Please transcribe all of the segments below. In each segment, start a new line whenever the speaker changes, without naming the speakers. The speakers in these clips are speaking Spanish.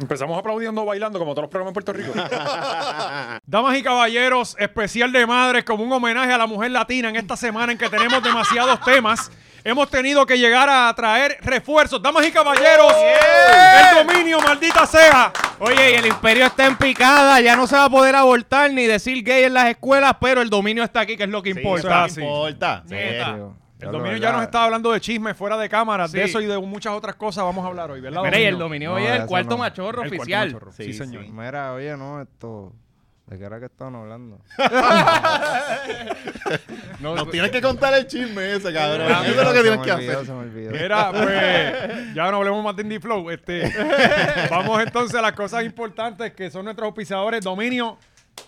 Empezamos aplaudiendo bailando como todos los programas en Puerto Rico.
Damas y caballeros, especial de madres como un homenaje a la mujer latina en esta semana en que tenemos demasiados temas. Hemos tenido que llegar a traer refuerzos. Damas y caballeros, el dominio, maldita sea.
Oye, y el imperio está en picada, ya no se va a poder abortar ni decir gay en las escuelas, pero el dominio está aquí, que es lo que importa.
sí.
Sí,
importa.
Neta. El
Yo
dominio
no,
ya nos
¿verdad?
estaba hablando de chismes fuera de cámara,
Sí.
de eso y de muchas otras cosas vamos a hablar hoy, ¿verdad?
Mira, y el
dominio?
dominio
No,
hoy es el
eso
cuarto
no.
machorro
El cuarto
oficial.
machorro. Sí,
Sí,
señor.
sí. Mira, oye, no, esto. ¿De qué era que estaban hablando?
No,
Nos tienes que contar el chisme ese, cabrón.
Ah,
Eso es lo
mira,
que
se
tienes
me
que
olvidó,
hacer.
se me olvidó.
Mira, pues ya no hablemos más de Indie Flow. Este, vamos entonces a las cosas importantes que son nuestros auspiciadores. Dominio,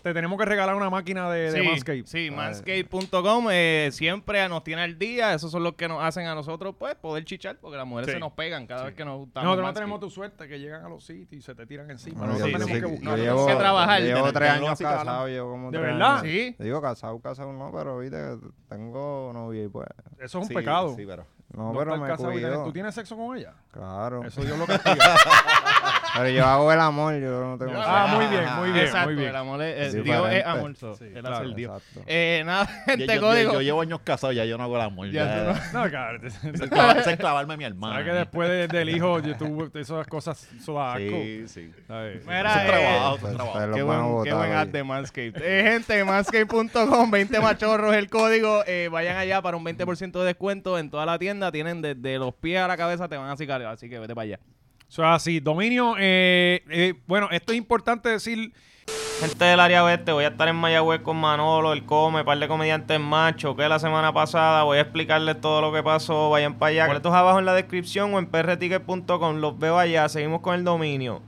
te tenemos que regalar una máquina de, de
Sí,
Manscaped.
Sí, manscape.com eh, siempre nos tiene al día. Esos son los que nos hacen a nosotros pues poder chichar porque las mujeres
Sí.
se nos pegan cada vez que nos gustamos.
Nosotros no
Manscaped.
tenemos tu suerte que llegan a los sitios y se te tiran encima.
Bueno,
Sí,
yo-
Nosotros
yo
sí,
tenemos que
sí,
sí.
buscar.
yo
Nosotros
llevo-
que trabajar.
yo Llevo
Tenemos
tres
que
años
hacer algo.
casado, llevo como
¿De
tres
verdad?
años.
Sí.
Digo casado, casado no, pero viste, tengo novia y pues.
Eso es un pecado.
Sí, pero. No,
No
pero
estar
me
casado y tener-
cuido.
¿Tú tienes sexo con ella?
Claro.
Eso Dios lo castiga.
Pero yo hago el amor, yo no tengo.
Ah,
sexo.
muy bien, muy bien,
Exacto,
muy bien.
el amor es,
Es
eh, Dios es
diferente.
amor. so,
Sí,
él
claro,
hace el Dios.
Exacto.
Eh, nada,
Yo,
gente,
yo- yo-
código.
yo llevo años casado, ya yo no hago el amor.
Ya tú
Ya,
no-
no, cabrón.
Eso es clavar- eso es clavarme a mi hermana.
Sabes que después de- del hijo, yo tuve esas cosas, eso da asco.
Sí, sí.
¿sabes?
Mira,
Eso es
eh,
trabajo, eso pues, es trabajo. pues, los
Qué
van a
buen, qué
botar,
buen
oye.
ad de Manscaped. Eh, gente, manscaped.com, 20 machorros el código. Eh, vayan allá para un 20% de descuento en toda la tienda. Tienen desde los pies a la cabeza, te van a cigar, así que vete para allá.
Eso es así. Dominio, eh, eh, bueno, esto es importante decir.
Gente del área oeste, voy a estar en Mayagüez con Manolo, el Come, par de comediantes macho, que la semana pasada voy a explicarles todo lo que pasó, vayan para allá. Boletos abajo en la descripción o en prticket.com, los veo allá, seguimos con el dominio.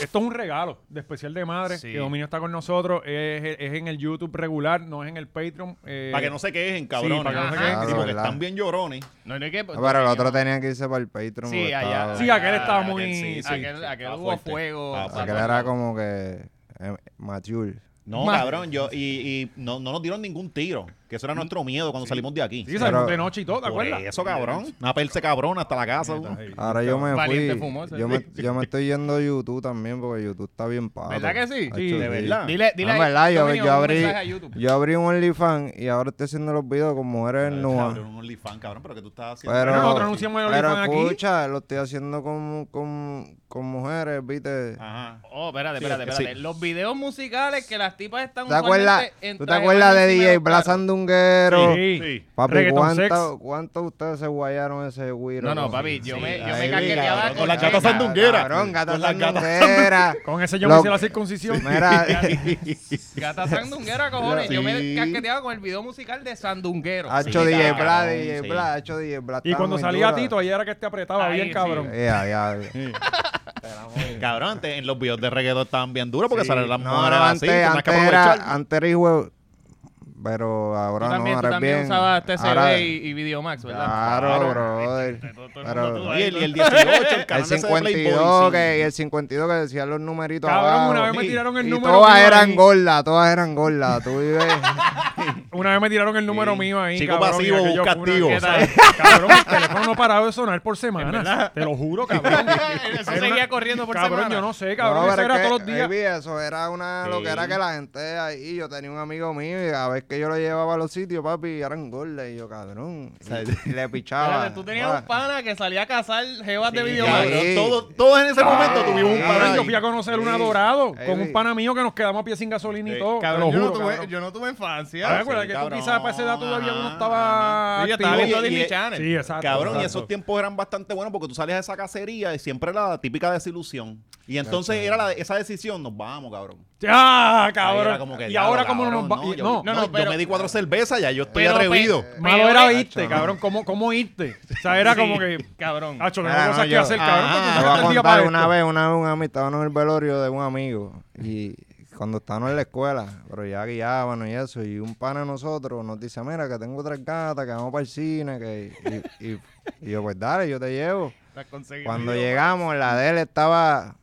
Esto es un regalo de especial de madre.
Sí.
Que Dominio está con nosotros. Es, es en el YouTube regular, no es en el Patreon. eh,
Para que no se quejen, cabrón.
para que no se quejen.
Sí, porque ¿verdad? están bien llorones.
No, no hay que. pues,
Ah, Pero el otro tenía que irse para el Patreon.
Sí,
porque
allá.
estaba-
Sí, aquel estaba muy-
sí, sí,
aquel-
sí,
aquel
estaba
hubo
fuerte.
fuego.
Ah,
Aquel
aquel era como que eh, mature. No,
Ma-
cabrón, yo, y, y no, no nos dieron ningún tiro, que eso era nuestro miedo cuando salimos de aquí.
Sí, salimos
Pero-
de noche y todo, ¿te
Por
acuerdas?
eso, cabrón. Una perse cabrón hasta la casa. tú.
Ahora
Ahora yo me
Valiente
fui.
fumoso,
yo, me, yo me estoy yendo a YouTube también porque YouTube está bien pato.
¿Verdad que sí?
Hacho,
Sí, de
verdad.
Dile, dile.
No, en
ahí,
verdad, yo,
Dominio,
yo
un
abrí,
mensaje a YouTube.
yo abrí un OnlyFans y ahora estoy haciendo los videos con mujeres
Cabrón,
en nua.
un OnlyFans, cabrón, pero que tú estás haciendo.
Pero,
Bueno, nosotros anunciamos el
pero
OnlyFans aquí.
escucha, lo estoy haciendo con, con, con mujeres, viste.
Ajá.
Oh, espérate, espérate,
Sí,
espérate.
sí.
Los videos musicales que las tipas están
¿Te acuerdas,
usualmente en
¿Tú te
traje
acuerdas
blanco
de
encima los
DJ
carros?
Blasandunguero?
Sí.
Sí.
Papi,
Reggaeton
¿cuánto,
sex.
¿cuánto ustedes se guayaron ese güiro?
No, no, papi, yo me, yo me
Ahí,
casqueteaba
cabrón,
con
con las
Chela.
gatas sandungueras.
Cabrón,
gatas
con las gatas
sandungueras.
Con ese yo me
Lo-
hice la circuncisión.
Mira,
Gata sandunguera, cojones.
Sí.
Yo me casqueteaba con el video musical de Sandunguero.
ha hecho
Sí,
DJ
cabrón.
Blas,
cabrón,
DJ
sí.
Blas, ha hecho DJ Blas.
Y
está
cuando
muy Eh,
salía
dura.
Tito, ahí era que te apretaba
Ahí,
bien,
sí.
cabrón.
Ya, ya.
Cabrón, antes en los videos de reggaetón estaban bien duros porque salen las
No,
mujeres
no,
así.
antes,
tenías que
antes, era,
aprovechar.
antes era hijo. de- Pero ahora
Tú también,
Ah,
tú
no, ahora es
también
bien.
usabas TCB
Ahora-
y, y Videomax, ¿verdad?
Claro, brother.
tú
Pero
ahí.
Oye, el, y el 18, el
el
canal de ese de Playboy,
52
sí.
que, y el 52 que decían los numeritos
Cabrón,
abajo.
una vez me
Sí.
tiraron el
Y
número
todas
mío
eran
ahí.
gordas, todas eran gordas. Tú vives...
Una vez me tiraron el número
Sí.
mío ahí.
Chico
cabrón,
pasivo,
y aquello fue
busca
una-
activo.
¿Qué tal? Cabrón, el teléfono no paraba de sonar por semanas. Te lo juro, cabrón.
Eso seguía corriendo por
Cabrón,
semana.
yo no sé, cabrón.
No,
eso
pero
era
es que,
todos los días.
baby, eso era una lo que era que la gente ahí, yo tenía un amigo mío y a vez que yo lo llevaba a los sitios, papi, eran gordas y yo, cabrón, y, y le pichaba.
Espérate, tú tenías un pana que salía a cazar jevas de Videomax.
cabrón.
Cabrón,
Sí. Ah,
todos, todos en ese momento tuvimos un
sí.
Cabrón,
padre.
yo fui a conocer un adorado
Ahí
con
vi.
un pana mío que nos quedamos a pie sin gasolina y todo.
Cabrón,
te lo
yo,
juro,
no tuve,
cabrón.
yo no tuve infancia.
Ah, recuerda que tú
cabrón,
quizás para esa edad todavía
ajá,
uno estaba
Sí, yo
activo.
estaba
eh,
viendo
y-
Disney
y-
Channel.
Sí,
Ah,
exacto.
Cabrón, y
exacto.
esos tiempos eran bastante buenos porque tú salías de esa cacería y siempre era la típica desilusión. Y entonces era la- esa decisión, nos vamos, cabrón.
¡Ah,
Ahí
cabrón!
era como que,
y
diablo,
ahora cómo no nos
cabrón,
va... y-
yo-
No,
no,
no,
no, pero-
yo me di cuatro cervezas, ya yo estoy
Pero pe-
atrevido.
malo era
peor-
irte, cabrón. ¿Cómo, ¿Cómo irte? O sea, era como que...
Cabrón.
Hacho, tengo
Mira,
cosas
no,
que
yo-
hacer, cabrón.
Ajá.
porque no
Te voy a
tengo el día
contar
para
una
esto.
vez, una vez un amigo, estábamos en el velorio de un amigo y cuando estábamos en la escuela, pero ya guiábamos y eso, y un pana de nosotros nos dice, mira, que tengo tres gatas, que vamos para el cine, que... Y, y- y yo, pues dale, yo te llevo.
Las conseguí.
Cuando llegamos, la de él estaba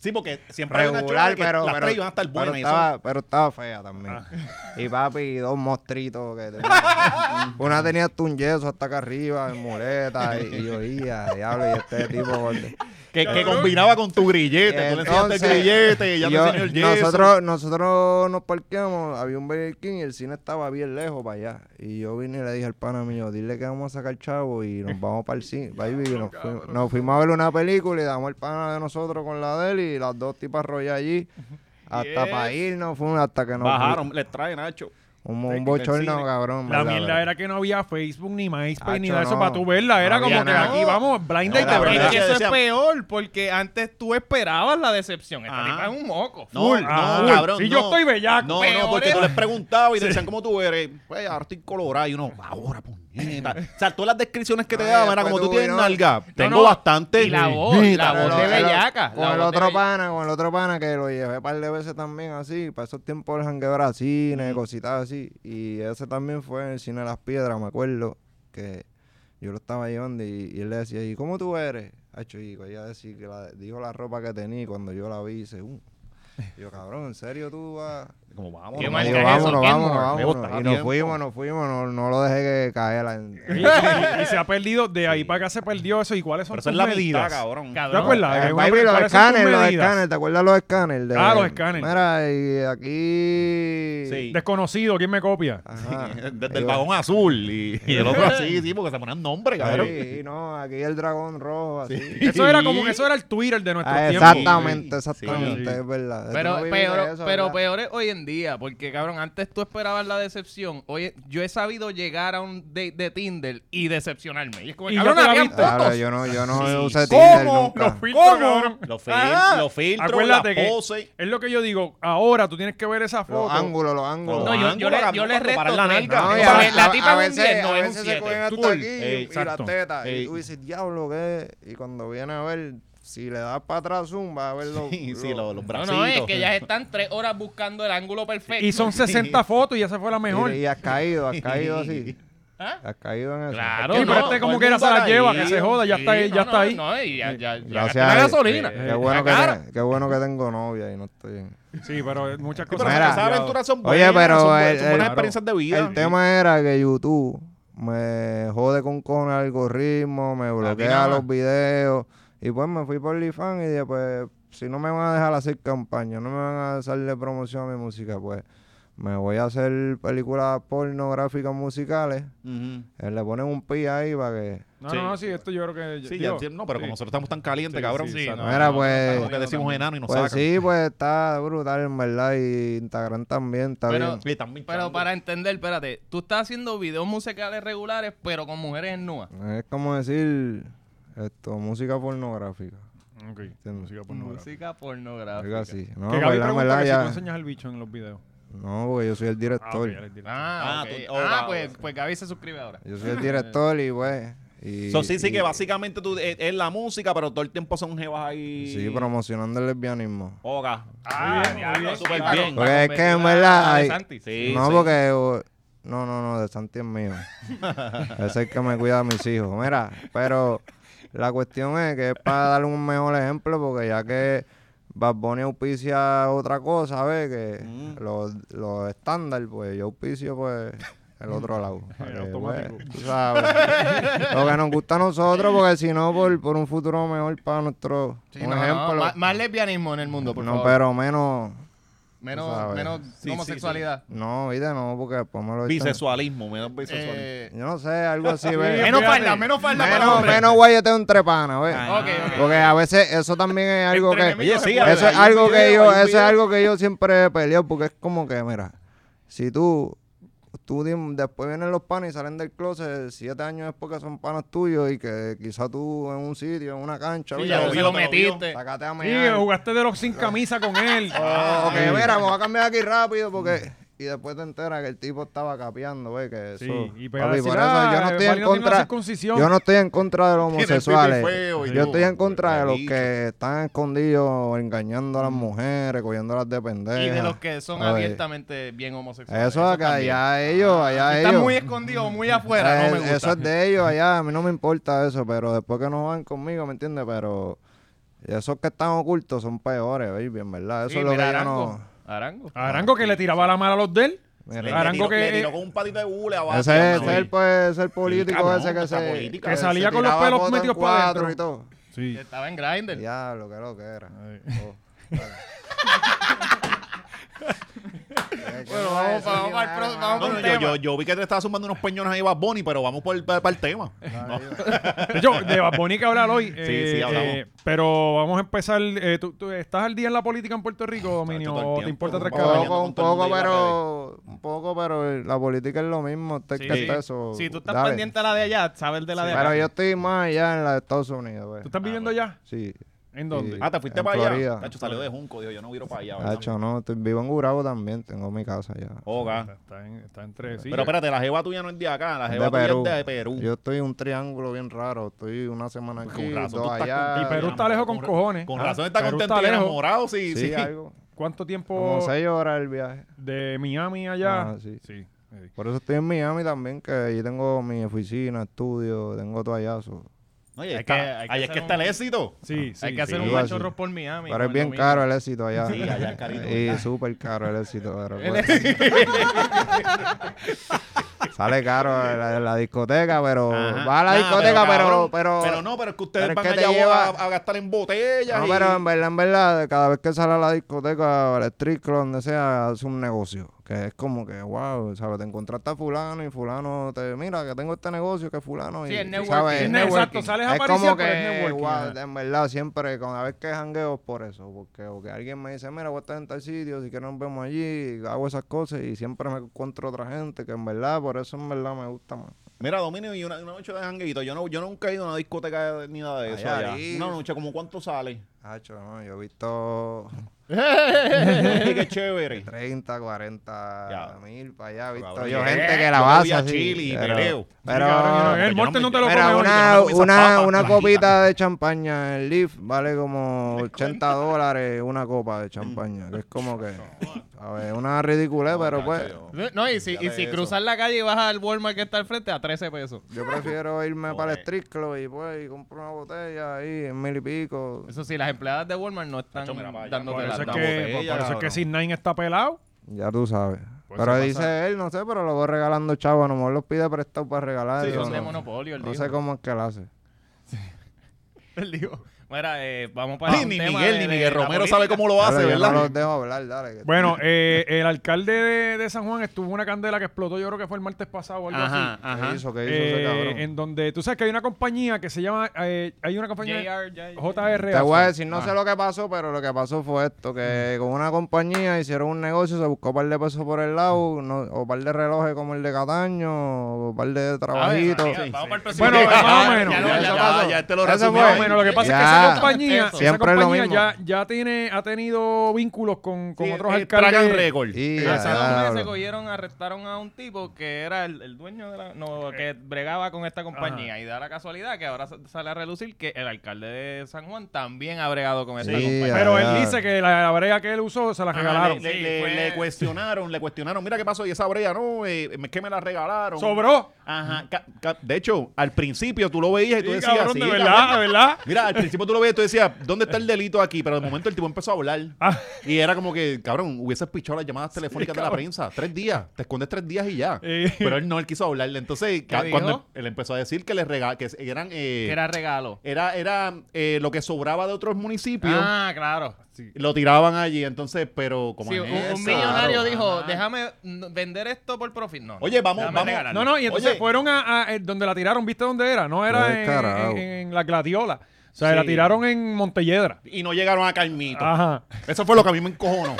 Sí, porque siempre hay una
regular,
chorra que
pero,
las
pero,
tres iban a estar
pero,
buenas. y eso- Ah.
estaba, pero estaba fea también. Y papi, dos mostritos que tenía. Una tenía hasta un yeso hasta acá arriba, en muleta, y, y yo oía, diablo, y este tipo. gordo".
que, que combinaba con tu grillete. Tú le enseñaste el grillete y ya
yo-
te enseñó el yeso.
Nosotros, nosotros nos parqueamos, había un Burger King y el cine estaba bien lejos para allá. Y yo vine y le dije al pana mío, dile que vamos a sacar chavo y nos vamos para el cine, baby. Y nos, fuimos, nos fuimos a ver una película y damos el pana de nosotros con la de él y las dos tipas rollas allí. Hasta para irnos, fue un- hasta que nos
Bajaron, les trae Nacho.
Un,
Del-
un
del
bochorno,
cine.
cabrón.
La
verdad,
mierda
verdad.
era que no había Facebook, ni MySpace, ni
Hacho,
nada de eso
no.
para tú verla. Era
No
como
había
que
nada.
aquí vamos, blind
No,
date. te
la
verdad.
brindas.
que eso es
decía-
peor, porque antes tú esperabas la decepción. Esta
Ah.
tipa es un moco.
No,
Full,
no,
ah, full.
cabrón.
Sí,
no.
yo estoy bellaco.
No,
Peor
no, porque tú
era.
les preguntabas y te decían cómo tú eres. Pues ahora estoy colorado. Y uno, ahora, puñeta. O sea, todas las descripciones que te
Ay,
daban era
después
como tú
tú
tienes
vino-
nalga. Tengo
no.
bastante.
Y la voz, la
Mira,
voz de
pero-
el-
bellaca,
Con
la
el
voz de
otro
bella-
pana, con el otro pana que lo llevé un par de veces también así, para esos tiempos del jangueo era cine, cositas así. Y ese también fue en el cine Las Piedras, me acuerdo, que yo lo estaba llevando y, y él le decía, ¿y cómo tú eres? Hacho, y ella decía que la- dijo la ropa que tenía y cuando yo la vi, dice, "Uh". yo, cabrón, ¿en serio tú vas?
Como vamos.
Qué
no,
Yo,
mal
vamos,
marca es eso,
vámonos, vámonos,
Kenmore.
Me
vámonos".
gusta,
Y nos
tiempo.
fuimos, nos fuimos, no, no lo dejé que caer.
Y,
La,
y- y se ha perdido, de ahí para acá se perdió eso. ¿Y cuáles son
Pero
tus
esa es la medida,
medidas?
cabrón.
¿Te acuerdas?
Ah,
Que una
baby,
pregunta,
los
¿cuáles son tus
escáneres, los
medidas?
escáneres, ¿te acuerdas los escáneres? De-
Ah, los escáneres.
Mira, y aquí...
Sí.
Desconocido, ¿quién me copia?
Ajá.
Desde
Ahí
el
va.
vagón azul y, y el otro así, sí, porque se ponían nombres, cabrón.
Sí, no, aquí el dragón rojo, así.
Eso era como eso era el Twitter de nuestro
Ah,
tiempo.
exactamente,
Sí.
exactamente,
Sí.
es verdad.
Pero,
Tú no viviste
peor,
eso,
pero
¿verdad?
peor es hoy en día, porque cabrón, antes tú esperabas la decepción. Hoy yo he sabido llegar a un date de Tinder y decepcionarme. Y es como,
Y ya
cabrón,
te la
habían
viste.
fotos.
Claro, yo no, yo no
Sí.
usé
¿Cómo?
Tinder
Los
nunca.
filtros,
¿Cómo?
cabrón.
Los, fil
Ajá.
los filtros,
Acuérdate
la
que
pose.
es lo que yo digo. Ahora tú tienes que ver esa
Los
foto.
ángulos, los ángulos.
No, yo, yo
Ángulo,
le, yo
cabrón,
le resto
para la
tres
nalga.
grados.
No, y
Porque
a-
la tipa
a
es un 10, no
a
es un
veces se
7.
cogen hasta
Cool.
aquí
Eh,
y las
exacto.
tetas.
Eh.
Y tú dices, diablo, ¿qué? es?". Y cuando viene a ver, si le das para atrás, zoom, vas a ver los...
Sí, sí,
los-
los, los
No,
bracitos.
no, es que ellas están tres horas buscando el ángulo perfecto.
Y son 60 fotos y esa fue la mejor.
Y, y has caído, has caído así.
¿Ah?
Has caído en eso.
Claro,
Sí,
no,
pero este
todo
como
el
que era se
mundo
la
la
lleva,
hizo.
que se joda, ya
Sí,
está ahí,
no,
ya
no,
está ahí.
No, y ya, ya, ya
Gracias
gasté la
a-
gasolina.
Qué bueno, que,
La cara.
te- qué bueno que tengo novia y no estoy en...
Sí, pero muchas
Sí,
cosas. han
pero
Pues Mira.
esas
cambiado.
aventuras son
Oye,
buenas,
pero
son, buenas,
el-
son buenas
el-
experiencias de vida.
El tema era que YouTube me jode con con algoritmo, me bloquea
nada más.
los videos. Y pues me fui por OnlyFans y dije, pues, si no me van a dejar hacer campaña, no me van a hacerle promoción a mi música, pues me voy a hacer películas pornográficas musicales.
Ujú.
Eh, le ponen un pi ahí para que...
No,
Sí.
no, no, sí, esto yo creo que.
Sí,
digo,
ya, no, pero
sí.
como nosotros estamos tan calientes,
Sí,
cabrón.
sí, sí,
exacto.
no,
Mira, pues...
Porque decimos enano y nos
Pues
sacan.
sí, pues está brutal en verdad y Instagram también está
Pero-
bien.
Sí, están minchando.
Pero para entender, espérate, tú estás haciendo videos musicales regulares, pero con mujeres en nua.
Es como decir esto, música pornográfica.
Ok,
Entiendo.
música pornográfica.
Música
Algo
pornográfica.
así. No,
que Gaby
verdad,
pregunta
verdad,
que si
ya-
tú enseñas el bicho en los videos.
No, porque yo soy el
Ah, ok,
director.
ya les diré.
Ah,
Ah,
ok.
tú- oh,
ah
wow.
pues, pues Gaby se suscribe ahora.
Yo soy el director y pues. Y,
So, sí, sí,
y-
que básicamente tú, eh, es, es la música, pero todo el tiempo son jevas ahí.
Sí, promocionando el lesbianismo.
Oga.
Ah,
diablo, súper bien.
Porque es que en verdad hay-
Sí,
no,
sí.
porque. o- No, no, no, de Santi es mío. es el que me cuida a mis hijos. Mira, pero la cuestión es que es para darle un mejor ejemplo, porque ya que Bad Bunny auspicia otra cosa, ¿ves? Que
Mm.
los, los estándar, pues yo auspicio, pues. El otro lado. Para que, pues,
automático.
tú sabes. Lo que nos gusta a nosotros, porque si no, por, por un futuro mejor para nuestro.
Sí,
un
no, no,
ejemplo.
más, más lesbianismo en el mundo, por
no,
favor.
pero menos. tú
menos
sabes.
menos
sí,
homosexualidad.
No, viste, no, porque después me lo echan.
Bisexualismo, menos bisexualismo.
Eh,
Yo no sé, algo así, ¿ves?
Menos
menos
Fíjate.
falda, menos falda para
menos,
hombres.
menos guayeteo entre panas, ¿ves?
Ah.
Ok, ok.
Porque a veces eso también es algo que.
Oye, sí,
Eso
hay
es
un video,
algo que yo,
hay un
eso es
video.
algo que yo siempre he peleado, porque es como que, mira, si tú, tú di- después vienen los panas y salen del closet siete años después que son panas tuyos y que quizá tú en un sitio, en una cancha,
Sí,
oye,
ya
lo
tú se
vio,
lo
te lo vio.
metiste.
sacate a
Sí,
mear.
jugaste de los sin camisa con él.
Oh, ok, mira, me voy a cambiar aquí rápido porque. Y después te enteras que el tipo estaba capeando, ¿ves? Que eso.
Sí, y pega a
Papi,
decir,
por
"Ah,
eso yo no estoy
Valino
en
tiene la
contra.
circuncisión".
Yo no estoy en contra de los
Tiene el pipi
homosexuales.
feo y
Yo
todo,
estoy en contra de los
bicho.
que están escondidos, engañando a
Mm.
las mujeres, cogiéndolas de pendejas.
Y de los que son
Oye,
abiertamente bien homosexuales.
Eso acá,
también.
allá ellos, allá
Si
ellos.
Están muy escondidos, muy afuera, no me
Eh,
gusta.
Eso es de ellos allá, a mí no me importa eso, pero después que no van conmigo, ¿me entiendes? Pero Esos que están ocultos son peores, baby, en verdad. Eso
Sí,
es lo que
mira,
yo
Arango.
no...
Arango.
Arango que le tiraba la mano a los del.
Mira,
Le- le
Arango
tiró-
que-
le tiró con un patito de hule abajo.
Ese, ese es el, pues, ese es el político
cabrón,
ese que
esa
se...
política.
Que salía
se
con los
tiraba
pelos
fotos en
metidos pa'
cuatro
dentro.
y todo.
Sí.
Estaba en Grindr.
Diablo, que lo que era. Oh, vale. Es que
Bueno,
no
vamos
es
pa-
así,
vamos al
mano,
próximo,
mano.
vamos
No, no, yo, yo, yo vi que te estaba sumando unos peñones ahí, Bad Bunny, pero vamos por, para el tema.
Dale, dale.
De hecho, de Bad Bunny que hablar hoy. eh,
sí, hablamos.
eh, pero vamos a empezar. eh, ¿tú, tú estás al día en la política en Puerto Rico, Dominio?
todo el
¿O te
tiempo.
importa tres
Vamos.
cabras?
caballos,
poco, un
con todo el
poco,
mundo igual,
pero un poco, pero la política es lo mismo, usted que está eso.
Si tú estás
dale.
pendiente a la de allá, sabes de la de
Pero
acá.
yo estoy más allá en la de Estados Unidos, güey.
¿Tú estás viviendo allá?
Sí.
¿En dónde?
Sí.
Ah, te fuiste
En
para allá.
Florida.
Tacho, salió de Junco, dijo, yo no viro para allá. ¿verdad?
Hacho, no, estoy, vivo en Gurabo también, tengo mi casa allá.
Oga.
Está, está en- está entre sí.
Pero espérate, la jeva tuya no es de acá, la
De
jeva
Perú.
tuya es de Perú.
Yo estoy en un triángulo bien raro, estoy una semana
Pues
aquí,
con razón,
dos
tú estás
allá.
con-
y Perú está lejos con
Con-
cojones.
Con
Ah,
razón está
Perú
contento y
lejos.
enamorado, sí,
Sí,
sí.
algo.
¿Cuánto tiempo
Como seis horas el viaje.
de Miami allá?
Ah, sí.
Sí. sí.
Por eso estoy en Miami también, que allí tengo mi oficina, estudio, tengo toallazo.
Oye,
Hay
está-
que- hay que
ahí es que
hacer
está el
un-
éxito.
Sí,
Hay
sí,
que hacer
sí.
un
sí.
machorro por Miami.
Pero es
por
bien
domingo.
caro el éxito allá.
Sí, allá es carito,
Y
¿verdad?
súper caro el éxito. pero pues, Sale caro la, la discoteca, pero
Ajá.
va a la
Nah,
discoteca, pero,
Ah, cabrón,
pero,
pero no, pero es que ustedes
pero es
van
que te
allá
lleva-
a, a gastar en botellas.
No,
y-
pero en verdad, en verdad, cada vez que sale a la discoteca, al street club, donde sea, es un negocio. Que es como que, wow, ¿sabes? Te encontraste a fulano y fulano te, mira, que tengo este negocio que fulano.
Sí,
y,
es
y,
networking.
¿sabes?
Es
Es
ne- exacto,
networking.
sales a
es
aparecer,
como
pero es
que,
networking,
guau,
ajá.
en verdad, siempre, cada vez que jangueo es por eso. Porque o que alguien me dice, mira, voy a estar en tal sitio, si quieres nos vemos allí, y hago esas cosas y siempre me encuentro otra gente que en verdad, por eso en verdad me gusta más.
Mira, Dominio, y una, una noche de janguito. Yo, no, yo nunca he ido a una discoteca de- ni nada de eso.
Allá,
allá.
ahí.
Una noche, ¿como cuánto sale?
Hacho, no, yo he visto
Qué chévere.
30, 40
Ya.
mil para allá, visto
Cabrón,
yo
eh,
gente que la
yo
basa
voy a
así,
Chile y
pero,
peleo.
pero-
Sí, cabrón,
pero
el
yo
norte
no
no
me-
te lo
pero
come hoy.
yo no
una,
me hice
una-
papa,
una
flaquita.
copita de champaña en Leaf vale como 80 dólares una copa de champaña, que es como que, a ver, una ridiculez, pero pues,
Yo-
No, y si, y si
eso.
cruzas la calle y vas al Walmart que está al frente, a 13 pesos.
yo prefiero irme para
Joder.
el street club y pues, y compro una botella ahí en mil y pico.
Eso sí, las empleadas de Walmart no están
Nacho, mira para allá.
Por
dándote
eso
la
es
Una
que,
botella,
por eso es que
cabrón.
Sid Nine está pelado.
Ya tú sabes.
Pues
pero
eso
dice él, no sé, pero lo voy regalando chavo, a lo mejor los pide prestado para regalar.
Sí,
yo
son de
no,
monopolio, el
no
dijo.
sé cómo es que lo hace.
Él dijo, Mira, eh, vamos para
Ni,
un
ni
tema
Miguel,
de-
ni
de
Miguel
la
Romero
política.
sabe cómo lo hace,
Claro, yo
¿verdad?
No los dejo hablar, dale. que-
Bueno, eh, el alcalde de, de San Juan estuvo una candela que explotó, yo creo que fue el martes pasado o algo
Ajá,
así.
¿Qué
ajá.
hizo? ¿Qué hizo ese
Eh,
cabrón?
en donde tú sabes que hay una compañía que se llama eh, hay una compañía
JR, JR.
JR
Te voy a decir, no sé lo que pasó, pero lo que pasó fue esto, que con una compañía hicieron un negocio, se buscó un par de pesos por el lado, no- o par de relojes como el de Cataño, o par de
A ver,
trabajitos.
mira, Vamos para el próximo.
Ah, Bueno,
tema.
más o menos.
Ya lo-
Ya,
ya
ya,
lo-
ya, ya, este lo
Eso
resumió.
fue.
Bueno, lo que pasa es que esa
Ya.
compañía, esa
Siempre es lo
compañía
mismo.
ya, ya tiene, ha tenido vínculos con, con
Sí,
otros
eh, track and
alcaldes.
record.
Y
Hace dos
ya,
meses
diablo.
cogieron, arrestaron a un tipo que era el, el dueño de la. No, que bregaba con esta compañía. Y da la casualidad que ahora sa- sale a relucir que el alcalde de San Juan también ha bregado con esta
Sí,
compañía.
ya.
Pero él dice que la, la brea que él usó se la
Ajá,
regalaron.
le, le-
Sí,
le-
fue-
le cuestionaron, le cuestionaron. Mira qué pasó y esa brea, no, eh, es que me la regalaron.
Sobró.
Ajá. ca- ca- de hecho, al principio tú lo veías y tú
Sí,
decías,
cabrón,
sí,
de
cabrón.
verdad, de verdad.
Mira, al principio tú lo veías y tú decías, ¿dónde está el delito aquí? Pero de momento el tipo empezó a hablar.
Ah.
Y era como que, cabrón, hubieses pichado las llamadas telefónicas de la prensa. Tres días. Te escondes tres días y ya.
Eh.
Pero él no, él quiso hablarle. Entonces, ca-
dijo?
cuando él empezó a decir que le rega- que eran... eh,
Que era regalo.
era era eh, lo que sobraba de otros municipios.
Ah, claro.
Lo tiraban allí, entonces, pero como
Sí,
en
un,
esa,
un millonario
claro.
dijo, déjame mm, vender esto por profit. No. no,
Oye, vamos,
déjame
vamos.
regalarlo.
No, no, y entonces
Oye.
fueron a, a- eh, donde la tiraron, ¿viste dónde era? No era
Qué
en-
carajo.
en, en la gladiola. O sea,
Sí.
la tiraron en Montelledra.
Y no llegaron a Carmito.
Ajá.
Eso fue lo que a mí me encojonó.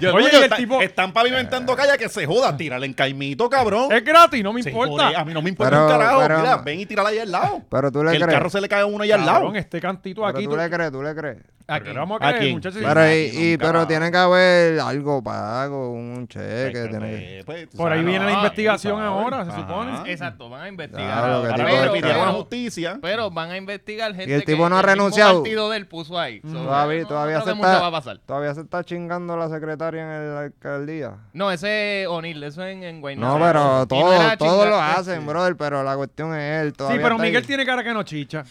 Yo,
Ah. Oye,
coño,
y el
está-
tipo-
Están pavimentando calle que se joda. Tírale en Caimito, cabrón.
Es gratis, no me
Se
importa.
jode, a mí no me importa
Pero-
un carajo.
pero-
Mira, ven y tírala ahí al lado.
Pero tú
que
le
el
crees.
carro se le cae a uno ahí al lado.
Cabrón, este cantito
Pero
aquí.
tú
tú-
le crees, tú le crees.
¿Pero qué le vamos a
¿A
creer,
quién?
muchachos?
Pero, y,
sí,
y-
nunca-
pero tiene que haber algo pago, un cheque.
Pues,
tiene que-
pues, pues, tú
Por ahí
sabes,
viene la
ah,
investigación
tú sabes.
ahora, se
Ajá.
supone.
Exacto, van a investigar.
Claro,
ahora.
que
Ahora
tipo
le
de
pidieron a la
carajo.
justicia.
Pero van a investigar gente
el
que
tipo no ha
el mismo
renunciado.
partido de él puso ahí. So,
Todavía,
no,
todavía,
no
se
creo que mucho va a
está,
pasar.
todavía se está chingando la secretaria en la alcaldía.
No, ese es O'Neill, eso es en, en Guaynabo.
No, pero
Y no
todo,
era
todo lo
chingar-
hacen, brother, pero la cuestión es él.
Sí,
todavía
pero
está ahí. Este
Miguel tiene cara que no chicha.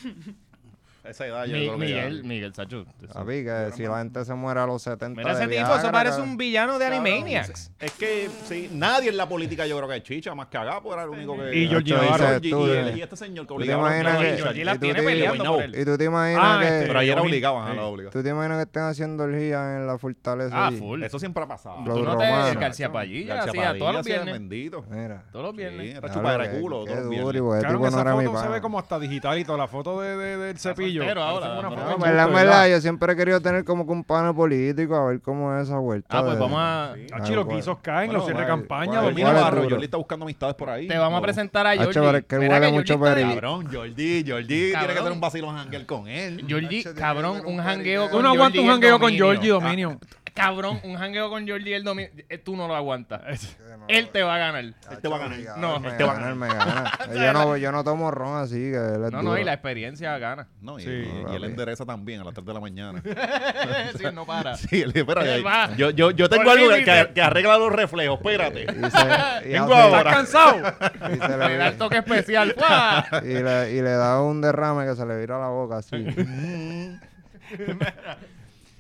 esa edad yo
Mi-
creo que ya-
Miguel, Miguel, Sacho.
Papi, que si la gente se muere a los 70
Mira
de
ese tipo,
Viagra,
eso parece
cabrón.
un villano de Animaniacs.
Es que sí, nadie en la política yo creo que es chicha, más que Agapo era el único que.
Y Georgie
Nacho,
Navarro.
Georgie,
Tú,
y-
eh.
y este señor que
¿Tú te
obligaba a los niños
imaginas que-
a luchar.
Georgie la
y tú
tiene
te-
peleando por él.
Y-
¿Y tú te imaginas
Ah,
que,
este.
Pero ayer
Georgie.
obligaban a
Sí.
los obligaban.
¿tú te imaginas que estén haciendo orgías en la fortaleza?
Ah,
allí?
full.
Eso siempre ha pasado.
Los
Tú no te
romanos.
García Pallilla,
García
hacía todos
Padilla
los
hacía
viernes.
bendito.
Mira.
Todos los
Sí,
viernes.
era
diablo,
chupadera de
qué-
culo.
qué
todos los
duro,
viernes.
y porque el
Claro
tipo
que
no
esa
era mi
foto se ve
pana.
como hasta digital y toda la foto de, de- del cepillo.
soltero ahora,
Parece una foto
No,
¿no?
de
en
insulto,
verdad, en
¿verdad?
verdad, yo siempre he querido tener como que un pana político, a ver cómo es esa vuelta.
Ah, pues
de-
vamos a.
Hachi, los
Bueno,
guisos caen,
bueno,
los cierres de
vale,
campaña,
vale,
Georgie
domina
¿cuál es
Navarro,
duro?
Jordi está buscando amistades por ahí.
Te vamos a
No.
presentar a
Ah,
Georgie.
chaval, es que
Mira
huele
Georgie
mucho
está de-
perí.
Cabrón, Jordi, Jordi tiene
Cabrón.
que tener un vacilón ángel con él.
Georgie,
Nacho,
cabrón,
tiene que
un
ver un
jangueo
cariño.
con
Tú no aguantas
Georgie
un
y el
jangueo con
dominio.
Georgie Dominio.
Ah, Cabrón, un jangueo con Georgie y el dominio. eh, Tú no lo aguantas. Él te va a ganar.
Él te Este va a ganar.
Obligado,
No,
me
él te va a
gana, él me gana. yo, no, yo no tomo ron así, que él es
No, no, y
duro.
la experiencia gana.
No, y,
Sí.
y él
Papi.
endereza también a las 3 de la mañana.
Sí, no para.
Sí, él- espérate,
Él va.
yo, yo, yo tengo
Por
algo que,
límite.
que arregla los reflejos, espérate.
Y se- y
Vengo
¿Estás
hace-
Ahora.
cansado?
y se
Le da el
le-
toque especial. ¡Fua!
y le- y le da un derrame que se le vira la boca así.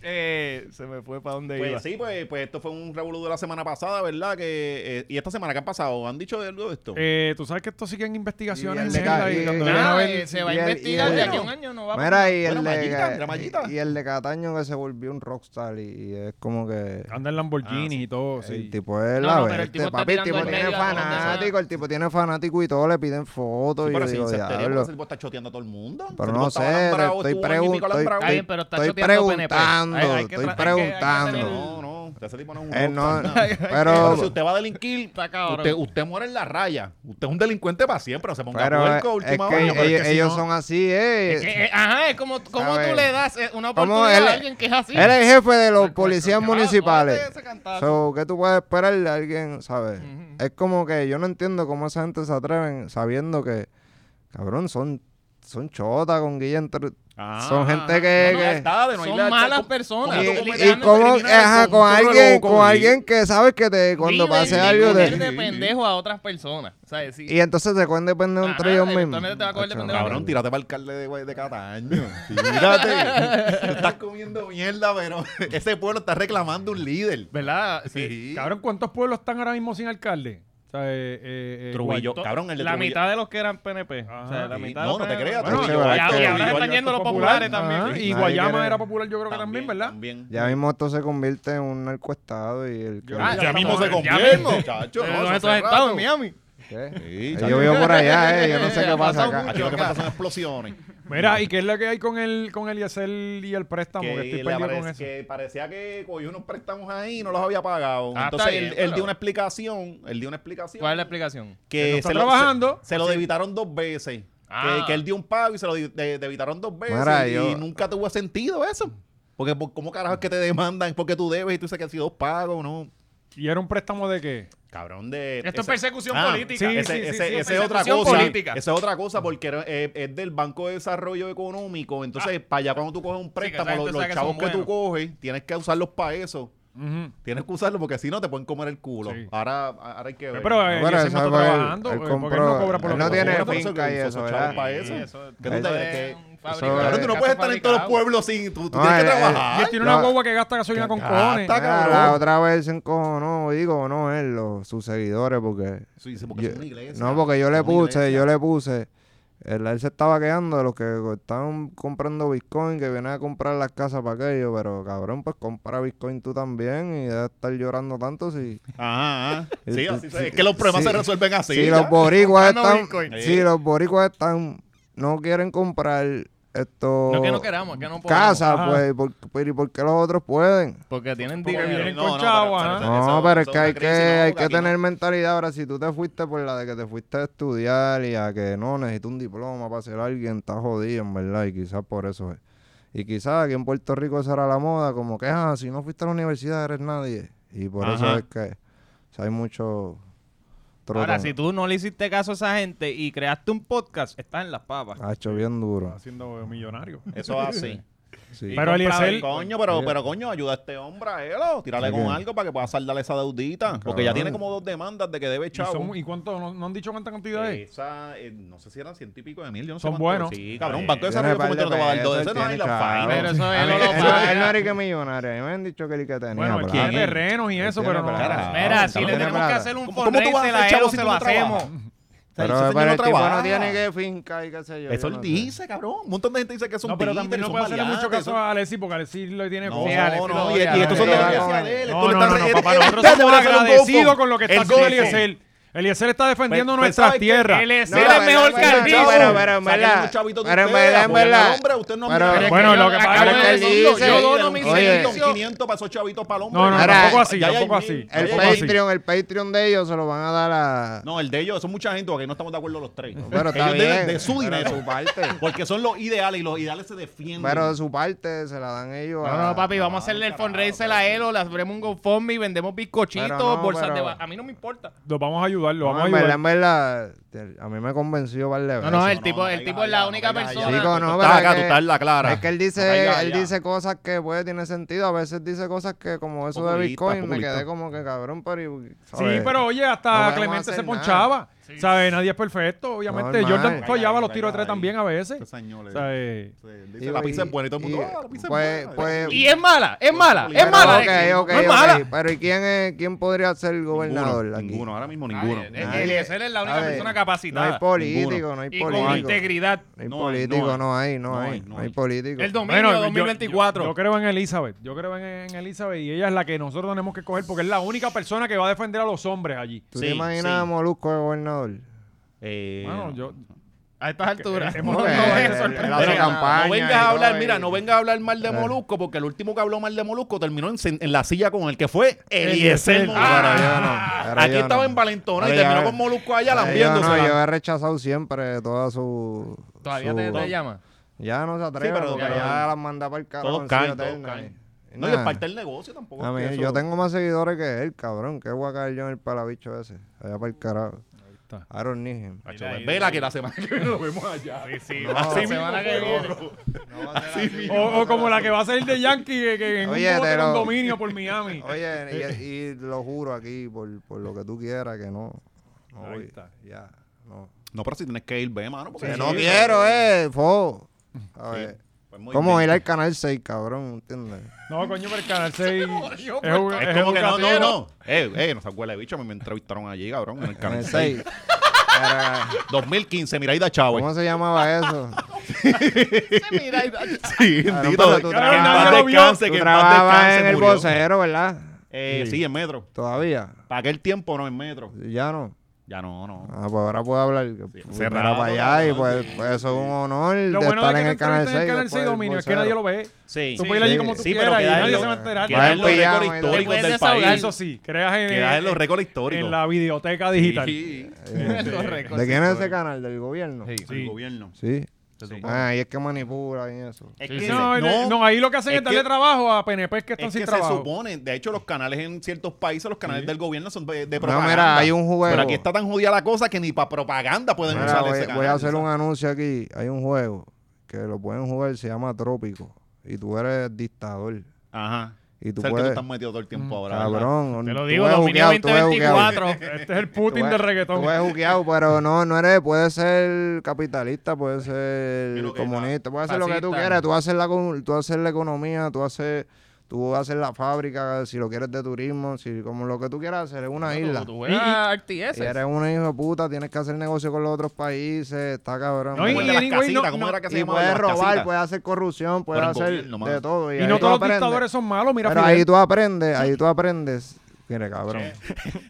Eh, se me fue para donde iba.
Pues sí, pues, pues esto fue un revolú de la semana pasada, ¿verdad? Que, eh, y esta semana que han pasado, ¿han dicho algo de esto?
Eh, Tú sabes que esto sigue en investigaciones.
Y el
en
de
mierda,
ca-
y
y-
cuando
y-
viene a
Nada,
ver-
eh, se va a
y el-
investigar
y el-
de aquí a un año. No va a
Mira, y
Bueno,
el, de,
mallita, la mallita.
y el de Cataño que se volvió un rockstar y, y es como que...
Anda en Lamborghini
Ah,
y todo.
El
Sí.
tipo es
Ah, No,
la
no, pero el tipo
bestia,
está
papi, el
tirando
tipo
en
tiene
medio a donde sea.
fanático, el tipo tiene fanático y todo, le piden fotos
Sí,
y yo
pero sin
digo,
cestería, porque
diablo.
ese tipo está choteando a todo el mundo. Ese
Pero
tipo
no sé,
estaba alambrado,
estoy,
estuvo año y pico
preguntando,
alambrado.
Está bien, pero está
estoy
choteando PNP.
preguntando,
Hay- hay que
estoy
tra- hay que- hay que
preguntando.
tener-
No, no, ese tipo no es un
Eh, no,
rockstar, nada.
pero,
si usted va a delinquir,
Está cabrón.
usted, usted muere en la raya. Usted es un delincuente para siempre. No se ponga
pero
puerco a
es
última
que
hora. pero es
ellos,
que si
ellos
no-
son así, eh.
Es que, eh, ajá, es como, como tú
¿Sabes?
le das eh, una
¿Cómo
oportunidad
él
a
es-
alguien que es así.
Él es jefe de los
Pues,
policías
cabrón,
municipales.
cógete ese cantazo.
So, ¿qué tú puedes esperar de alguien, sabes? Es como que yo no entiendo cómo esa gente se atreven sabiendo que, cabrón, son, son chotas con Guilla entre- son gente que...
Ah, no, no,
que-
Está de no
Son
irle al-
malas
¿cómo-
personas.
cómo tú
Eh, y,
Como
cometes
que
y
andan
criminales
como, ajá,
con-
con
tú lo
alguien,
loco,
con
sí.
alguien que sabes que te, cuando
Viven
pase
de
algo
coger
te...
de pendejo a otras personas. O sea, sí.
Y entonces se cogen de pendejo
Ajá,
entre ellos mismos.
eventualmente te va a coger de
Acho,
pendejo.
Cabrón, tírate para el alcalde de, Gua- de Cataño. Tírate. Tú estás comiendo mierda, pero ese pueblo está reclamando un líder.
¿Verdad? Sí.
Sí.
Cabrón, ¿cuántos pueblos están ahora mismo sin alcalde? O sea, eh, eh, eh,
Trujillo,
Guaito-
cabrón, el de
La
Trujillo.
mitad de los que eran PNP.
Ajá.
o sea, la
Sí,
mitad
no,
de los
no te
que-
creas,
Bueno,
Trujillo
y-
Alto.
y ahora
Y
Trujillo
ahora
Alto
están yendo los
Popular.
populares
Ajá,
también.
Y
Nadie
Guayama
quiere-
era popular, yo creo que también, ¿verdad?
También.
Ya mismo esto se convierte en un narcoestado y el que...
Yo-
Ah,
Ya mismo se
Ya
convierte,
mismo.
muchacho.
Pero
no,
¿dónde
eso
tú
hace
has estado?
rato.
En Miami.
¿Qué?
Sí,
Eh,
chacho.
Yo vivo por allá, eh. Yo no sé
Ha
qué pasa
pasado
acá.
Aquí lo que pasa son explosiones.
Mira, ¿y qué es la que hay con el con Eliezer y el préstamo? Que, estoy
Que, le
perdido
aparece-
con eso.
que parecía que cogió unos préstamos ahí y no los había pagado.
Ah,
Entonces
está
él,
bien,
él
pero-
dio una explicación. Él dio una explicación.
¿Cuál es la explicación?
Que no
que
está
se lo,
trabajando.
se, se lo debitaron dos veces.
Ah.
Que, que él dio un pago y se lo di- de- debitaron dos veces.
Mira,
y,
yo-
nunca tuvo sentido eso. Porque por- ¿cómo carajo es que te demandan porque tú debes y tú dices que ha sido dos pagos? No.
¿Y era un préstamo de qué?
Cabrón de...
Esto es
ese-
persecución
Ah,
política.
sí,
ese-
sí,
ese-
sí,
esa es otra
persecución
cosa.
política.
Esa es otra cosa porque era- eh, es del Banco de Desarrollo Económico. Entonces, para allá cuando tú coges un
Ah. que esa
préstamo, los,
gente
los
sabe que
chavos
son
que tú
buenos.
coges, tienes que usarlos para eso.
Ujú.
Tienes que usarlos porque si no te pueden comer el culo.
Sí.
Ahora, ahora hay que ver.
Pero eh,
Bueno,
Eliezer
eso
no está
es para él.
trabajando.
Él
eh, porque él
compró-
no cobra por lo
él
que
no tiene
cobra.
Por eso
finca
que
y
usó
eso,
chavos
¿verdad?
para
Sí,
eso.
eso-
Que tú
Eso
te-
es-
que-
fabricado,
Cabrón, tú no puedes estar en todos los
fabricado.
pueblos sin. Tú, tú
No, eh,
tienes que
el- el-
trabajar.
Y él este tiene una
No.
guagua que gasta gasolina con
Gasta,
cojones.
Está
Mira,
cabrón.
la otra vez se encojonó, digo, no él, los, sus seguidores, porque...
Sí, sí, porque
yo-
es una iglesia.
no, porque yo le
Es una
puse,
iglesia.
yo le puse... Él, él se estaba quedando de los que estaban comprando Bitcoin, que vienen a comprar las casas para aquello, pero cabrón, pues compra Bitcoin tú también y deja de estar llorando tanto si...
Ajá. ajá. Sí,
Sí,
así se-
sí,
es que los problemas
sí.
se resuelven así.
si
ya.
los boricuas
Comprando
están...
Bitcoin.
Sí.
Si los boricuas están... No quieren comprar esto...
No que
oh,
no queramos, que no podemos.
casa,
Ajá.
pues, ¿y por, pero ¿y por qué los otros pueden?
Porque tienen
Porque
dinero.
vienen
no,
con
no,
chavo,
pero-
ajá.
eso-
No, pero es
eso
que hay
una
que,
crisis, no,
hay
porque
que
aquí no-
tener mentalidad. Ahora, si tú te fuiste por la de que te fuiste a estudiar y a que no necesito un diploma para ser alguien, está jodido, en verdad, y quizás por eso es. Y quizás aquí en Puerto Rico esa era la moda, como que, ah, si no fuiste a la universidad eres nadie. Y por
Ajá.
eso es que o sea, hay mucho
Ahora,
trotón.
si tú no le hiciste caso a esa gente y creaste un podcast, estás en las papas.
Ah,
Ha hecho bien duro.
Está siendo millonario.
Eso es así.
Sí.
Pero
el
Eliezer-
Coño, pero, pero coño, ayuda a este hombre a él. o Tírale
¿De
con
qué?
algo para que pueda saldar esa deudita. Porque ya
Cabrón.
tiene como dos demandas de que debe
¿Y,
chavo.
son- y cuánto? ¿No, no han dicho cuánta cantidad es?
Esa, eh, no sé si eran ciento y pico de mil, yo no
Son
sé cuánto.
buenos.
Sí, cabrón,
Eh,
un banco de
tiene
desarrollo
par
como te
de
lo va a dar
pesos,
dos.
él
Ese no es
tiene,
la
cabrón.
faena.
Pero eso
A
él no
mí-
lo
él,
paga.
él no era que millonario. A mí me han dicho que el que tenía.
Bueno, él
plata.
tiene
¿quién es?
terrenos y
Él
eso,
tiene
pero no.
plata.
Mira,
Él
si le
tiene
tenemos que
plata.
hacer un
¿Cómo- cómo tú vas a
fundraiser a
hacer, chavo,
él,
si
se
tú
lo
no trabajas?
hacemos.
O sea,
Pero,
ese señor
pero el tipo
trabaja.
no tiene que finca y qué sé yo.
Eso
yo
él
no sé.
dice, cabrón. Un montón de gente dice que es un
No, pero
títere,
también no
son
puede hacerle mucho
maleantes,
caso
son-
a Alexis porque Alexis lo tiene
No,
como-
no, no. Y,
Alexis,
y esto son
no,
las
no,
noticias
no.
de él.
No, no, no, no, papá, nosotros
Espérate,
somos
voy a hacer un
agradecidos
GoFund.
con lo que
El
está haciendo
GoFund.
Eliezer. Eliezer está defendiendo
Pues, pues,
nuestras
¿sabes qué?
tierras.
Él es
No,
el
pero-
mejor
pero- no,
calvizo.
pero- pero en
Saquen
verdad.
los chavitos de
Pero en
ustedes,
verdad, en
apoyen al
verdad.
hombre, usted no es
Pero-
millonario.
Es
Bueno, lo que
acabo
pasa
de
es
decir-
que...
dice-
Yo dono mis
Oye.
servicios.
500 para esos chavitos para el hombre.
No, no, no,
Ahora,
tampoco así,
ya hay
tampoco
mil.
así.
El
El
tampoco así.
Patreon, el Patreon de ellos se lo van a dar a.
No, el de ellos, son mucha gente, porque no estamos de acuerdo los tres.
Pero está
Ellos de-
bien,
De, su
pero
dinero.
de su parte.
Porque son los ideales y los ideales se defienden.
Pero de su parte se la dan ellos a.
No, no, papi, vamos a hacerle el fundraiser a él o le abrimos un GoFundMe y vendemos bizcochitos,
Pero no,
bolsas de...
pero-
ba- A mí no me importa.
Los vamos a ayudar, los
No,
vamos a
en verdad,
ayudar.
en verdad, te- a mí me convenció par de
No,
veces.
no, el
no,
tipo,
no
el
caigas
tipo es la
allá, no
única
caigas allá.
persona...
Chico,
Tú
no,
estás
pero
acá,
es
tú
que-
estás en la clara.
Es que él
No
dice,
caigas
él
allá.
dice cosas que pues tiene sentido, a veces dice cosas que como eso de
Populista,
Bitcoin me
populista.
quedé como que cabrón, pero y-
Sí,
¿sabes?
pero oye,
No
hasta
podemos
Clemente
hacer
se
nada.
ponchaba. ¿Sabes? Nadie es perfecto, obviamente.
Normal.
Jordan
Caiga
fallaba
ahí,
los tiros de tres
caiga ahí.
también a veces.
Estos señores.
¿Sabes?
Sí,
Y-
Dice, la pizza es buena y todo el mundo.
y-
"Ah, la pizza es
pues-
buena".
pues-
Y es mala, es mala, es
Pero,
mala.
ok,
Alexis.
ok,
no es
ok,
mala.
Pero ¿y quién, es, quién podría ser gobernador
Ninguno,
aquí?
ninguno, ahora mismo ninguno.
Nadie, eh,
Nadie.
Eliezer es la única
A ver,
persona
No hay
capacitada.
político, no hay
y con
político.
integridad.
No hay
No hay, no
político,
hay.
no hay, no hay, no hay político.
El dominio
Bueno, yo-
2024.
Yo, yo creo en Elizabeth. Yo creo en, en Elizabeth y ella es la que nosotros tenemos que coger porque es la única persona que va a defender a los hombres allí.
¿Tú
Sí,
te imaginas a
sí.
Molusco de gobernador?
Eh,
Bueno, yo,
a estas alturas.
hemos-
no,
Eh,
no,
él-
eso-
él hace
Pero
campaña
no vengas
y
a
todo,
hablar,
y-
mira, no vengas a hablar mal de
Eh.
Molusco, porque el último que habló mal de Molusco terminó en, sen- en la silla con el que fue Eliezer.
No,
Molusco.
pero yo no, pero
Aquí
yo
estaba
no.
en Valentona y
Pero
terminó
yo-
con Molusco allá
Eh, yo, no,
lambiéndosela.
yo he rechazado siempre toda su...
Todavía
su-
te, te llama.
Ya no se atreve,
pero-
porque
pero-
ya las manda para el carajo.
Todos
han
caen,
sido
todos
eternas,
caen.
y- y
No, y
nada.
es parte del negocio tampoco.
A mí,
es que
yo
eso-
tengo más seguidores que él, cabrón. ¿Qué voy a caer yo en el palabicho ese? Allá para el carajo.
está.
Aaron Nijem.
Acho, pues, Vela que la semana que viene nos vemos allá. Sí, sí.
La semana que viene.
o, o como la que va a salir de Yankee que, que en
Oye,
un bote
pero-
con dominio por Miami.
Oye, y, y lo juro aquí, por, por lo que tú quieras, que no. No
Ahí
voy.
está.
Ya, no.
No, pero si tienes que ir, ve, mano. Porque
Que no quiero, eh, fo. A ver.
Pues muy
¿Cómo
bien.
ir al canal 6, cabrón? ¿Entiendes?
No, coño, pero el Canal 6 es, un-
Es como que no, no, no. Eh, eh, no se acuerda de bicho. a mí Me entrevistaron allí, cabrón, en el
Canal
canal
6.
6. 2015, Miraida Chávez.
¿Cómo se llamaba eso?
Se mira y-
Sí,
Claro,
bendito.
pero tú
Que en
trabajabas-
paz
nadie lo vio.
descanse,
Tú
que en paz
trabajabas
descanse,
en el
murió.
vocero, ¿verdad?
Eh, sí. en metro.
Todavía.
Para aquel tiempo no en metro.
Ya no.
Ya no, no.
Ah, pues ahora puedo hablar. que
Sí,
primero
cerrado,
para allá y
cabrón,
pues, pues eso es un honor
Lo
de
bueno
estar
de
en
que
el canal pues, 6.
en el Canal 6 dominio es que nadie lo ve.
Sí.
Tú
Sí.
puedes ir allí
sí.
como tú
Sí, pero
quieras y
queda
nadie se
en
va a
los-
enterar.
queda
Vaya
en los
pillado,
récords
mira.
Te
históricos
puedes
del
desahogar.
país.
Eso sí, creas en,
Quedas en los récords
en
históricos.
la videoteca digital.
Sí.
¿De quién es ese canal? ¿Del gobierno? Sí.
El gobierno.
Ah, y es que manipula y eso.
Es
Sí,
que
no,
se-
no, no, ahí lo que hacen
es
es
que-
darle trabajo a PNP que están
Es
sin
que se
trabajo.
supone, de hecho los canales en ciertos países, los canales del gobierno son de, de
No,
propaganda.
mira, hay un juego.
Pero aquí está tan jodida la cosa que ni para propaganda pueden
Mira,
usar
voy,
ese
voy
canal.
a hacer un anuncio aquí. Hay un juego que lo pueden jugar, se llama Trópico. Y tú eres dictador.
Ajá.
Y
O
tú
sea, que tú
puedes.
estás metido todo el
Mm.
tiempo ahora. ¿verdad?
Cabrón.
Te lo
tú
digo,
eres
dominio
juqueado, tú eres juqueado.
2024.
Este es el Putin
Tú
del
eres-
reggaetón.
Tú eres juqueado, pero no, no eres, puedes ser capitalista, puedes ser
Mira que
comunista, puedes hacer lo que tú
fascista.
quieras, tú haces la com- tú haces la economía, tú haces tú haces la fábrica, si lo quieres de turismo, si como lo que tú quieras hacer, es una isla.
Tú- Tú juegas a RTS.
Y eres una hijo de puta, tienes que hacer negocio con los otros países, está cabrón.
No,
¿Cómo
y-
el
¿verdad?
de las
anyway,
casitas?
no-
¿Cómo
no-
era que se
y
llamaba el de
puedes
las
robar,
casitas?
puedes hacer corrupción, puedes
el
hacer
gobierno, mano.
de todo. Y,
y
ahí
no
tú
todos los
aprendes.
dictadores son malos, mira.
Pero
Fidel.
ahí tú aprendes, ahí tú aprendes. Mire, cabrón.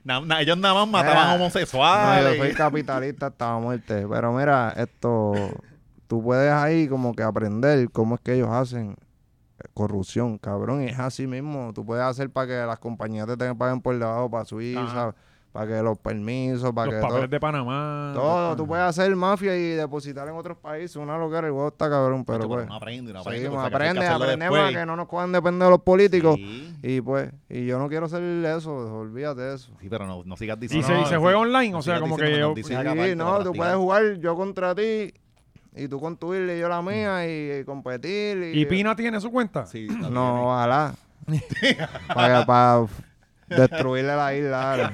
Na- na- ellos nada más mataban
Mira, No, yo
homosexuales.
soy capitalista hasta la muerte. Pero mira, esto. Tú puedes ahí como que aprender cómo es que ellos hacen corrupción, cabrón. Y es así mismo. Tú puedes hacer para que las compañías te tengan- paguen por debajo para Suiza, para que los permisos, para
los
que
papeles
todo.
de Panamá.
Todo, tú puedes hacer mafia y depositar en otros países. Una loquera, el huevo está cabrón, pero
Macho,
pues.
no aprende, no aprende.
Seguimos,
porque hay que
aprende,
hacerlo
aprendemos a
después.
que no nos puedan depender de los políticos.
Sí.
Y pues, y yo no quiero hacer eso, olvídate de eso.
Sí, pero no, no sigas
Y
diciendo.
se, y
no,
se
sí.
juega online, o
No
sea,
sigas
como que
diciendo
yo-
nos
Sí,
dicen acá aparte,
no,
para
tú
ti.
puedes jugar yo contra ti Y tú con tu isla y yo
Mm.
la mía y, competir. Y,
¿Y Pina tiene su cuenta?
Sí,
No, ojalá. para, para destruirle la isla. Ale.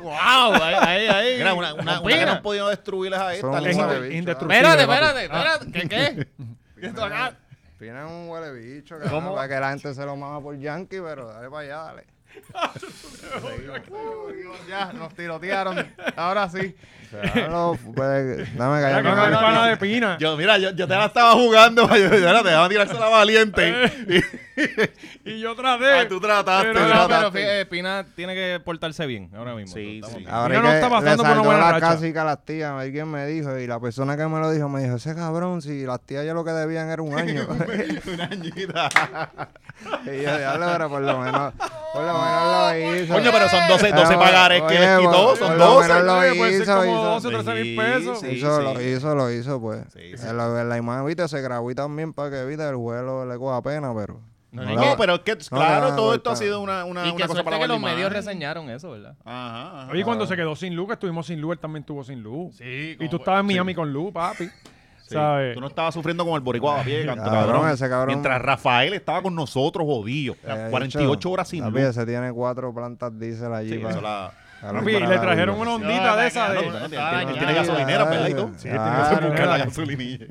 ¡Wow! Ah, Ahí, ahí, ahí.
Mira, una, una, una que no han podido destruirles a esta.
Son
Es
lengua
una-
de
inde-
bicho.
indestructible.
Espérate,
papi.
espérate, espérate. ¿Qué qué? Esto acá.
Pina es un huele bicho, cabrón, Para que la gente se lo mama por yankee, pero dale para allá, dale.
Ya, nos tirotearon. Ahora sí.
Claro, pues, dame
Ah,
callar.
que no,
dame
es
callar.
pana de Pina.
Yo, mira, yo, yo te la estaba jugando. Yo, yo era, dejaba tirarse la valiente.
Y yo
Ah,
traté.
tú trataste,
Pero
tú
no,
trataste.
Pero fíjate, Pina tiene que portarse bien ahora mismo.
Sí,
Estamos
sí.
bien.
Ahora
Pina
es
no
que
está pasando
le
por una
salió
buena
la
racha.
casi a las tías, alguien me dijo, y la persona que me lo dijo me dijo, ese cabrón, si las tías ya lo que debían era un año.
Una añita.
y yo, diablo, pero por lo menos, por lo menos lo hizo.
Coño, pero son 12, 12
Pero,
pagares que
oye,
les quitó.
por-
Son
por lo
12.
menos lo
Oye, puede ser
hizo,
como
hizo.
12 o 13 mil
Sí,
pesos.
sí.
hizo, lo hizo, lo hizo, pues.
Sí, sí.
Eh, lo- la imagen, viste, se grabó y también para que, viste, el juego le coja pena, pero...
No, pues,
le-
no, pero es que, claro,
no,
todo
no,
esto ha
no.
sido una, una,
Y
una
que
cosa
suerte
para
que los
Valdemar.
medios reseñaron eso, ¿verdad?
Ajá, ajá.
Oye, cuando se quedó sin luz, que estuvimos sin luz, él también estuvo sin luz.
Sí.
Y tú estabas en Miami con luz, papi.
Sí.
¿Sabes?
Tú no estabas sufriendo como el boricua a pie, canto,
Cabrón,
cabrón.
ese cabrón.
Mientras Rafael estaba con nosotros, jodido.
Eh,
48
bicho,
horas sin
papi,
luz.
ese tiene cuatro plantas diésel allí.
Sí,
para-
eso la...
para
Papi,
para
le
la
trajeron
vida.
una
No,
ondita
la
de esa
que
No,
de.
no, no,
Estaba
tiene,
dañado.
tiene gasolinera, ¿verdad? Y todo.
eh. Sí,
tiene
Tiene que hacer
Claro,
buscar la
claro.
gasolinera.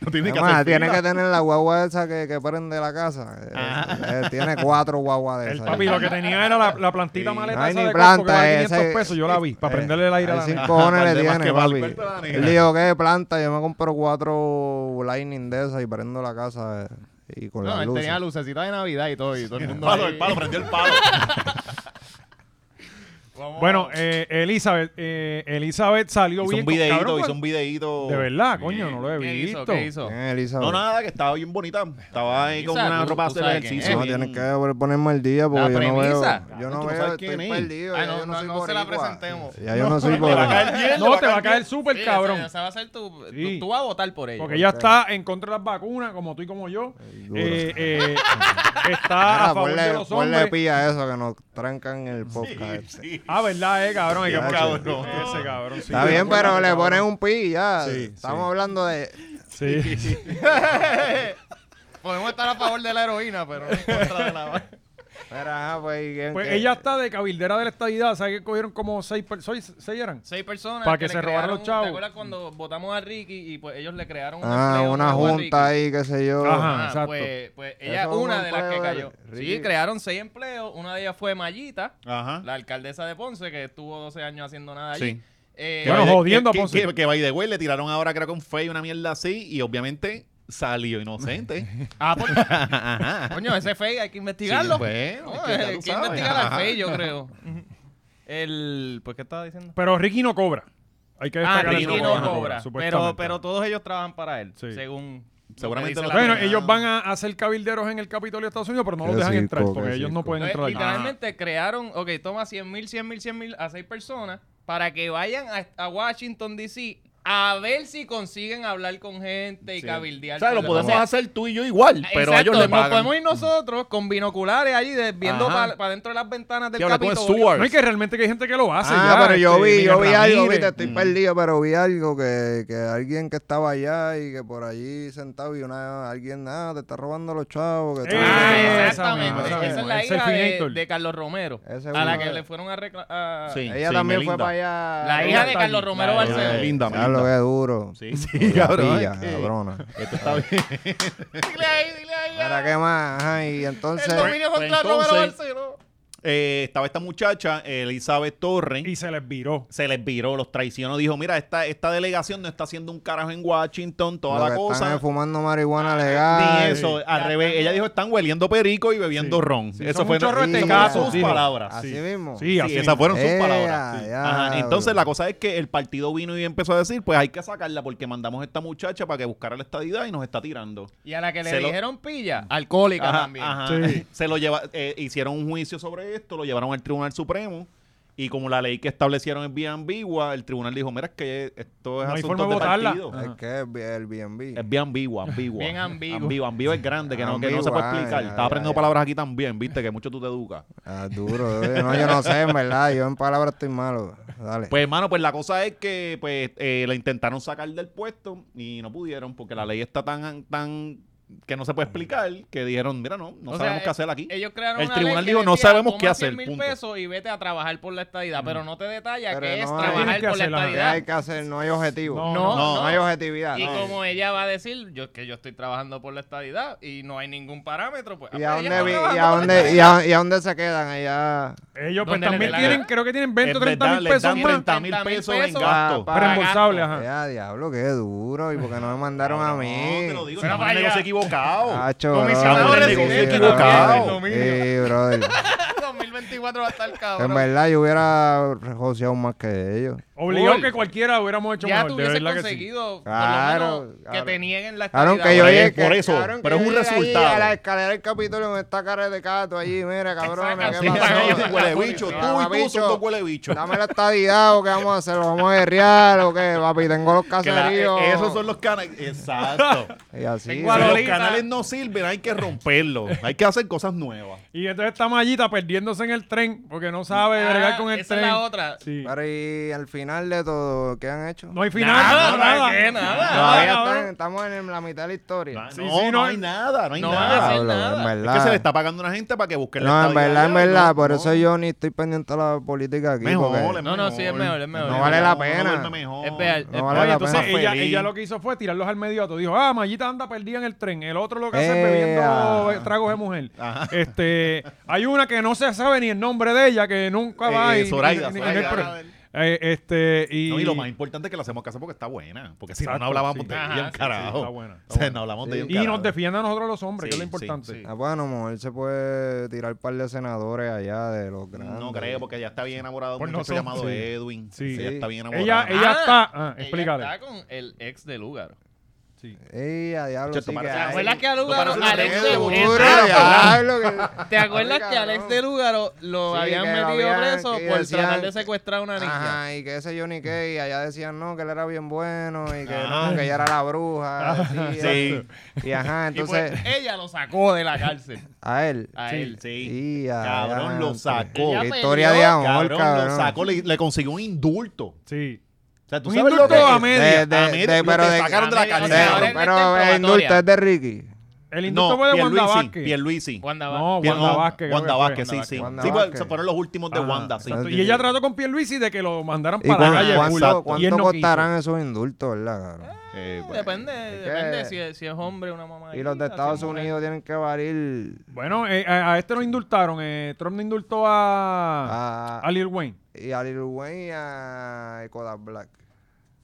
No tiene que
Además,
hacer
tiene
fila.
que tener la guagua esa que, que prende la casa. Eh,
Ah.
eh, tiene cuatro guaguas de
El
esas.
papi lo que tenía era la, la plantita
Sí.
maleta
No hay
esa
ni
de Costco que
planta,
vale 500
ese-
pesos. Yo la vi, para
Eh,
prenderle el aire a
hay
la nena.
cinco cojones
Ajá,
le
más
tiene,
que para el
papi.
cuarto de la nena.
Él dijo, ¿qué planta? Yo me compro cuatro lightning de esas y prendo la casa eh, y con
No,
las
él
luces.
tenía lucecita de Navidad y todo, y todo el
El
mundo.
palo,
ahí.
el palo, prendió el palo.
Bueno, eh, Elizabeth, eh, Elizabeth salió
Hizo
bien.
un
con-
videíto,
cabrón,
hizo un videíto.
De verdad, coño, no lo he
¿Qué
visto.
hizo? ¿Qué hizo?
Bien, Elizabeth.
No, nada, que estaba bien bonita. Estaba ahí con
Esa,
una
tú-
ropa
tú
de
sabes quién
ejercicio.
No,
es.
bien-
tienes que ponerme al día
Eh. La
porque yo no veo.
premisa.
Yo
Tú
no
no
veo,
sabes
estoy
quién es.
perdido.
Ah,
ya
no,
yo no,
no-
soy
no se la
boricua.
presentemos.
Ya yo no soy
Te va a
boricua.
caer bien,
No, te va a
bien.
caer súper
Sí,
cabrón.
Esa, esa va a ser tu.
Sí.
Tú, tú vas a votar por ella.
Porque ella está en contra de las vacunas, como tú y como yo.
duro.
Eh, eh, está
Mira,
a favor de
ponle,
los
ponle
hombres.
pilla a eso que nos trancan el podcast. este.
Sí.
Ah, ¿verdad, eh, cabrón? Hay que
Ya,
ponerle-
cabrón.
Ese cabrón, sí.
Está bien, pero le ponen un pi ya.
Sí,
Estamos
sí.
hablando de.
Sí.
Podemos estar a favor de la heroína, pero no en contra de la.
Pero, ajá, pues, ¿y quién
Pues
qué?
ella está de cabildera de la estadidad. ¿Sabes que cogieron como seis personas? ¿Seis, seis eran?
Seis personas.
Para que
le
se robaran
crearon-
los chavos.
¿Te acuerdas cuando votamos a Ricky y pues ellos le crearon un
Ah,
empleo
una
nuevo a
junta
Ricky?
ahí, qué sé yo.
Ajá.
Ah,
exacto.
Pues, pues ella es
Eso es un
una de las que
empleo de
cayó. Sí,
Ricky.
crearon seis empleos. Una de ellas fue Mayita,
Ajá.
la alcaldesa de Ponce, que estuvo 12 años haciendo nada allí.
Sí.
Eh,
Que
Bueno,
by the-
jodiendo pues,
que-
a Ponce.
Que, que, by the way, le tiraron ahora creo con fe y una mierda así y obviamente salió inocente.
ah, por-
Ajá.
coño, ese fey hay que investigarlo.
Sí, pues,
No,
es que ya
hay
tú
que
sabes.
investigar al
Ajá.
fey, yo creo. El, pues, ¿qué estaba diciendo?
Pero Ricky no cobra. Hay que
Ah,
destacar
Ricky
eso,
Ricky
que
no cobra. Pero,
supuestamente.
pero todos ellos trabajan para él,
Sí.
según.
Seguramente no-
lo que dice la
Bueno,
ley.
ellos van a hacer cabilderos en el Capitolio de Estados Unidos, pero no los
Qué
dejan
circo,
entrar, porque
qué
ellos no
circo.
pueden
Entonces,
entrar ahí.
Pues, literalmente crearon, ok, toma 100 mil, 100 mil, 100 mil a seis personas para que vayan a, a Washington, D.C. a ver si consiguen hablar con gente y
Sí.
cabildear.
O sea, lo
con-
podemos hacer tú y yo igual, pero a
Exacto,
ellos le
nos
pagan.
podemos ir nosotros con binoculares ahí de- viendo
Ajá.
para dentro de las ventanas del
Sí, habla con
Capitolio.
Stewart.
No, hay que realmente que hay gente que lo hace.
Ah,
ya,
pero yo
este,
vi, yo vi
Miguel
algo,
Ramírez.
viste, estoy perdido, pero vi algo que, que alguien que estaba allá y que por allí sentado y una alguien, nada, te está robando los chavos. Que
Ah,
Eh, esa
exactamente. Esa,
misma,
es la
esa
hija de,
Selfinator.
de Carlos Romero,
Ese
a la
uno
que
de-
le fueron a reclamar.
Sí,
Ella
sí,
también
Melinda.
fue para allá.
La
Ahí
hija de
está.
Carlos Romero
La-
Ella
Barceló.
es linda,
Ya
Melinda.
lo que duro.
Sí, sí, cabrón.
Pilla,
es que-
cabrona.
Esto está bien.
Dile ahí, dile ahí.
Para qué más, ajá, y entonces.
El dominio
Pues
contra Romero
entonces-
Barceló.
Eh, estaba esta muchacha, Elizabeth Torres.
Y se les viró.
se les viró, los traicionó. Dijo, mira, esta, esta delegación no está haciendo un carajo en Washington, toda
lo
la
que
cosa.
Están fumando marihuana
Ni
legal.
eso,
Ya
al revés.
están-
Ella dijo, están hueliendo perico y bebiendo ron.
Sí,
eso
son
fue
un chorro de
esas
tecatos,
fueron sus
dijo.
palabras.
Así
Sí.
mismo.
Sí, así.
Sí, esas fueron sus
Ea,
palabras. sí.
eh, ya,
Ajá, Entonces
bro.
la cosa es que el partido vino y empezó a decir, pues hay que sacarla porque mandamos a esta muchacha para que buscara la estadidad y nos está tirando.
Y a la que le
Se lo-
dijeron pilla, alcohólica
Ajá,
también.
ajá.
Sí.
Se lo lleva, eh, hicieron un juicio sobre esto, lo llevaron al Tribunal Supremo Y como la ley que establecieron es bien ambigua, el tribunal dijo, mira, es que esto es
No hay
asunto
forma de
de
votarla".
partido.
Ajá.
Es que es bi- el BNB.
Es bien ambigua, ambigua.
Bien ambiguo.
Ambigua, ambigua es grande, que no, que no se
Ambigua,
puede explicar.
ya,
Estaba
ya,
aprendiendo
ya.
palabras aquí también, viste, que mucho tú te educas.
Ah, duro. eh. No, yo no sé, en verdad. Yo en palabras estoy malo. Dale.
Pues, hermano, pues la cosa es que pues eh, la intentaron sacar del puesto y no pudieron porque la ley está tan, tan que no se puede explicar que dijeron, mira, no, no
O sea,
sabemos qué
eh,
hacer aquí.
Ellos crearon
El
una
tribunal
ley que
dijo, "No
decía,
sabemos qué
"Toma
hacer,
100,000
punto".
pesos y vete a trabajar por la estadidad, pero no te detalla
Pero
que es
no hay-
trabajar
Tienes que
por la
hacerla.
¿Qué
estadidad.
hay que hacer? No hay objetivo.
No,
no,
no,
no.
hay objetividad.
Y
Ah, no.
como ella va a decir yo que yo estoy trabajando por la estadidad y no hay ningún parámetro, pues.
¿Y a
ah, pues
dónde,
ella
vi-
está
y a
trabajando pues, por la
dónde, y a, y a dónde se quedan allá?
Ellos pues
¿Dónde le
también
dé la
tienen,
gana?
creo que tienen 20 o
En
30
verdad,
mil
les
pesos
dan
más.
30 mil
30.000
pesos en
pesos.
gasto.
Pa-
Pero reembolsable, ajá.
Ya, diablo, qué duro. ¿Y por qué no me mandaron a mí?
No, te lo digo,
Pero
estamos en
vaya.
negocio equivocado.
Hacho,
Comisionado
brother,
residente,
sí,
equivocado.
brother. Sí, brother.
estadidad. 2024 va a estar
En
cabrón.
verdad, yo hubiera rejoseado más que ellos.
Obligó
Uy.
que cualquiera hubiéramos hecho
Ya
mejor,
tú
de
hubieses
verdad que sí.
conseguido por lo
Claro,
menos, que
claro.
te nieguen la
Claro,
estadidad. pues,
que yo
Por
llegué.
eso, por eso, pero es un resultado.
a la escalera del Capitolio con esta cara de cato allí, mira, cabrón.
Esa
¿qué
canción
pasó?
está
Ellos, huele bicho, tú y tú son dos huele bicho.
Dame la estadidad o qué vamos a hacer, ¿Lo vamos a guerrear o qué, papi, tengo los
Que la-
caseríos.
eh, esos son los canales. Exacto.
Y así.
Si
Tengo a
¿no?
los
Lolita.
canales no sirven, hay que romperlos. Hay que hacer cosas nuevas.
Y entonces esta mallita perdiéndose en el tren porque no sabe
Ah,
bregar con el
esa
tren.
es la otra.
Sí.
Pero y al final de todo, ¿qué han hecho?
No hay final.
Nada,
no,
nada,
nada.
¿qué? Nada.
Todavía
cabrón.
están- estamos en la mitad de la historia.
No,
Sí,
no,
sí, no
hay
hay-
nada, no hay
no van a
nada.
hacer
Diablo,
nada.
en
Es
verdad.
que se le está pagando a una gente para que busque la
No, en
estadidad
verdad,
ya,
en
y
verdad.
no-
por
no.
eso yo ni estoy pendiente a la política aquí.
Mejor,
porque-
es
No, no, sí, es mejor, es mejor.
No vale la
uno
pena.
duerme mejor.
Es real.
No
Oye,
vale la
entonces
pena.
pena.
ella,
Feliz.
ella lo que hizo fue tirarlos al mediato. Dijo, ah, Mallita anda perdida en el tren. El otro lo que hace es bebiendo eh,
Ea.
tragos de mujer.
Ajá.
Este, hay una que no se sabe ni el nombre de ella, que nunca va.
Eh,
y-
Zoraida,
ni- ni-
Zoraida.
ni- eh, este, y,
No, y lo más importante es que la hacemos casa porque está buena. Porque si no,
Exacto,
no hablábamos
sí.
de
Ajá,
ella un
sí,
carajo.
sí, está buena, está
O sea,
buena.
no hablábamos de
Sí.
ella un
y nos
carajo.
defiende a nosotros los hombres, que es lo
Sí, sí,
importante.
sí.
Ah, bueno, a lo mejor se puede tirar par de senadores allá de los grandes.
No creo, porque ella está bien enamorada de
Por
un muchacho
nosotros,
llamado
Pues sí.
Edwin.
Sí.
Ella
Sí.
está bien
Ella,
enamorada.
ella
Ah,
está, ah,
Ella
explícale.
Está con el ex de Lugaro.
Ey, a diablo,
Chacho,
sí que
parece-
Ah,
hay.
¿Te
acuerdas que a Lugaro-
Parece un
Alex
tremendo
de-
burro,
Claro,
diablo, que-
¿Te acuerdas
Ay,
que Alex
cabrón.
de Lugaro lo
Sí,
habían
que lo
metido
habían-
preso
que
por
decían-
tratar de secuestrar a una niña?
Ajá, y que ese Johnny Kay, allá decían no, que él era bien bueno y que
Ah.
no, que ella era la bruja. decían. Y ajá,
Y
entonces
pues ella lo sacó de la cárcel.
a él.
A
Sí,
él.
sí.
Y a-
Cabrón, lo
antes.
sacó.
Qué
Ella
historia de
peleó,
amor,
Cabrón,
cabrón.
lo sacó, le, le consiguió un indulto. O
Sí.
sea, tú
Un
sabes lo
indulto
que
a
es?
media.
De- de-
A media,
de-
lo
pero
que
de-
sacaron de la
de-
De-
cárcel.
O sea, ahora él
pero
está en
el indulto
probatoria.
es de Ricky.
El indulto
No,
fue de Wanda
Pierluisi,
Vázquez.
Pierluisi.
Wanda va.
No,
Pier-
Wanda
no,
Vázquez. creo que
Wanda
fue.
Vázquez, sí, sí.
Wanda
Sí, pues,
Vázquez.
se fueron los últimos de
Ajá,
Wanda, sí.
exacto. Y ella trató con Pierluisi de que lo mandaran
¿Y
para
cuán-
la calle.
cuánto,
Y
exacto.
él
cuánto
no
costarán esos indultos, verdad, cabrón?
Eh, bueno.
Depende,
que-
depende si es, si es hombre o una mamá.
Y los de Estados Unidos tienen que varir
Bueno, eh, a, a este lo indultaron. eh, Trump no indultó
Ah.
a,
a,
a Lil Wayne.
y a Lil Wayne y a Kodak Black.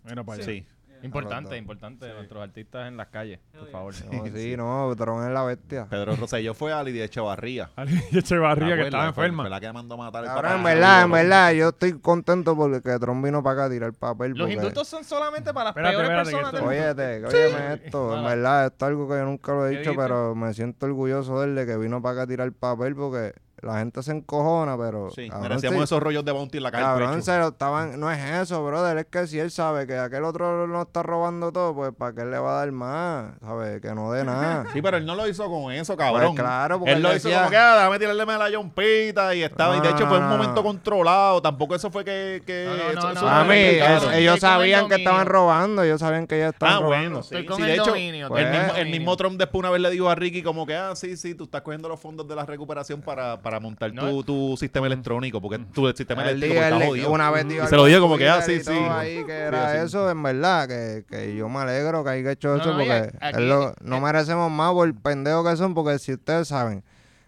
Mira para allá.
Sí.
Importante, importante. Nuestros artistas en las calles, por favor.
No, sí, no, Tron es la bestia.
Ah,
Pedro Rosselló fue a Lidia Echevarría.
A Lidia Echevarría, que
Abuela,
estaba
fue-
enferma.
Fue la que mandó a matar el
Ahora,
papá.
en verdad, en verdad, yo estoy contento porque que Tron vino para acá a tirar papel.
Los
porque-
indultos son solamente para las
Espérate,
peores
espérate, que
personas del
esto-
mundo.
Óyete, óyeme esto, en
Mala.
verdad, esto es algo que yo nunca lo
¿Qué
he dicho,
dijiste?
pero me siento orgulloso de él de que vino para acá a tirar papel porque la gente se encojona, pero...
Sí,
cabrón,
merecíamos
sí.
esos rollos de Bounty en la calle. del
Cabrón,
pecho.
se lo estaban... No es eso, brother, es que si él sabe que aquel otro no está robando todo, pues ¿para qué él le va a dar más? ¿Sabes? Que no dé nada.
Sí, pero él no lo hizo con eso, cabrón.
Pues claro, porque
él lo
él
hizo
decía-
como que, ah, déjame tirarle más la yompita y estaba. y de
No,
hecho
no,
fue un
no,
momento
no.
controlado. Tampoco eso fue que. que
No, no,
eso-
no,
eso
no,
fue
A mí,
complicado.
es-
claro.
ellos
Estoy con el
sabían que
dominio.
estaban robando, ellos sabían que ellos estaban
Ah, bueno,
robando.
sí.
Estoy con
sí,
el
de hecho,
dominio,
el,
tengo el
mismo, el
dominio.
mismo Trump después una vez le dijo a Ricky como que, ah, sí, sí, tú estás cogiendo los fondos de la recuperación para, para montar
No, mm.
tu, tu sistema electrónico, porque tu sistema
Él
eléctrico
dijo-
está
él-
jodido.
Una vez dijo
Y se
algo
lo digo
en
como que, ah,
Twitter y
sí, sí.
todo ahí, que era
Sí, así.
eso, en verdad, que, que yo me alegro que haya hecho
No,
eso
no, y
porque
aquí- eh,
es lo- no merecemos más por el pendejo que son, porque si ustedes saben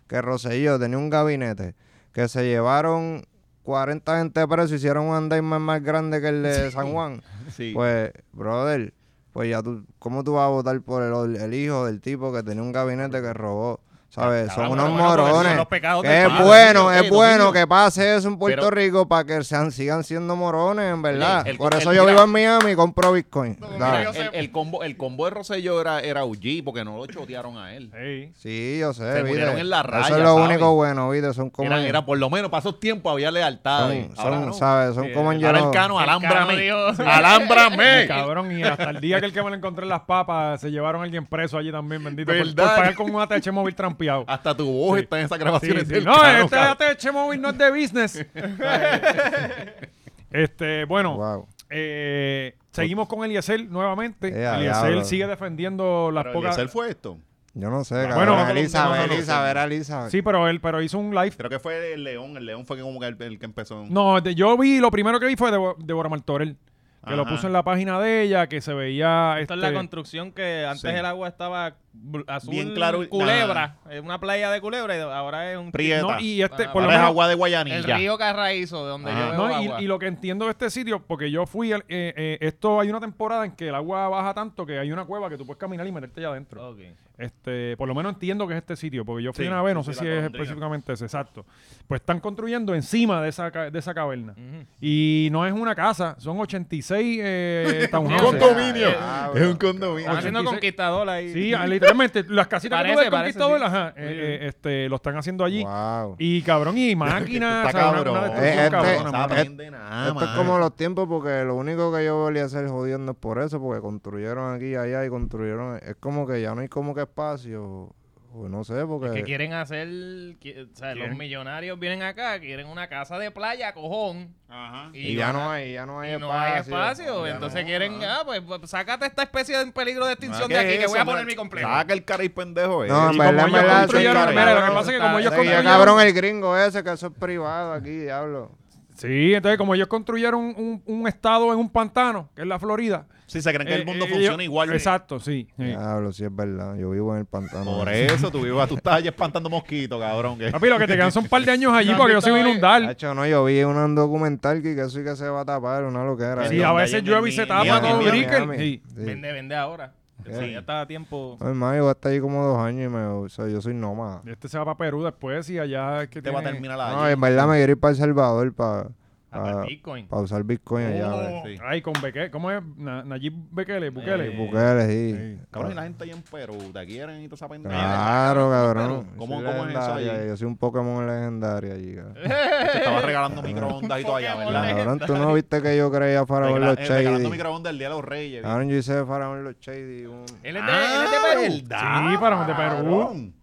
que Rosselló tenía un gabinete que se llevaron 40 gente preso, hicieron un andaime más grande que el de San Juan,
Sí.
pues, brother, pues ya tú, ¿cómo tú vas a votar por el, el hijo del tipo que tenía un gabinete que robó? ¿Sabes? Son
cabrón,
unos
Ah, bueno, porque
morones.
son los pecados del
es
padre,
bueno,
niño,
es
eh,
bueno
dominio.
que pase eso en Puerto
Pero-
Rico para que sean, sigan siendo morones, en verdad.
El- el-
Por
el-
eso yo
mira.
vivo en Miami y compro Bitcoin.
Ah,
Dale.
El, el combo, el combo de Rosselló era, era UG porque no lo chotearon a él.
Ey.
Sí, yo sé,
Se murieron
viste.
en la
Eso
raya,
es lo
¿sabes?
único bueno, viste. Son como...
Era, era por lo menos, pasó tiempo, había lealtad. ahí.
son,
Ahora
son,
no.
¿sabes? Son como
Ahora
llenos-
el cano, alámbrame.
Cano dijo-
alámbrame.
Cabrón, y hasta el día que el que me lo encontré en las papas, se llevaron a alguien preso allí también, bendito. Por, por
¿Verdad?
pagar con un ATH móvil trampeado.
Hasta tu voz
Sí.
está en esas
Sí,
grabaciones.
sí.
del
No,
Cano,
este
cabrón.
ATH móvil no es de business. este, bueno,
Wow.
eh, seguimos con Eliezer nuevamente.
Eh, a
Eliezer
diablo.
sigue defendiendo las
Pero
pocas.
Eliezer fue esto.
Yo no sé,
Bueno,
cabrón.
no, no, no,
Elizabeth,
no, no, no.
Elizabeth, era Elizabeth.
Sí, pero él pero hizo un live.
Creo que fue el León. El León fue como que el, el que empezó.
No, de- yo vi, lo primero que vi fue Debo- Débora Martorell, que lo
Ajá.
puso en la página de ella, que se veía...
Esto es
este,
la construcción que antes
Sí.
el agua estaba bl- azul
Bien claro,
culebra, es una playa de culebra y ahora es un
Prieta.
no, y este,
Ah,
por lo
Ahora es
menos-
agua de
El
Guayanilla.
río Carraízo, de donde
Ajá.
yo veo
No, y-
agua.
y, lo que entiendo de este sitio, porque yo fui, al- eh, eh, esto hay una temporada en que el agua baja tanto que hay una cueva que tú puedes caminar y meterte allá adentro.
Ok.
Este, por lo menos entiendo que es este sitio, porque yo fui
Sí,
una vez, no
sí,
sé
sí,
si
la
es
golondrina.
específicamente ese, exacto. Pues están construyendo encima de esa, ca- de esa caverna.
Ujú.
Y no es una casa, son 86 eh,
Un
townhouses.
condominio.
Ah,
Es un
bueno.
condominio.
Están haciendo
86.
conquistador ahí.
Sí, ah, literalmente, las casitas que tú ves
Parece,
de
parece,
Conquistador,
sí.
ajá, eh, eh, este, lo están haciendo allí.
Wow.
Y cabrón, y máquinas,
Está
o sea, una-
cabrón.
una
Eh,
destrucción
este-
cabrona,
No
mano.
aprende nada,
Esto es
mano.
como los tiempos porque lo único que yo volví a hacer jodiendo es por eso, porque construyeron aquí y allá y construyeron... Es como que ya no hay como que espacio, o no sé, porque...
Que quieren hacer, qui- o sea, los
Quieren.
millonarios vienen acá, quieren una casa de playa, cojón,
Ajá.
y ya no hay, ya no hay
y
espacio.
no hay espacio.
Ya
entonces
no,
quieren,
ajá.
ah, pues, pues, sácate esta especie de en peligro de extinción
¿Qué
de aquí,
es
que voy a
eso,
pues,
poner
man?
mi complejo.
Saca el cara y pendejo. eh.
No, en
Y como
verdad, en
ellos
verdad,
construyeron-
sí,
mira, lo que
cabrón.
pasa es que como
Está-
ellos
Sí, ya,
construyeron-
cabrón el gringo ese, que eso es privado aquí, diablo.
Sí, entonces como ellos construyeron un, un estado en un pantano, que es la Florida.
Si se creen que el
eh,
mundo
ellos-
funciona igual.
Exacto, sí. sí.
Diablo, sí es verdad. Yo vivo en el pantano.
Por eso tú, vivo- tú estás allí espantando mosquitos, cabrón. que-
Papi, lo que te quedan son un par de años allí porque yo se iba a inundar.
Hacho, no, yo vi un documental que que eso sí que se va a tapar, una loquera.
Sí,
Yo-
a
donde
veces
hay en
llueve y se
Miami,
tapa
Miami,
todo
Miami,
Brickell.
Miami.
Sí.
Sí.
Vende, vende ahora. Sí, ya está a tiempo.
No, hermano, yo voy a estar ahí como dos años y me, o sea, yo soy nómada.
Este se va para Perú después y allá es que
Te Este va a
tiene-
terminar
No,
la
en verdad me quiero ir para El Salvador para Ah.
Hasta Bitcoin.
usar Bitcoin allá. a ver.
Oh. Sí.
Ay, con Bekele. ¿Cómo es? Na- Nayib
Eh,
Bekele, Bukele.
Bukele, sí.
Cabrón, y la gente ahí en Perú te quieren y te esa pendeja. Pero,
Claro, cabrón. Yo
¿cómo-
soy
cómo es eso
legendario,
ahí?
Yo soy un Pokémon legendario allí, cabrón.
Te estaba regalando microondas y todo allá, ¿verdad?
Cabrón, tú no viste que yo creía
Regala-
Faraón Los
eh, regalando
Shady.
microondas el día de los reyes.
Cabrón, yo hice Faraón Los Shady. un-
Él es de,
Ah.
él es de Perú.
Sí, Faraón de Perú.
cabrón.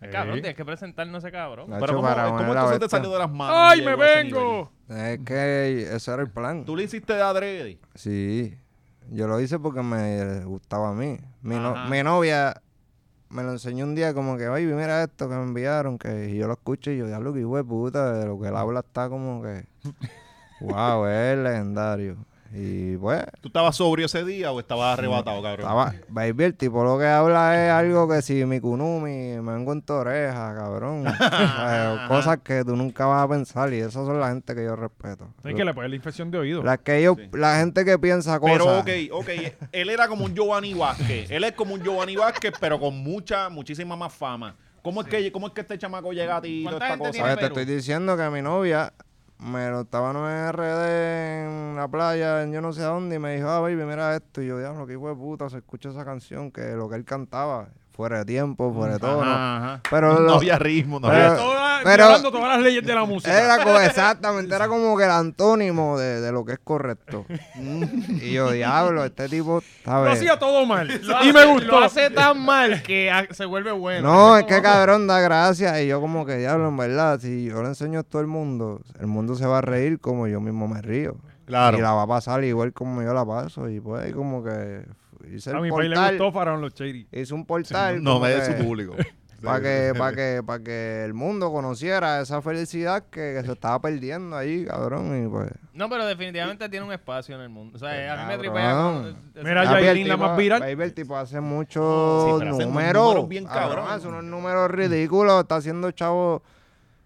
Ah, Cabrón,
Sí.
tienes que presentarnos a ese cabrón.
Nacho,
Pero ¿cómo,
Faraón
cómo
era
esto se
bestia.
te salió de las manos?
Ah,
¡Ay, me
llegó a ese nivel?
vengo!
Es que ese era el plan.
Tú le hiciste de adrede.
Sí, yo lo hice porque me gustaba a mí. Mi, no-
Ajá.
mi novia me lo enseñó un día como que, baby, mira esto que me enviaron, que y yo lo escucho y yo, diablo, que hijo de puta, de lo que él habla está como que, wow, es legendario. Y pues,
¿Tú estabas sobrio ese día o estabas arrebatado, cabrón?
estaba, baby, el tipo lo que habla es algo que si mi kunumi, mango en tu oreja, cabrón. O sea, cosas que tú nunca vas a pensar y esas son la gente que yo respeto.
Es que le puede la infección de oído.
Las que ellos, la gente que piensa cosas.
Pero ok, ok, él era como un Giovanni Vázquez. Él es como un Giovanni Vázquez, pero con mucha, muchísima más fama. ¿Cómo es, que, ¿Cómo es que este chamaco llega a ti y toda
¿Cuánta
esta
gente
cosa?
tiene?
¿Sabes? Te
Perú.
estoy diciendo que mi novia me lo estaba en RD en la playa, en yo no sé dónde, y me dijo, ah, baby, mira esto. Y yo, diablo, qué hijo de puta, se escucha esa canción, que lo que él cantaba, fuera de tiempo, fuera de todo, ¿no?
Ajá, ajá.
Pero
No
lo-
había ritmo, no
pero-
había...
Todas-
pero- Eh,
violando todas las leyes de la música.
Era como, exactamente, era como que el antónimo de, de lo que es correcto. y yo, diablo, este tipo,
Lo
¿sabes?
hacía todo mal.
Lo
y me
hace-
gustó.
Lo hace tan mal que ah, se vuelve bueno.
No, es que cabrón da gracias. Y yo como que diablo, en verdad, si yo le enseño a todo el mundo, el mundo se va a reír como yo mismo me río.
Claro.
Y la va a pasar igual como yo la paso. Y pues como que hice
A
el
mi país le
portal.
gustó Faraón Los Shady.
Hice un portal.
No me dé su público.
Para que, pa' que, pa' que el mundo conociera esa felicidad que, que se estaba perdiendo ahí, cabrón. Y pues.
No, pero definitivamente tiene un espacio en el mundo. O sea, a mí me
Cabrón.
tripea. con-
Mira,
Baby,
Yailin,
Ah, el
la
tipo-
más viral.
Baby, el tipo hace muchos
Sí, pero hace unos
números.
números bien
cabrón,
cabrón.
Hace unos números ridículos. Está haciendo chavo.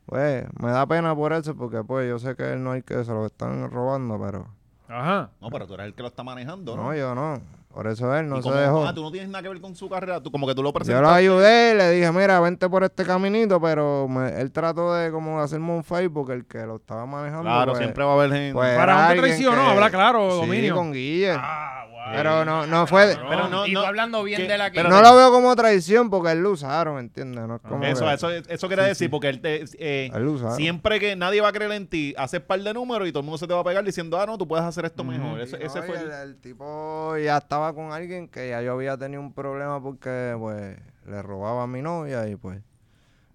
Pues, me da pena por eso, porque pues yo sé que él no hay que se lo están robando, pero.
Ajá.
No, pero tú eres el que lo está manejando,
No,
¿no?
yo no. Por eso él no
Y
se
como,
dejó.
Ah, tú no tienes nada que ver con su carrera. Tú, como que tú lo
Yo
presentaste.
lo ayudé, le dije, mira, vente por este caminito, pero me- él trató de como hacerme un fight porque el que lo estaba manejando.
Claro,
pues,
siempre va a haber gente.
pues,
Para
era
un que
alguien
traicionó,
que-
habla claro,
sí,
dominio.
con Guille.
Ah, guau.
pero no, no fue.
pero no,
y tú
no,
hablando bien
que-
de la que...
pero
no lo veo como traición porque él lo usaron, ¿entiendes? No es como
eso,
que-
eso, eso quiere decir, porque él te, eh,
Él lo usaron.
siempre que nadie va a creer en ti, haces par de números y todo el mundo se te va a pegar diciendo, ah, no, tú puedes hacer esto mejor.
Sí,
Ese,
no,
ese
y
fue
el,
el-
el tipo ya estaba con alguien que ya yo había tenido un problema porque pues le robaba a mi novia y pues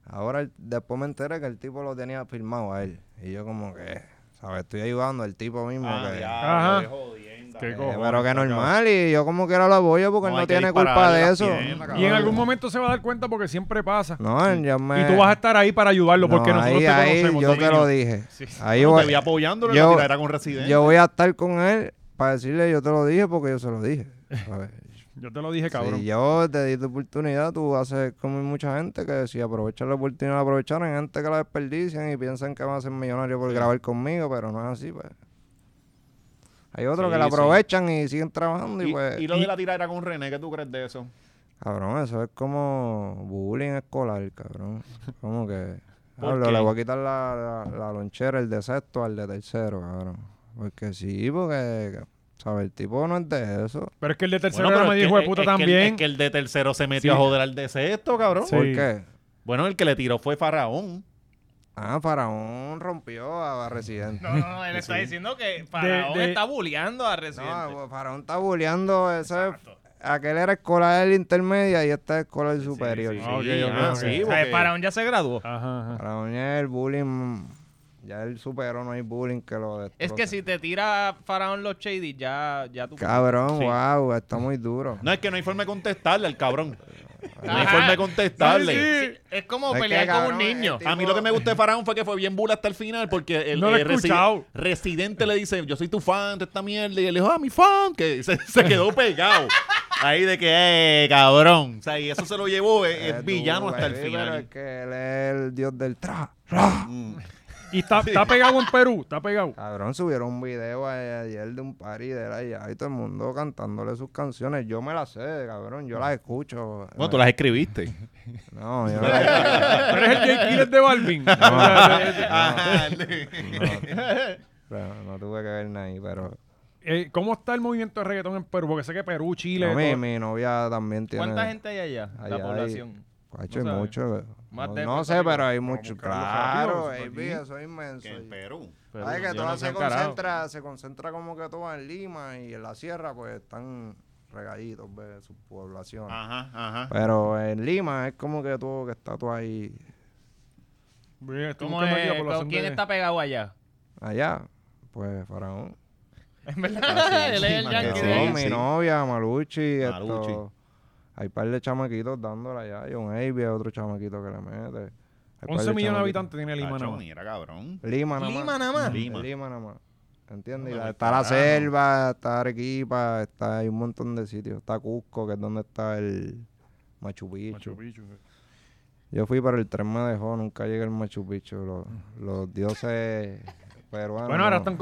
ahora el- después me enteré que el tipo lo tenía firmado a él y yo como que sabes estoy ayudando al tipo mismo
Ah,
que,
diablo,
Ajá.
qué jodienda.
Qué
Eh,
eh,
cojones,
pero que
está
normal y yo como quiera lo apoyo
No,
porque él
hay
no
que
tiene
dispararle
culpa
las
de eso
piernas,
Y en algún momento se va a dar cuenta porque siempre pasa.
no él ya me
Y tú vas a estar ahí para ayudarlo porque
no,
nosotros
ahí,
te
ahí
conocemos.
yo te
dominio.
lo dije ahí
cabrón.
voy-
Te vi apoyándolo en
yo-
la tiradera con Residente.
yo voy a estar con él para decirle yo te lo dije porque yo se lo dije ¿sabes?
Yo te lo dije, cabrón.
Si yo te di tu oportunidad, tú haces como mucha gente que si aprovechan la oportunidad la aprovecharon, hay gente que la desperdician y piensan que van a ser millonarios por grabar conmigo, pero no es así, pues. Hay otros que la
Sí, sí.
aprovechan y siguen trabajando y,
y,
pues,
y lo de la tiradera con René, ¿qué tú crees de eso?
cabrón, eso es como bullying escolar, cabrón. Como que,
¿Por
hablo,
qué?
le voy a quitar la, la, la lonchera, el de sexto al de tercero, cabrón. Porque sí, porque, ¿sabes? El tipo no es de eso.
Pero es que el de tercero
Bueno,
era
pero
me
es que-
dijo de
es-
puta
es que el-
también.
es que el de tercero se metió
Sí.
a joder al de sexto, cabrón.
Sí.
¿Por qué?
Bueno, el que le tiró fue Faraón.
Ah, Faraón rompió a Residente.
No, no, no, él está diciendo que
de-
bulleando a Residente.
No, pues, Faraón está bulleando. Ese, aquel era escolar intermedia y este es escolar superior.
sí. Ah, ok, ok,
ah,
ok. O sea,
sí,
O sea,
porque-
el faraón ya se graduó.
Ajá, ajá.
Faraón es el bullying. Ya él superó, no hay bullying que lo destroce.
Es que si te tira Faraón los Shady, ya, ya tú...
Cabrón,
Sí.
wow, está muy duro.
No, es que no hay forma de contestarle al cabrón. No hay
Ajá.
forma de contestarle.
Sí, sí.
Es como
Es que,
pelear con un
cabrón, el
niño.
tipo-
A mí lo que me gustó de Faraón fue que fue bien bula hasta el final porque el,
No lo he
el resi-
escuchado.
residente le dice, yo soy tu fan de esta mierda. Y él dijo, ah, mi fan, que se, se quedó pegado. Ahí de que, eh, cabrón. O sea, y eso se lo llevó el, el
Es
villano
duro,
hasta el
sí, pero
final.
es que él es el dios del tra.
Mm.
Y está, está pegado en Perú, está pegado.
Cabrón, subieron un video a- ayer de un party de él allá y todo el mundo cantándole sus canciones. Yo me las sé, cabrón, yo las escucho.
Bueno, tú las escribiste.
No, yo no las escucho.
Pero es el Jay Killer de Balvin.
Ajá.
No, no tuve que ver nada ahí, pero...
Eh, ¿Cómo está el movimiento de reggaetón en Perú? Porque sé que Perú, Chile.
No, mi,
todo-
mi novia también tiene.
¿Cuánta gente hay allá?
Allá
la
hay-
población.
Hacho,
No
hay
sabe.
mucho.
Más
no
de
no
Puerto
sé,
Rico.
pero hay mucho.
buscarlo rápido,
Claro,
eso está
baby,
aquí.
eso es inmenso.
Que en Perú.
Sabes que
yo
todo
no sé
se
un carajo.
concentra, se concentra como que todo en Lima y en la sierra, pues están regaditos de sus poblaciones.
Ajá, ajá.
Pero en Lima es como que todo que está todo ahí
Mira, estoy
¿Cómo
buscando aquí la
es?
población
¿Quién
de-
está pegado allá?
allá, pues faraón.
Él es el
sí,
yankee
sí,
de
No,
allá.
mi
sí.
novia, Maluchi,
Maluchi.
esto, hay par de chamaquitos dándole allá, John Avey, otro chamaquito que le mete. Hay
11
par de
millones de
chamaquitos.
habitantes tiene Lima
Cacho,
nada más.
mira, cabrón.
Lima nada más.
Lima nada más.
Lima.
Lima. Lima nada más. ¿Entiendes? Y
No,
la-
no,
está la
carajo.
selva, está Arequipa, está, hay un montón de sitios. Está Cusco, que es donde está el Machu Picchu.
Machu Picchu.
Yo fui, pero el tren me dejó, nunca llegué al Machu Picchu. Los, los dioses peruanos.
Bueno, ahora están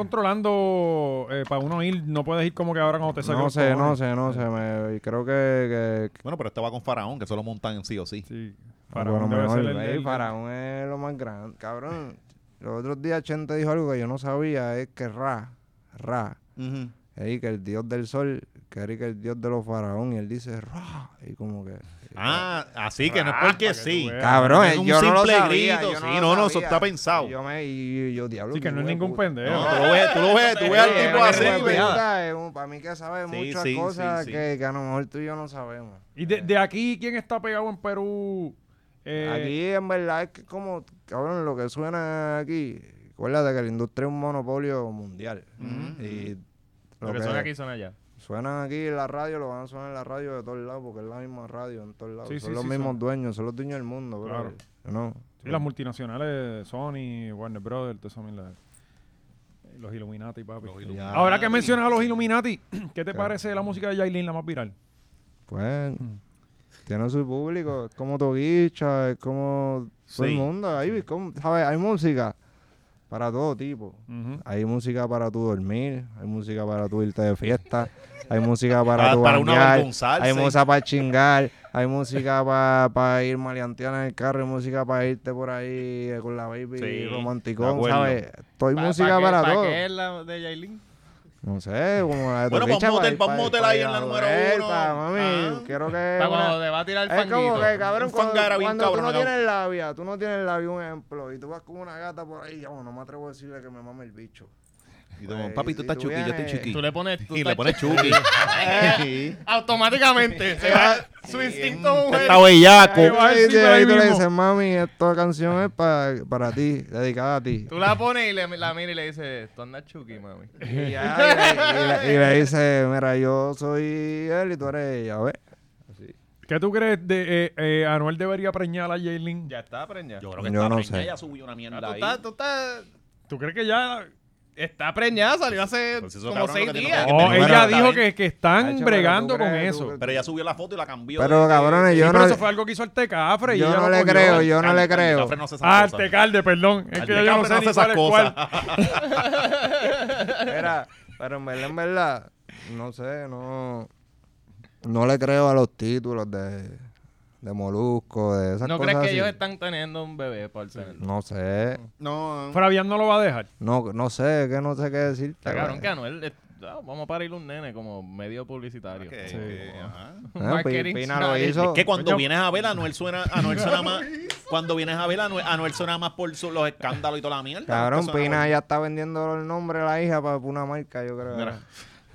controlando eh, para uno ir. No puedes ir como que ahora cuando te salga
No
los
sé, no
cojones.
sé, no sé. me- creo que, que-
Bueno, pero este va con Faraón, que solo montan en sí o sí.
Sí.
Bueno,
Faraón debe
mejor,
ser el-
ey,
el-
Faraón es lo más grande. Cabrón, los otros días Chen te dijo algo que yo no sabía, es que Ra, Ra,
Ujú.
ey, que el dios del sol, que era que el dios de los faraón, y él dice Ra, y como que...
Ah, así que no es porque sí.
veas.
Cabrón,
Ah, Es
eh,
un
yo no lo
simple
sabía,
grito,
yo
sí, no,
lo
no,
sabía.
eso está pensado.
Y Yo me, y, y yo, diablo...
Sí, que
qué Eh,
no es
hijo de
ningún
puta.
pendejo.
No, tú lo ves, tú lo ves, tú ves al
Sí,
tipo
es un
así,
hijo de
güey.
puta, es un- Para mí que sabe
Sí,
muchas
sí, sí,
cosas
sí.
Que, que a lo mejor tú y yo no sabemos.
Y de, de aquí, ¿quién está pegado en Perú? Eh,
Aquí en verdad es que como, cabrón, lo que suena aquí, acuérdate que la industria es un monopolio mundial. Y
Lo que
Eh.
son aquí son allá.
suenan aquí en la radio, lo van a sonar en la radio de todos lados, porque es la misma radio en todos lados.
Sí,
son
sí,
los
sí,
mismos
son-
dueños, son los dueños del mundo, bro.
Claro.
¿No?
Y las multinacionales, Sony, Warner Brothers, todas esas mierdas. Los Illuminati, papi.
Illuminati.
Ahora que mencionas a los Illuminati, ¿qué te parece la música de Yailin, la más viral?
Pues,
Hmm.
tiene su público, es como Toguicha, es como todo el
Sí.
mundo. Ahí, como- ¿sabes? Hay música para todo tipo. Hay música para tú dormir, hay música para tú irte de fiesta, hay música para,
Para-
tú
Ah, para uno
janguear,
avergonzarse.
hay música para chingar, hay música para ir maleanteando en el carro, hay música para irte por ahí eh, con la baby
Sí, de
romanticón,
acuerdo.
¿sabes? Estoy
¿Pa-
música
pa' qué-
para
pa'
todo.
qué es la de Yailin?
No sé, como la
Bueno,
de
pa' un
Toquicha,
motel, pa' un
ir-
motel
ir
ahí
a
en la número
joder,
uno.
pa, mami,
Ah.
quiero que...
Para
una-
cuando te va a tirar el
es como que,
fanguito.
cabrón,
Un
cuando,
fangara bien
cuando
cabrón,
tú no
acá.
tienes labia, tú no tienes labia, un ejemplo, y tú vas con una gata por ahí, yo no me atrevo a decirle que me mame el bicho.
Y
Pues,
tú, papi, tú
si
estás
tú
chuki, yo estoy
vienes-
chuki.
Tú eh, le pones... tú
Y le
estás-
pones chuki. Sí.
Automáticamente. se va- su instinto mujer.
Está bellaco.
Ahí
va
va
el
el
tipo ahí
y tú le
mismo.
dices, mami, esta canción es para, para ti, dedicada a ti.
Tú la pones y le, la miras y le dices, tú andas chuki, mami.
Y, ya, y le, y le- y le dices, mira, yo soy él y tú eres ella, ¿ves?
¿Qué tú crees de eh, eh, Anuel debería preñar a Jaylin?
Ya está, preñada.
Yo
Tú
creo que
Yo
está
no
preñada,
sé.
ella subió una mierda ahí.
estás, tú estás...
¿Tú crees que ya.?
Está preñada, salió hace
Pues eso,
como
cabrón,
seis
lo que tiene
días.
que
No,
pero
Oh, ella
está
dijo
bien.
que, que están
Hacho, pero
bregando
tú
con
crees,
eso.
tú-
Pero ella subió la foto y la cambió.
Pero,
de-
cabrones,
de-
Sí,
yo
pero
no-
eso fue algo que hizo Artecafre. y
yo
ella
no
lo
le
cogió.
creo, yo no
Al-
le
al-
creo.
Cafre no hace esas
Ah,
cosas.
Artecalde, perdón. Es
Al
que yo no
Cafre
sé
no
ni
hace
cuál
esas
es cuál.
cosas.
Mira, pero en verdad, en verdad, no sé, no. No le creo a los títulos de, de Molusco, de esas
¿No
cosas.
crees que
así.
ellos están teniendo un bebé por tenerlo?
No sé.
No,
Fabián no lo va a dejar.
No, no sé, que no sé qué decirte. pues.
Está cabrón que
güey.
Anuel... eh, ah, Vamos a parir un nene como medio publicitario.
que-
Como-
que- ajá.
Eh, Pi-
Marketing
Pina lo
sabe.
hizo.
Es que cuando vienes a ver, Anuel suena, Anuel suena más. Cuando vienes a ver, Anuel, Anuel suena más por su- los escándalos y toda la mierda.
Cabrón,
Que suena
Pina
por-
ya está vendiendo el nombre de la hija para una marca, yo creo.
Mira.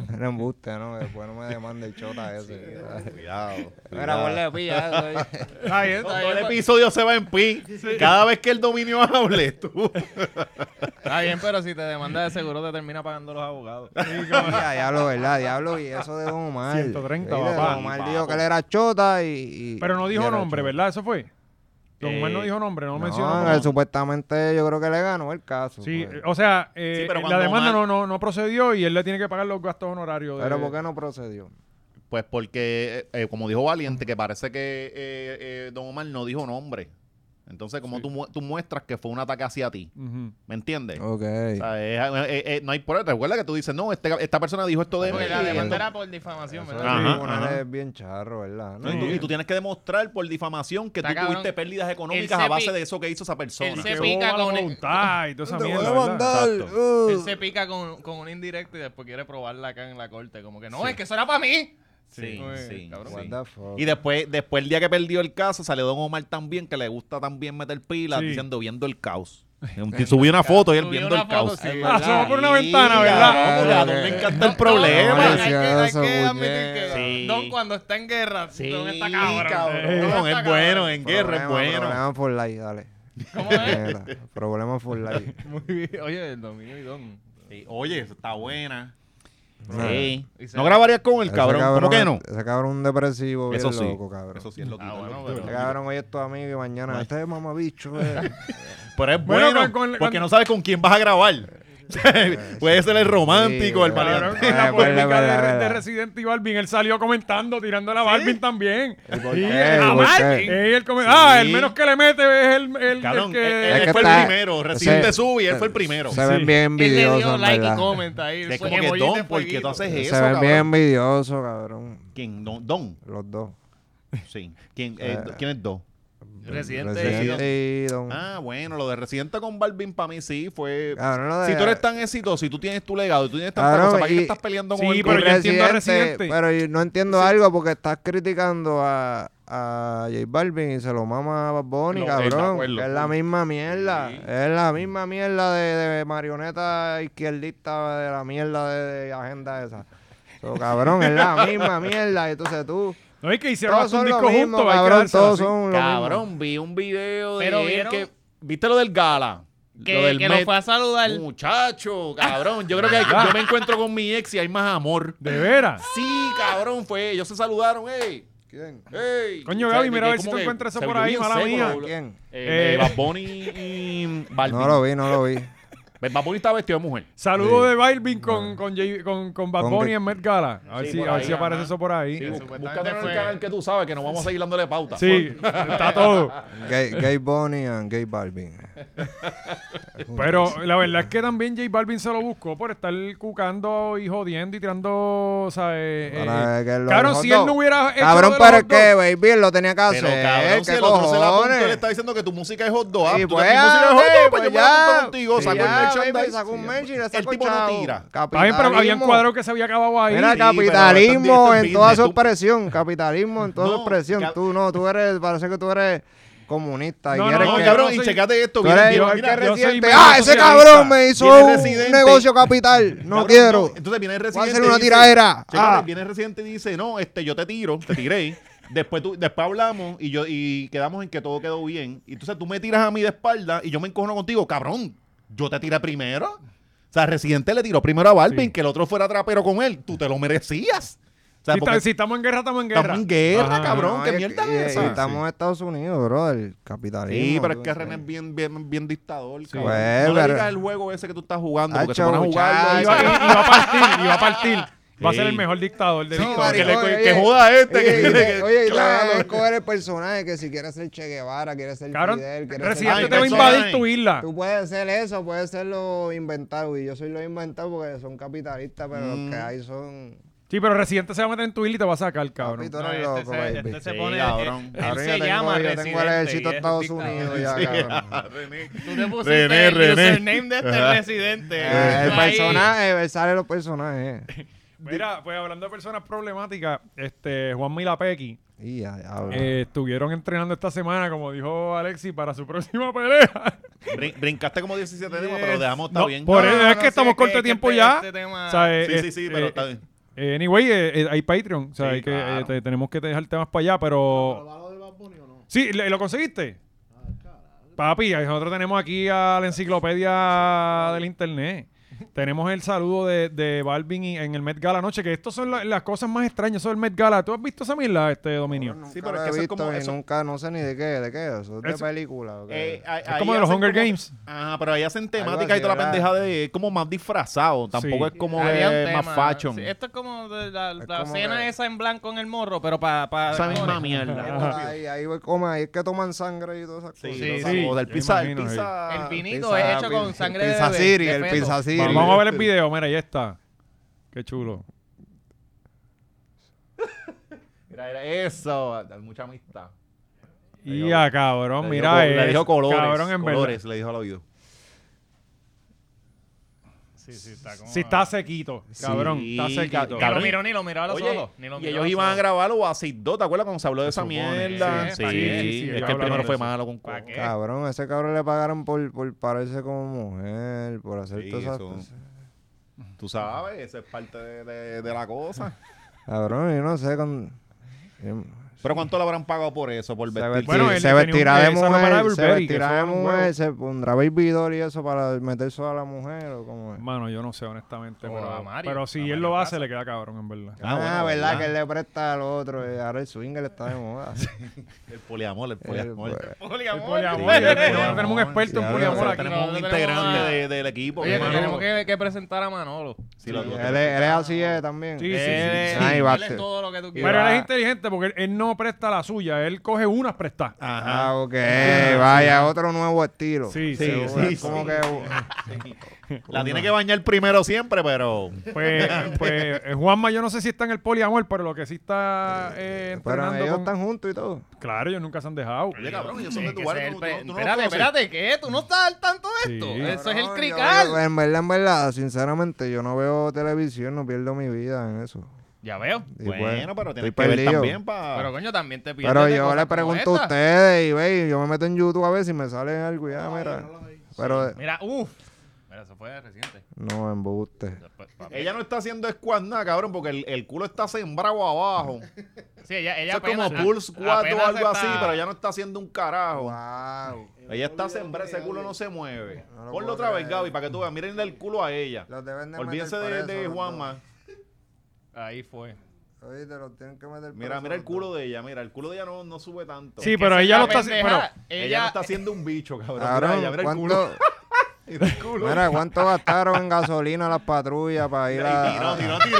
No embuste, ¿no? Que Después no me demande el chota ese.
Cuidado.
Mira, ponle pilla. eso, eh.
Está bien, está
Todo el
bien.
episodio se va en pi. Cada vez que el dominio hable, tú.
Está bien, pero si te demanda de seguro te termina pagando los abogados.
Mira, diablo, ¿verdad? Diablo, y eso de Don Omar.
130,
Sí, de
papá.
Don Omar dijo que él era chota y... y-
Pero no
y
dijo
era
nombre,
chota.
¿verdad? Eso fue. Don Omar no
Eh,
dijo nombre, no,
No,
mencionó.
él
nombre.
supuestamente yo creo que le ganó el caso.
Sí,
pues.
eh, o sea, eh,
Sí, pero
la
cuando
demanda no,
Omar-
no, no procedió y él le tiene que pagar los gastos honorarios. de-
Pero ¿por qué no procedió?
Pues porque, eh, eh, como dijo Valiente, que parece que eh, eh, Don Omar no dijo nombre. Entonces, como tú, mu- tú muestras que fue un ataque hacia ti,
Ujú.
¿me entiendes?
Ok.
O sea, es- eh, eh, no hay prueba. Recuerda que tú dices, no, este- esta persona dijo esto de mí.
Porque la
y
demanda
esto-
era por difamación,
Eso
¿verdad?
Ajá,
del tribunal
ajá.
es bien charro, ¿verdad?
No, y, tú, y tú tienes que demostrar por difamación que
Está
tú
cabrón.
tuviste pérdidas económicas
Él se
a base
pi-
de eso que hizo esa persona.
él
Que
se pica
boba la
con el-
voluntad y toda esa mierda, ¿verdad?
Exacto.
uh.
Él se pica con, con un indirecto y después quiere probarla acá en la corte. Como que no, es que eso era para mí.
Sí,
Oye,
sí,
cabrón.
What
sí.
the fuck.
Y después, después el día que perdió el caso, salió Don Omar también, que le gusta también meter pilas,
Sí.
diciendo viendo el caos. Subió una foto y él
Subió
viendo
una
el
foto,
caos.
sí.
Ay,
Ah,
¿verdad?
se va por una
Sí,
ventana,
cabrón,
¿verdad?
porque a Don le encanta el problema.
Hay que, hay
Eso,
que admitir que
puñeta.
Sí.
Don cuando está en guerra,
Sí,
Don está cabrón.
cabrón,
Don
es
está
bueno,
cabrón.
en guerra es
Problema,
bueno.
Problema for life, dale.
¿Cómo es?
Mira, problema for life.
Muy bien. Oye, el dominio y Don.
Sí, Oye, eso está buena.
Nada.
Sí.
Y se-
No grabarías con el
Ese
cabrón. ¿Cómo que no?
Ese cabrón un depresivo, bien
Eso sí.
loco, cabrón.
Eso sí es lo
Ah, bueno,
que
pero-
Ese cabrón hoy es tu amigo y mañana
Ay.
este es mamabicho. eh.
Pero es
Bueno,
bueno,
con- con-
porque
con-
no sabes con quién vas a grabar. Puede ser el romántico, el
Sí,
Cabrón,
valiente.
con la
Eh, pues,
polémica
la
de,
verdad.
de Resident y Balvin, él salió comentando, tirándole a Balvin también.
por
Y
qué?
a
¿Por qué?
Balvin. Eh, él come- Ah, el menos que le mete es el, el- el
Cabrón, eh, él,
que...
él
Es que
fue
está-
el primero. Residente
ese-
sube y él fue el primero.
Se ven
Sí.
bien
Él le dio
envidiosos,
like y
¿verdad?
comenta ahí.
Es
fue
como que
emoji de
Don, porque tú
fueguito.
haces
Se
eso,
ven bien
cabrón.
envidiosos, cabrón.
¿Quién? Don, Don.
Los dos.
Sí. ¿Quién, eh,
Eh.
¿quién es Don?
Residente
Residente y Don.
Ah, bueno, lo de Residente con Balvin para mí sí fue...
Cabrón, lo Ah, de-
Si tú eres tan exitoso y tú tienes tu legado y tú tienes tanta
Claro,
cosa, ¿para qué
y-
te estás peleando
Sí,
con el
y
pero yo entiendo a Residente.
este, Pero yo no entiendo algo porque estás criticando a, a J Balvin y se lo mama a Bad Bunny,
No, eh, de
cabrón.
acuerdo.
que es la misma mierda. Es la misma mierda de, de marioneta izquierdista de la mierda de, de agenda esa. So, cabrón, es la misma mierda. Y Entonces tú,
No, es que hicieron
todos
hasta un
son lo
disco
mismo,
juntos, hay que
cabrón.
dárselo
Todos
así.
son lo mismo.
Cabrón, vi un video de
Pero
él
vieron-
que... ¿Viste lo del gala? lo
Que,
del
que lo
Met.
fue a saludar.
Muchacho, cabrón. Yo creo que yo me encuentro con mi ex y hay más amor.
De veras.
Ah. Sí, cabrón, fue. Ellos se saludaron, ey.
¿Quién?
¡Ey!
Coño,
O sea,
Gaby, mira a ver
que
si
como
tú
que
encuentras eso
se
por
vio
ahí,
bien
mala
seco,
mía.
bro.
¿Quién?
Eh,
Eh,
Bad Bunny y Balvin.
No lo vi, no lo vi.
Bad Bunny estaba vestido de mujer.
Saludos de Balvin con, con, J- con, con Bad
Con
Bunny
Rick-
en Met Gala. A ver,
Sí,
si,
por
a ver
ahí,
si aparece
ajá.
eso por ahí. Sí,
Sí, bú-
supuestamente
búscatelo en
fue-
el canal que tú sabes que nos vamos a seguir dándole pauta.
está todo.
Gay, gay Bunny and Gay Balvin.
Pero la verdad es que también J Balvin se lo buscó por estar cucando y jodiendo y tirando, o sea, eh, eh,
Para que lo
Claro,
del hot
si él
dog.
no hubiera hecho
Cabrón,
lo de los
pero es
hot dogs,
que, baby, él lo tenía que hacer.
Pero cabrón, si
¿qué
el otro se la apuntó,
cojones?
él está diciendo que tu música es hot dog. Ah,
Sí,
tú
pues,
también música es hot
eh,
dog, pues,
pues
yo me la apunto
ya.
contigo.
Sí,
sacó
ya,
el
baby,
merchandise. pues,
sacó un merch y le
El
sacó
tipo no
chavo.
tira.
está bien, pero habían
Capitalismo.
cuadros que se había acabado ahí.
Mira,
Sí, pero
capitalismo
esto es
en toda su
business, tú-
expresión. Capitalismo en toda
No,
su expresión.
cab-
Tú no, tú eres, parece que tú eres comunista. Y
No, no,
quieres
No,
que,
cabrón,
yo
y
soy-
checate esto.
tú
viene-
eres
viene-
igual
mira,
que
yo soy
reciente.
medio
¡Ah, ese
socialista.
cabrón me hizo
Viene
un
Residente.
negocio capital! ¡No
cabrón,
quiero!
no. eh, Entonces viene el
a
residente.
hacer una
y dice-
tiraera.
Chécate,
Ah.
Viene el residente y dice, no, este, yo te tiro, te tiré. Después, tú, después hablamos y yo y quedamos en que todo quedó bien. Y entonces tú me tiras a mí de espalda y yo me encojono contigo. Cabrón, yo te tiré primero. O sea, Residente le tiró primero a Balvin, que el otro fuera trapero con él. Tú te lo merecías. O sea,
si,
porque
está- si estamos en guerra, estamos en guerra.
estamos en guerra,
Ajá.
cabrón.
No,
¿Qué
y-
mierda
y-
es
y
esa?
estamos en Estados Unidos, bro. El capitalismo.
Sí, pero es
tú
que René
entiendes.
es bien, bien, bien dictador, cabrón.
Pues,
no le
pero-
digas el juego ese que tú estás jugando, porque te
Hacho,
pones a jugar.
Y va, y- y va a partir, y va a partir. Va a ser
Sí.
el mejor dictador de
Sí,
Victoria.
que,
maricón.
le-
Oye,
que joda a este.
Oye,
que-
y
que-
te- oye, y te
claro.
vas a escoger el personaje que si quieres ser Che Guevara, quieres ser
Cabrón,
Fidel, quieres
Residente
Ay,
te va a
persona.
invadir tu isla.
Tú puedes ser eso, puedes ser lo inventado. Y yo soy lo inventado porque son capitalistas, pero los
Mm.
que hay son.
Sí, pero Residente se va a meter en tu isla y te va a sacar, cabrón.
Papi, tú eres
No,
loco, baby.
este se
Sí,
pone.
cabrón.
Él, él
Cabrón,
se
yo
llama
tengo, yo tengo el
Residente
ejército
y este
de
es
Estados
dictador.
Unidos ya,
Sí,
cabrón.
Ah, René.
Tú te pusiste
René,
el
René.
username de este
Ajá.
residente.
Ah, el
Ahí.
personaje, eh, sale los personajes. eh.
Mira, pues hablando de personas problemáticas, este, Juan Milapequi
Y ya, ya, bro.
eh, estuvieron entrenando esta semana, como dijo Alexi, para su próxima pelea.
Brin- Brincaste como 17 temas, pero dejamos, está
No,
bien. Ah,
Por
No,
eso
no,
es
no
que
sé,
estamos
que-
corto de
que
tiempo
este-
ya.
este tema-
O sea, eh,
Sí, sí, sí,
eh,
pero
eh,
está bien.
eh, anyway, eh, eh, hay Patreon. O sea,
Sí,
hay que, eh,
claro.
te- tenemos que dejar temas para allá, pero. Sí, ¿le- ¿lo conseguiste? Papi, ahí nosotros tenemos aquí a la enciclopedia del internet. Tenemos el saludo de, de Balvin y- en el Met Gala anoche, que estas son la- las cosas más extrañas sobre el Met Gala. ¿Tú has visto esa mierda, este dominio?
Nunca
Sí, pero
lo
es
he
que eso es
visto
como-
y
eso-
nunca, no sé ni de qué, de qué, eso es de
Eso-
película. ¿o qué?
Eh, ahí-
Es como
ahí
de los
hacen
Hunger
como-
Games.
Ajá, pero ahí hacen
Algo
temática
así,
y toda la
¿verdad?
pendeja de. Es como más disfrazado. Tampoco
Sí.
es como
Había un
de
tema.
más fashion.
Sí, esto es como de la, la
como
cena
que-
esa en blanco en el morro, pero para. Pa,
Esa misma
cojones.
Ahí,
mierda.
por ahí, ahí voy como, ahí es que toman sangre y todas esas
sí,
cosas.
o
sí.
sea, O del
Yo
pizza.
imagino,
el
sí.
pizza-
El vinito
Pizza-
es hecho con
pi-
sangre de
Pizza
bebé,
City,
de
el
feto.
Pizza City.
Vamos,
este
vamos a ver el video, mira, ahí está. Qué chulo.
Mira, mira, eso. Mucha amistad.
Y ya, cabrón,
Le
mira.
dijo, co- le
es-
dijo colores.
Cabrón, en verdad.
colores, le dijo al oído.
Sí, sí, está como-
Si está sequito, cabrón,
Sí,
está sequito.
Ni lo
Cabrón.
miró, ni lo miró a los
Oye,
ojos. Ni lo
y
miró
ellos
a los
iban a
ojos.
grabarlo o a 2 ¿te acuerdas cuando se habló de esa
supone,
mierda?
sí,
Sí,
sí, sí,
sí,
es que el
hablaron
primero
de
fue
eso.
malo con
¿Para qué?
Cabrón, a ese cabrón le pagaron por, por pararse como mujer, por hacer
Sí,
todas esas
eso.
cosas.
Tú sabes, esa es parte de, de- de la cosa.
Cabrón, yo no sé. Con...
Pero ¿cuánto le habrán pagado por eso? Por
Se,
vestirse?
vestir-
Bueno, él
se
tenía un-
vestirá de
esa ropa era de
mujer, se
Burberry, que
vestirá
eso
de
era un
mujer,
huevo.
se pondrá baby doll y eso para meterse a la mujer o como es.
Mano, yo no sé, honestamente.
O
Pero,
a Mario,
pero si
a
él
Mario
lo hace,
Plaza.
le queda cabrón, en verdad.
Ah,
Ah,
bueno,
verdad
¿verdad?
que él le presta al otro. eh, Ahora el swinger está de moda.
eh,
El poliamor, el poliamor.
Eh,
El
Poliamor.
poliamor,
Sí,
el
poliamor.
poliamor, Tenemos un experto en
Ya,
poliamor
ya,
aquí.
tenemos
No,
un
no tenemos
integrante
a-
de- del equipo.
Oye,
hermano.
tenemos que, que presentar a Manolo.
Sí, lo- lo-
él, es- él es así eh, también.
Sí, sí, sí,
Él-
Ahí
él
va.
es todo lo que tú
Pero él
quieras.
es inteligente porque él, él no presta la suya, él coge unas prestadas.
Ajá.
Ah, ok. Vaya, otro nuevo estilo.
Sí,
sí,
Seguro,
sí,
es como
sí.
que
La tiene que bañar primero siempre, pero...
Pues, pues eh, Juanma, yo no sé si está en el poliamor, pero lo que sí está eh,
Pero
entrenando.
ellos
con-
están juntos y todo.
Claro, ellos nunca se han dejado.
Oye, cabrón, yo soy de
Es que
tu
ese es
barrio.
el
tú-
pre-
tú- tú no lo
Espérate,
conoces.
espérate, ¿qué? ¿Tú no estás al tanto de esto?
Sí.
Eso es el
Cabrón,
crical.
yo- eh. yo- en verdad, en verdad, sinceramente, yo no veo televisión, no pierdo mi vida en eso.
Ya veo.
Y pues,
Bueno, pero
estoy
tienes que ver
perdido.
también
Pero
para...
coño, también te pierdes
Pero
de
yo
cosas
le
como
pregunto a
esta.
ustedes y ve, yo me meto en YouTube a ver si me sale algo. y Ya, mira. Pero eh,
Mira, uff. Mira, eso fue reciente. Pues,
no, embuste.
Ella no está haciendo squat nada, cabrón, porque el, el culo está sembrado abajo.
Sí, ella, ella
Eso es como
apenas-
pulse 4 o
apenas
algo así,
está-
pero ella no está haciendo un carajo.
Wow.
Ella está sembrada, ese culo no se mueve.
No
Ponlo
lo puedo
otra vez,
creer.
Gaby, para que tú veas. Mírenle el culo a ella.
Los deben de
Olvídense
meter
de,
presos
de
los
Juanma.
Ahí fue.
dos. Oye, te los tienen que meter
Mira, mira el culo de ella. Mira, el culo de ella no, no sube tanto.
Sí, pero ella
la
lo está haciendo.
pendeja,
Ella,
ella
no está haciendo un bicho, cabrón. mira, ella,
Cabrón,
mira el
¿cuánto,
culo. Mira el culo.
mira, ¿cuánto gastaron en gasolina las patrullas para ir
Mira, y
a,
tiró,
a-
tiró, tiró.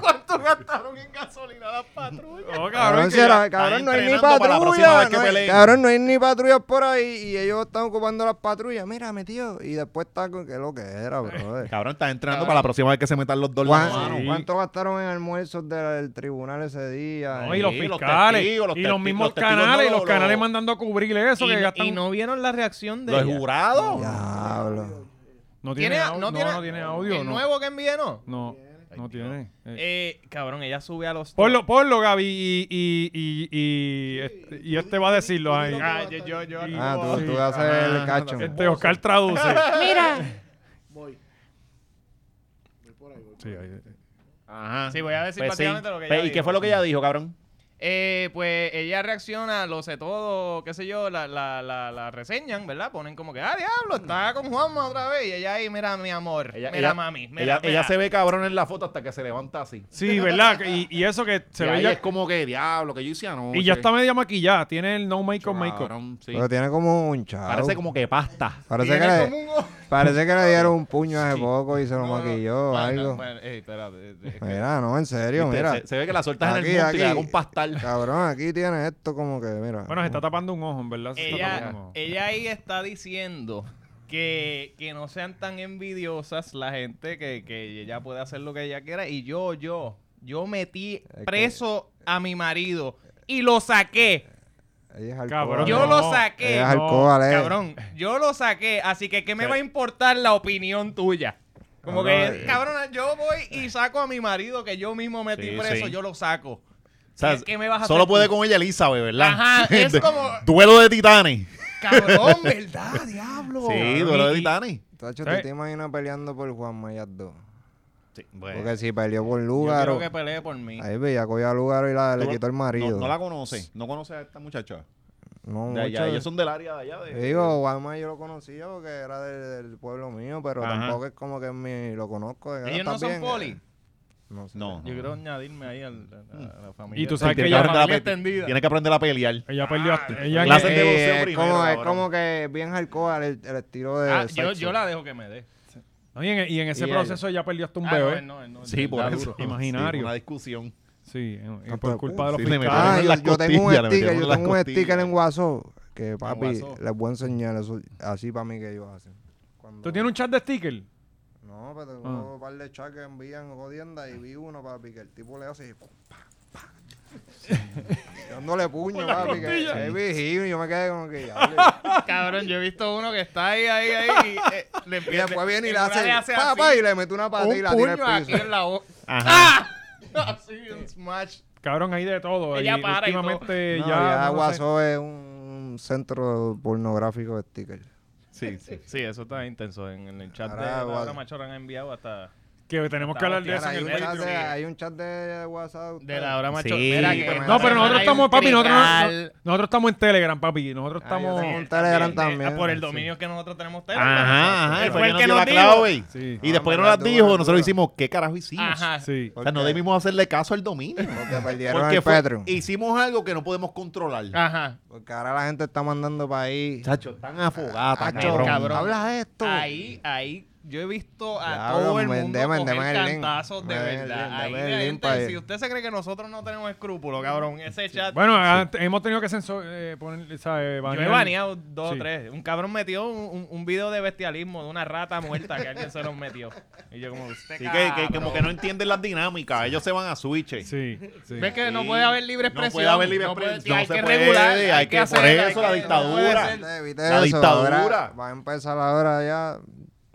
¿Cuánto
gastaron en gasolina las patrullas.
No,
Cabrón,
cabrón, que
si
ya-
era- cabrón, no hay ni
entrenando para la próxima vez
patrullas.
que
no hay-
peleen.
cabrón, no hay ni patrullas por ahí y ellos están ocupando las patrullas. Mírame, tío. Y después está con que lo que era, brother.
Cabrón, estás entrando para la próxima vez que se metan los dos
¿Cuán-
la mano.
¿Cuánto gastaron en almuerzos de- del tribunal ese día?
no, y los
Sí, los
fiscales.
testigos, los
y
testigos,
los mismos
los testigos
canales.
no,
los
lo-
canales
lo-
mandando a cubrir eso. que
Y,
gastan.
y no vieron la reacción de
¿Los
ella.
jurados?
Diablo.
No tiene,
¿Tiene, a-
au-
no,
no,
tiene,
no tiene audio.
El
no.
nuevo que envié, ¿no?
No, no tiene. Eh,
Eh, cabrón, ella sube a los...
Ponlo, ponlo, Gaby, y, y, y, y, este, y este va a decirlo ahí.
Ah, yo, yo, yo aquí
Ah,
puedo-
tú, tú haces el cacho.
Este Oscar traduce.
Mira.
Voy. Voy por ahí, voy por
Sí,
ahí.
ahí-
Ajá.
Ah, Sí, voy a decir
Pues sí.
prácticamente lo que
Pues,
ella
¿Y qué fue lo que ella dijo, cabrón?
Eh, pues ella reacciona, lo sé todo, qué sé yo, la, la, la, la reseñan, ¿verdad? Ponen como que, ah, diablo, está con Juanma otra vez. Y ella ahí, mira, mi amor,
Ella,
mira,
ella-
mami, mira,
ella,
mira.
ella se ve cabrón en la foto hasta que se levanta así.
sí, ¿verdad? Y, y eso que se
y
ve
ahí
ya-
es como que, diablo, que yo hice anoche.
Y ya está media maquillada. Tiene el no make up make up.
Cabrón, sí.
Pero tiene como un chavo.
Parece como que pasta.
Parece que,
Tiene
le,
como un ojo.
parece que le dieron un puño hace poco y se lo maquilló o
Bueno,
algo.
bueno, ey, espérate, eh, eh,
Mira, no, en serio,
¿Viste?
mira.
Se, se ve que la sueltas en
Aquí,
el monte y le
aquí.
hago un pastal.
Cabrón, aquí tiene esto como que, mira.
Bueno, se está tapando un ojo, en verdad. Se está
ella,
tapando un ojo.
ella ahí está diciendo que, que no sean tan envidiosas la gente, que, que ella puede hacer lo que ella quiera. Y yo, yo, yo metí
que-
preso a mi marido y lo saqué.
Eh. Ella es
Cabrón,
alcohol.
Yo
no.
lo saqué.
Ella es
no,
alcohol, eh.
Cabrón, yo lo saqué, así que ¿qué me va a importar la opinión tuya? Como
Cabrón,
que,
eh.
cabrona, yo voy y saco a mi marido que yo mismo metí
Sí,
preso,
sí.
yo lo saco.
O sea,
¿Qué- qué me vas a
solo
hacer
puede
tú?
con ella Elizabeth, ¿verdad?
Ajá, es
Gente,
como-
Duelo de titanes.
Cabrón, ¿verdad, diablo?
Sí, duelo de titanes.
Tacho,
Sí.
¿tú te imaginas peleando por Juan Mayas 2?
Sí, bueno.
Porque si peleó por
Yo
Lugaro,
quiero que pelee por mí.
ahí veía cogió a Lugaro y la, le
No-
quitó el
no-
marido.
No, la conoce. No conoce a esta muchacha.
No,
De allá.
mucho.
Ellos son del área de allá. de-
Yo Digo, Juanma yo lo conocía porque era del, del pueblo mío, pero
Ajá.
tampoco es como que mi, lo conozco. de que
Ellos
está
no son
bien, eh,
poli.
No, sé.
No.
Yo quiero añadirme ahí al- a la, a la familia.
Mm. Y tú
Sí,
sabes
tiene
que ella-
aprender a
familia
pe-
extendida.
Tiene que aprender a pelear.
Ella perdió.
Ah,
ella
clase
que-
de boxeo
es,
primero,
como, es
cabrón.
como que bien hardcore el, el estilo de.
Ah, yo,
sexo.
yo la dejo que me dé.
no, y, en, y en ese
Y
proceso ella perdió hasta un
Ah, no,
bebé.
él no, él no,
Sí,
él
por
da
eso.
duro.
Imaginario.
Sí, una discusión.
Sí, en- en-
Ah,
por
pero-
culpa de los
sí, le
fiscales.
metieron
Ah,
en
yo,
las
yo tengo un
costillas, le
sticker,
metieron en
yo
las
tengo un sticker
costillas.
en WhatsApp que papi
WhatsApp.
les voy a enseñar eso, así para mí que ellos hacen. Cuando-
¿Tú tienes un chat de sticker?
No, pero tengo
Ah.
un par de chats que envían jodienda y vi uno, papi, que el tipo le hace y pum, pa, pa. dándole puño, papi, que que es vigío, y yo me quedé como que ya.
Cabrón, yo he visto uno que está ahí, ahí, ahí. Y, eh, le
Y
empieza-
después viene y le
en una
hace,
le
pa,
así,
pa, y le mete una
un
pata y la tira
puño
al
aquí
piso.
en la boca.
Ajá.
Así, un smash.
Cabrón, hay de todo.
Ella
y
para y todo.
últimamente
No,
ya.
ya
no sé.
WhatsApp es un centro pornográfico de stickers.
Sí, sí.
Sí, eso está intenso. En, el chat
de Ahora, la Laura guarda.
Machorra han enviado hasta...
Que tenemos que hablar de eso
Ahora,
en
Hay
el
un, chat
Patreon.
de, hay un chat de WhatsApp.
De la hora Machorra.
Sí,
Mira
pero
que
No, pero nosotros
hay
estamos,
un
papi, nosotros,
crical.
no- nosotros estamos en Telegram, papi. Nosotros
Ah, yo
estamos.
tengo un Telegram
También,
también.
Por el
sí.
dominio que nosotros tenemos Telegram.
Ajá, ajá.
Él fue el
nos
que
dio
nos
la
dijo.
clave.
Sí.
Y después
Ah,
no las
dura,
dijo,
dura.
nosotros hicimos, ¿qué carajo hicimos?
Ajá.
Sí.
O sea, no
Porque-
debimos hacerle caso al dominio.
Porque perdieron
Porque
el
fue-
Patreon.
hicimos algo que no podemos controlar.
Ah.
Ajá.
Porque ahora la gente está mandando para ahí.
Chacho, están afogatas,
Hacho,
cabrón.
cabrón.
Habla de esto.
Ahí, ahí, yo he visto a
Ya,
todo
bro,
el mundo
vendeme,
coger
vendeme el link.
cantazos de
Vendeme el
verdad.
link,
Ahí
vendeme
la
el link
gente-
pa' allá.
si usted se cree que nosotros no tenemos escrúpulos, cabrón, ese chat...
Bueno, antes- hemos tenido que censor, eh, poner, ¿sabes?
yo he
banear-
baneado dos
Sí.
o tres. Un cabrón metió un, un- un video de bestialismo de una rata muerta que alguien se los metió. Y yo como, usted
Sí, que, que como que no entienden las dinámicas. Ellos se van a switch.
Sí, sí.
¿Ves que no
Sí.
puede haber
No
libre expresión?
puede haber libre
puede-
expresión,
hay
no se
que
puede,
regular,
hay que-
hacer,
por eso
hay que-
la
no
dictadura.
puede ser.
Evite, evite
La
eso, ahora
dictadura.
Va a empezar ahora ya.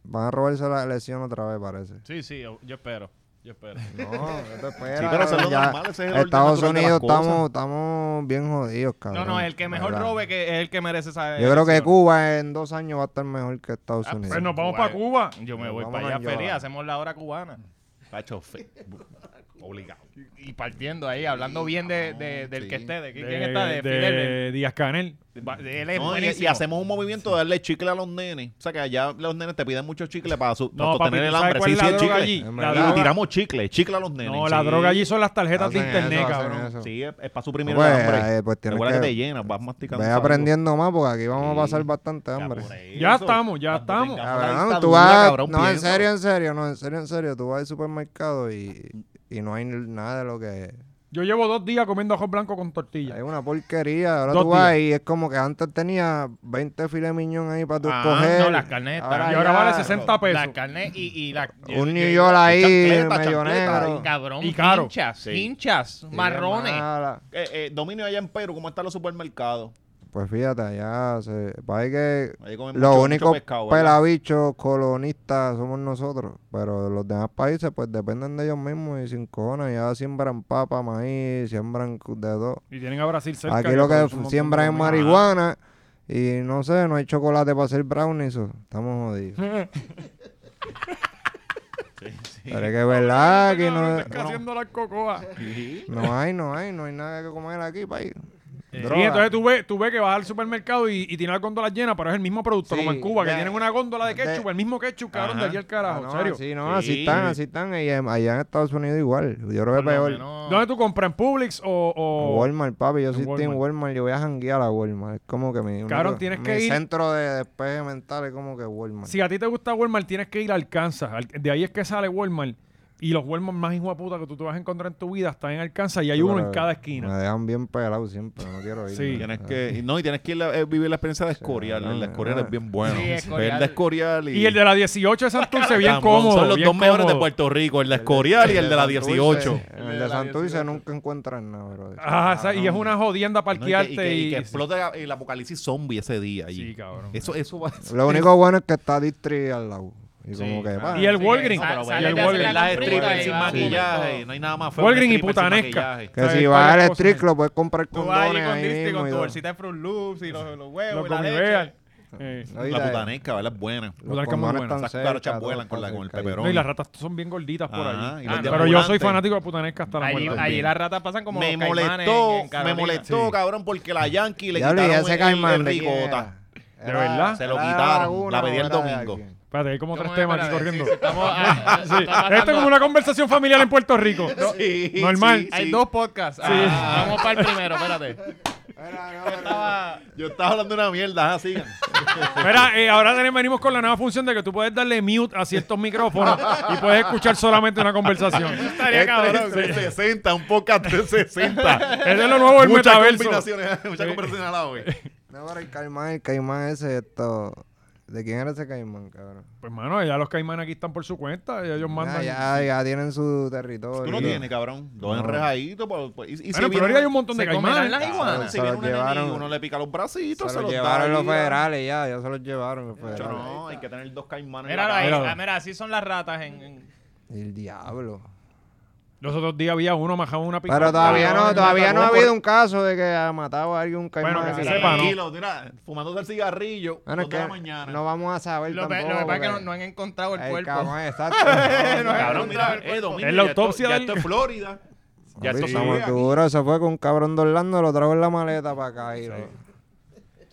Van a robarse la elección otra vez, parece.
Sí, sí, yo, yo espero. Yo espero.
No, esto espera.
Sí, pero eso es lo
ya.
normal, ese es el orden
Estados
natural de las
Unidos
cosas.
estamos, estamos bien jodidos,
No,
cabrón.
no, el que mejor
¿verdad?
robe que es el que merece esa
Yo creo que
elección.
Cuba en dos años va a estar mejor que Estados Unidos.
Pues nos vamos
eh.
para Cuba.
Yo me voy
Vamos
para allá
a llorar.
feliz, hacemos la hora cubana.
Chacho, fe- obligado.
Y partiendo ahí, hablando bien de, de- del
Sí.
que esté,
De,
de, quién está, de, Fidel.
de Díaz Canel.
Va- de- él es
No, y- y,
buenísimo.
hacemos un movimiento de darle chicle a los nenes. O sea, que allá los nenes te piden mucho chicle para, su, para
No, papi,
sostener
¿tú
el
sabes
hambre.
cuál
Sí,
es
sí,
la
el
droga
chicle.
allí?
Y
La
le
droga-
tiramos chicle, chicle a los nenes.
No, la
sí.
droga allí son las tarjetas de
Hacen
internet,
eso, hacen
cabrón.
eso.
Sí, es, es para suprimir
Pues,
el hambre.
eh, pues tienes
Recuerda que,
que-
te llenas, vas masticando.
Ve
algo.
aprendiendo más porque aquí vamos
Sí.
a pasar bastante
Ya,
hambre.
por eso.
Ya estamos, ya
Cuando
estamos.
tengamos la
Cabrón, tú
dictadura,
vas.
cabrón,
no, en
piensa.
serio, en serio, no, en serio, en serio. Tú vas al supermercado y. y no hay nada de lo que
Yo llevo dos días comiendo arroz blanco con tortilla.
Es una porquería. Ahora
Dos
tú
días.
vas y es como que antes tenía 20 filet mignon ahí para tú
Ah,
escoger.
no, las carnes están-
y ahora
ya
vale 60 pesos.
La carne y, y la...
Un New York ahí,
chancleta,
medio
chancleta ahí.
negro.
Cabrón.
Y caro.
Hinchas,
Sí.
hinchas,
Sí,
marrones.
mala.
Eh, eh, dominio allá en Perú, ¿cómo están los supermercados?
Pues fíjate, allá se, parece que
Ahí comen
los
mucho-
únicos
mucho pescado, ¿verdad?
pelabichos colonistas somos nosotros. Pero los demás países pues dependen de ellos mismos y sin cojones. Ya siembran papa, maíz, siembran cu- de todo.
Y tienen a Brasil cerca.
Aquí lo que f- siembran es marihuana y no sé, no hay chocolate para hacer brownies. o- Estamos jodidos. Pero es que es verdad que
Está
no,
haciendo las cocoas.
Sí.
no hay, no hay, no hay nada que comer aquí, país. Droga.
Y entonces tú ves, tú ves que vas al supermercado y, y tiene las góndolas llenas, pero es el mismo producto,
Sí,
como en Cuba, que
de-
tienen una góndola de
de-
ketchup, el mismo ketchup, cabrón, de
Ajá.
aquí al
Ah,
carajo, en
no,
serio.
así, no, así
Sí.
están, así están. Y en- allá en Estados Unidos igual. Yo creo que es
Por lo
peor.
menos-
¿Dónde tú compras? ¿En Publix o...? o-
Walmart, papi, yo
Oh. En
sí estoy en
Walmart.
Walmart, yo voy a janguear a Walmart. Es como que mi,
Cabrón,
mi-
tienes
mi
que ir-
centro de despeje mental es como que Walmart.
Si a ti te gusta Walmart, tienes que ir al Kansas. Al- De ahí es que sale Walmart. Y los Walmart más hijo de puta que tú te vas a encontrar en tu vida están en Arkansas y hay uno en
Pero
cada esquina.
Me dejan bien pelado siempre, no quiero ir.
Sí.
¿no?
Tienes que, y no, y tienes que ir a, eh, vivir la experiencia de Escorial.
no,
el de Escorial
no.
es bien bueno.
Sí, Escorial.
Ver el de Escorial y,
Y el de la 18 de Santurce, bien
Tambón,
cómodo.
Son los
bien
dos mejores de
cómodo.
Puerto Rico, el de Escorial y el de la 18.
En el de Santurce nunca encuentran nada, bro.
Ajá, esa- y es una jodienda
No, y, que,
parquearte
y que- y
y-
que explota el apocalipsis zombie ese día allí.
Sí, cabrón.
Eso, eso va a ser.
Lo único bueno es que está Distri al lado. Y como que,
claro.
pa,
Y el
Así que
Walgreens.
sa-
No, pero
sales
y el
de hacer
Walgreens.
la
Las
comprita
strippers
y
sin
vas a
maquillaje.
todo.
No hay nada más feo.
Walgreens
que
y
stripper sin
putanesca.
maquillaje.
Que
Ahí
si
está
vas
la
al
cosa.
strip club puedes comprar
Tú vas allí
condones
con
ahí
Disney,
mismo
con
y
tu
todo.
bolsita de Fruit Loops y los, los
Los
huevos, la
gomibeas.
leche.
Eh,
La vida
La
es-
putanesca, ¿verdad? Es buena.
los
Putanesca es muy
condones
buena.
están
Esas carochas
cerca,
vuelan
todo
con, la,
está
con el
cerca ahí.
peperón.
no, y las ratas son bien gorditas por
Ajá,
allí.
y los
Ah,
de
pero yo soy
ambulante.
fanático de putanesca hasta la
Allí,
muerte.
allí las ratas pasan como
me
los caimanes en-
molestó,
en
me
Carolina.
molestó,
Sí.
cabrón, porque la Yankee le
Ya olvidé
quitaron
ese
el-
caimán
el
de quién
ricota.
era.
¿De
Era-
verdad?
Se lo
era de
quitaron,
Laguna
la pedí
o
el
era de
domingo.
alguien.
Espérate, hay como tres
¿Cómo es?
temas aquí
Espérate,
corriendo.
eh, sí, sí, estamos- ah, ah,
Sí.
está pasando-
Esto es como una conversación familiar en Puerto Rico.
Sí,
Normal.
sí,
Hay
sí.
dos podcasts. Ah, vamos para el primero, espérate. Estaba-
Yo estaba hablando de una mierda, así.
Mira, eh, ahora tenemos- venimos con la nueva función de que tú puedes darle mute a ciertos micrófonos y puedes escuchar solamente una conversación.
Estaría 360, un podcast 360.
Ese es lo nuevo del
muchas
metaverso.
combinaciones, muchas conversaciones a la hoy.
No, pero el caimán, el caimán ese, esto. ¿De quién era ese caimán, cabrón?
Pues, mano, ya los caimanes aquí están por su cuenta. Ya ellos
Ya,
mandan.
ya, ya tienen su territorio.
Tú no tienes, cabrón. Dos
No.
enrejaditos. por- por- y, y si
Bueno, pero
viene-
ahorita hay un montón de
¿Se comerán
caimanes.
las
Cabrón,
iguanas?
Si
Se
viene
los
un enemigo,
llevaron.
uno le pica los bracitos,
se
se
los
los da.
llevaron los
ahí.
federales, ya, ya se los llevaron los
Yo
federales.
No, hay que tener dos caimanes. en la
Míralo ahí.
cara.
Míralo.
Ah, mira, así son las ratas en... en-
El diablo.
Los otros días había uno majado una pica.
Pero todavía
Ah,
no, todavía no ha
mató
habido
por-
un caso de que ha matado a alguien un caimán.
Bueno, que
aquí.
se sepa, ¿no?
Tranquilo, mira, fumándose el cigarrillo.
Bueno,
dos
es
de la
que
mañana.
no vamos a saber
Lo, pe-
tampoco.
lo que pasa es que
porque
no, no han encontrado el,
el
cuerpo.
caimán, exacto.
no,
Cabrón, mira, eh, Domingo,
Es la
ya esto-
autopsia
Ya
del-
esto es Florida. Ya
Papi,
esto se
estamos
ve aquí.
duros, se fue con un cabrón de Orlando, lo trajo en la maleta para acá. y lo-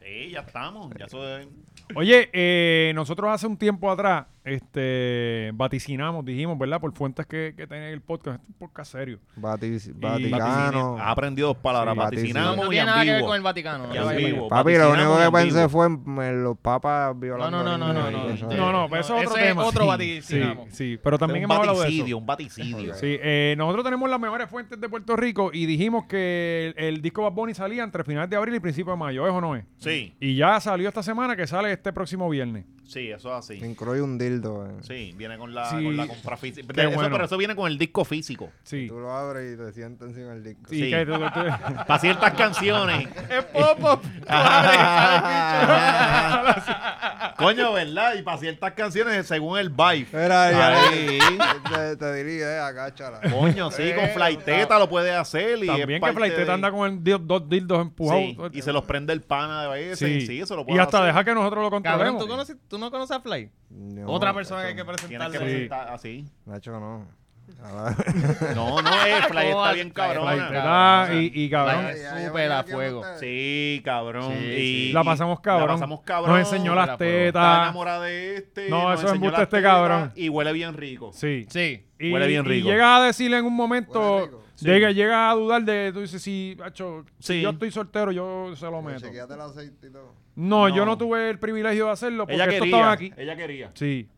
Sí, ya estamos. Ya eso es-
Oye, eh, nosotros hace un tiempo atrás este, vaticinamos, dijimos, ¿verdad? Por fuentes que, que tiene el podcast. Es un podcast serio.
Batis-
Vaticine-
Vaticano.
Ha aprendido dos palabras.
Sí,
vaticinamos
No, no
y
tiene nada que ver
ambiguo.
con el Vaticano.
Y
Ya va, ya va.
ambiguo,
Papi,
pues,
lo único
vaticinamos y
que
ambiguo.
pensé fue en, en los papas
No,
violando.
no, no,
niños
no, no.
y
No,
cosas así.
No, no, pero eso es
ese
otro tema.
otro
Sí,
vaticinamos.
Sí, sí, pero también
Ah, un
hemos hablado de eso.
baticidio, un baticidio.
Sí, eh, nosotros tenemos las mejores fuentes de Puerto Rico y dijimos que el, el disco Bad Bunny salía entre finales de abril y principios de mayo, ¿es o no es?
Sí,
Y ya salió esta semana que sale este próximo viernes.
sí, eso es así.
Incluye un dildo. eh.
Sí, viene con la,
Sí.
con la compra física.
Qué
Eso-
bueno.
Pero eso viene con el disco físico.
Sí.
Tú lo abres y te sientas encima del disco.
Y
Sí.
que tú- tú-
Para ciertas canciones.
Es
Oh,
pop, pop.
pues,
Coño, ¿verdad? Y para ciertas canciones según el vibe.
Era
Ahí.
ahí. Te, te diría, eh, agáchala.
Coño, sí, con Flaiteta lo puede hacer. Y
Eh, también que Flaiteta anda con el dil- dos dildos empujados.
Sí, y se los prende el pana de veces. Sí, eso lo puede
Y hasta
hacer.
deja que nosotros lo
Cabrón,
controlemos.
¿tú, conoces- tú no conoces a Fly?
No,
Otra persona que hay que
Tienes que
presentarle.
presentar así.
Nacho, no.
No, no, eh, Fly está
Todas
bien
Fly,
cabrona.
Flaiteta y, y cabrón.
Flaiteta. Súper a fuego.
Sí, cabrón.
Sí,
Y-
sí.
La pasamos cabrón.
La pasamos cabrón.
Nos enseñó
la
las
puedo.
Está
tetas.
enamorada de este.
No,
nos
eso es
enseñó
embuste
las
este
tetas,
cabrón.
Y huele bien rico.
Sí.
Sí.
Y,
Huele bien
y
rico.
llega a decirle en un
Huele
momento,
rico.
llega, llega a dudar de, tú dices, sí, macho, si
Sí.
yo estoy soltero, yo se lo meto.
Chequeate el aceite y todo.
No, yo
No.
no tuve el privilegio de hacerlo porque
Ella
estos
quería.
estaban aquí.
Ella quería.
Sí.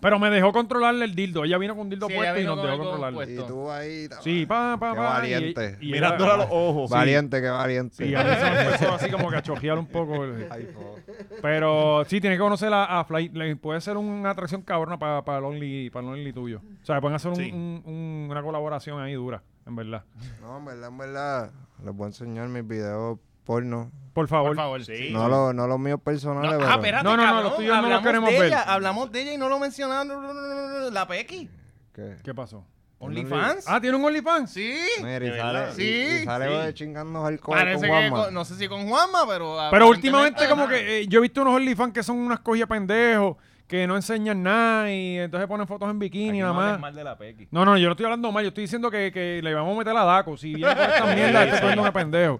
Pero me dejó controlarle el dildo. Ella vino con un dildo
Sí, ella
puesto y nos
vino con
dejó
algo
controlarle.
puesto.
Y tú ahí. ta-
Sí, pa, pa,
Qué
pa. y-
valiente.
y- y-
Mirándola a los ojos.
Valiente, qué valiente.
Sí, a mí se me empezó así como que a chojear un poco. el-
Ay, po.
Pero sí, tienes que conocer a, a Fly. le- Puede ser una atracción cabrona para el only, para el only tuyo. O sea, pueden hacer un-
Sí.
un- un- una colaboración ahí dura, en verdad.
No, en verdad, en verdad. Les voy a enseñar mis videos porno.
Por favor.
Por favor. Sí.
No, lo- no los míos personales,
No,
pero.
ah, espérate,
No, no, no,
cabrón,
los tuyos no los
hablamos
queremos
de
ver.
Ella, hablamos de ella y no lo mencionaron. La Pequi.
¿Qué?
¿Qué pasó?
OnlyFans.
Ah, ¿tiene un OnlyFans?
Sí.
Mira, y
de
sale,
verdad.
y- y
Sí,
sale
sí.
eh, chingando alcohol
Parece
con
que
Juanma.
con- no sé si con Juanma, pero. ah,
Pero
aparentemente-
últimamente como
Ajá.
que eh, yo he visto unos OnlyFans que son unas cogidas pendejos, que no enseñan nada y entonces ponen fotos en bikini nada más. No, no, yo no estoy hablando mal, yo estoy diciendo que, que le vamos a meter a Daco. Si viene con esta mierda, este cuerno es pendejo.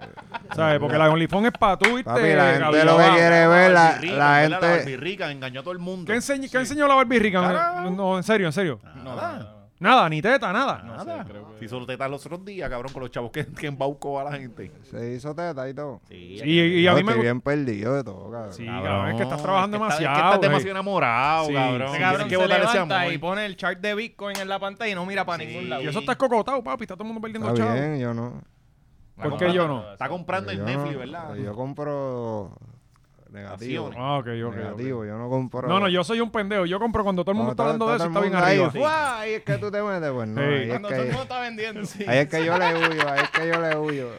¿Sabes? Porque la OnlyFans es para tú irte.
Papi, la gente
cabizbajo.
lo que quiere-
La
ver, la-
barbirrica,
la
¿verdad?
gente-
barbirrica engañó a todo el mundo.
¿Qué, enseñ- qué enseñó la barbirrica?
Carajo.
No, en serio, en serio.
Nada,
Nada, ni teta, nada.
Ah. nada. Si solo te estás los otros días, cabrón, con los chavos que, que embaucó a la gente.
Se hizo teta y todo.
Sí,
Sí, y, y a
Yo
mí me
estoy
gusta.
bien perdido de todo, cabrón.
Sí,
cabrón,
cabrón, es que estás trabajando
es que estás- es que
demasiado.
estás
güey.
demasiado enamorado,
Sí.
cabrón.
Ese
Ese
Tienes
cabrón
que
se
botar ese
levanta
amor.
y pone el chart de Bitcoin en la pantalla y no mira para
Sí.
ningún lado.
Y eso está escocotado, papi. Está todo el mundo perdiendo
Está
chavo. Pues
bien, yo no.
¿Por qué yo no?
Está comprando
Pero
en
yo no-
Netflix, ¿verdad?
pero Yo compro negativo.
Acciones.
Ah, ok, ok, ok.
negativo, yo no compro.
No, no, yo soy un pendejo. Yo compro cuando todo el mundo está hablando de eso, está bien
ahí,
arriba.
¡guau! Ahí es que tú te metes, pues no.
Sí.
Ahí, es
Cuando todo el mundo
que,
está vendiendo. Sí.
ahí es que yo le huyo, ahí es que yo le huyo.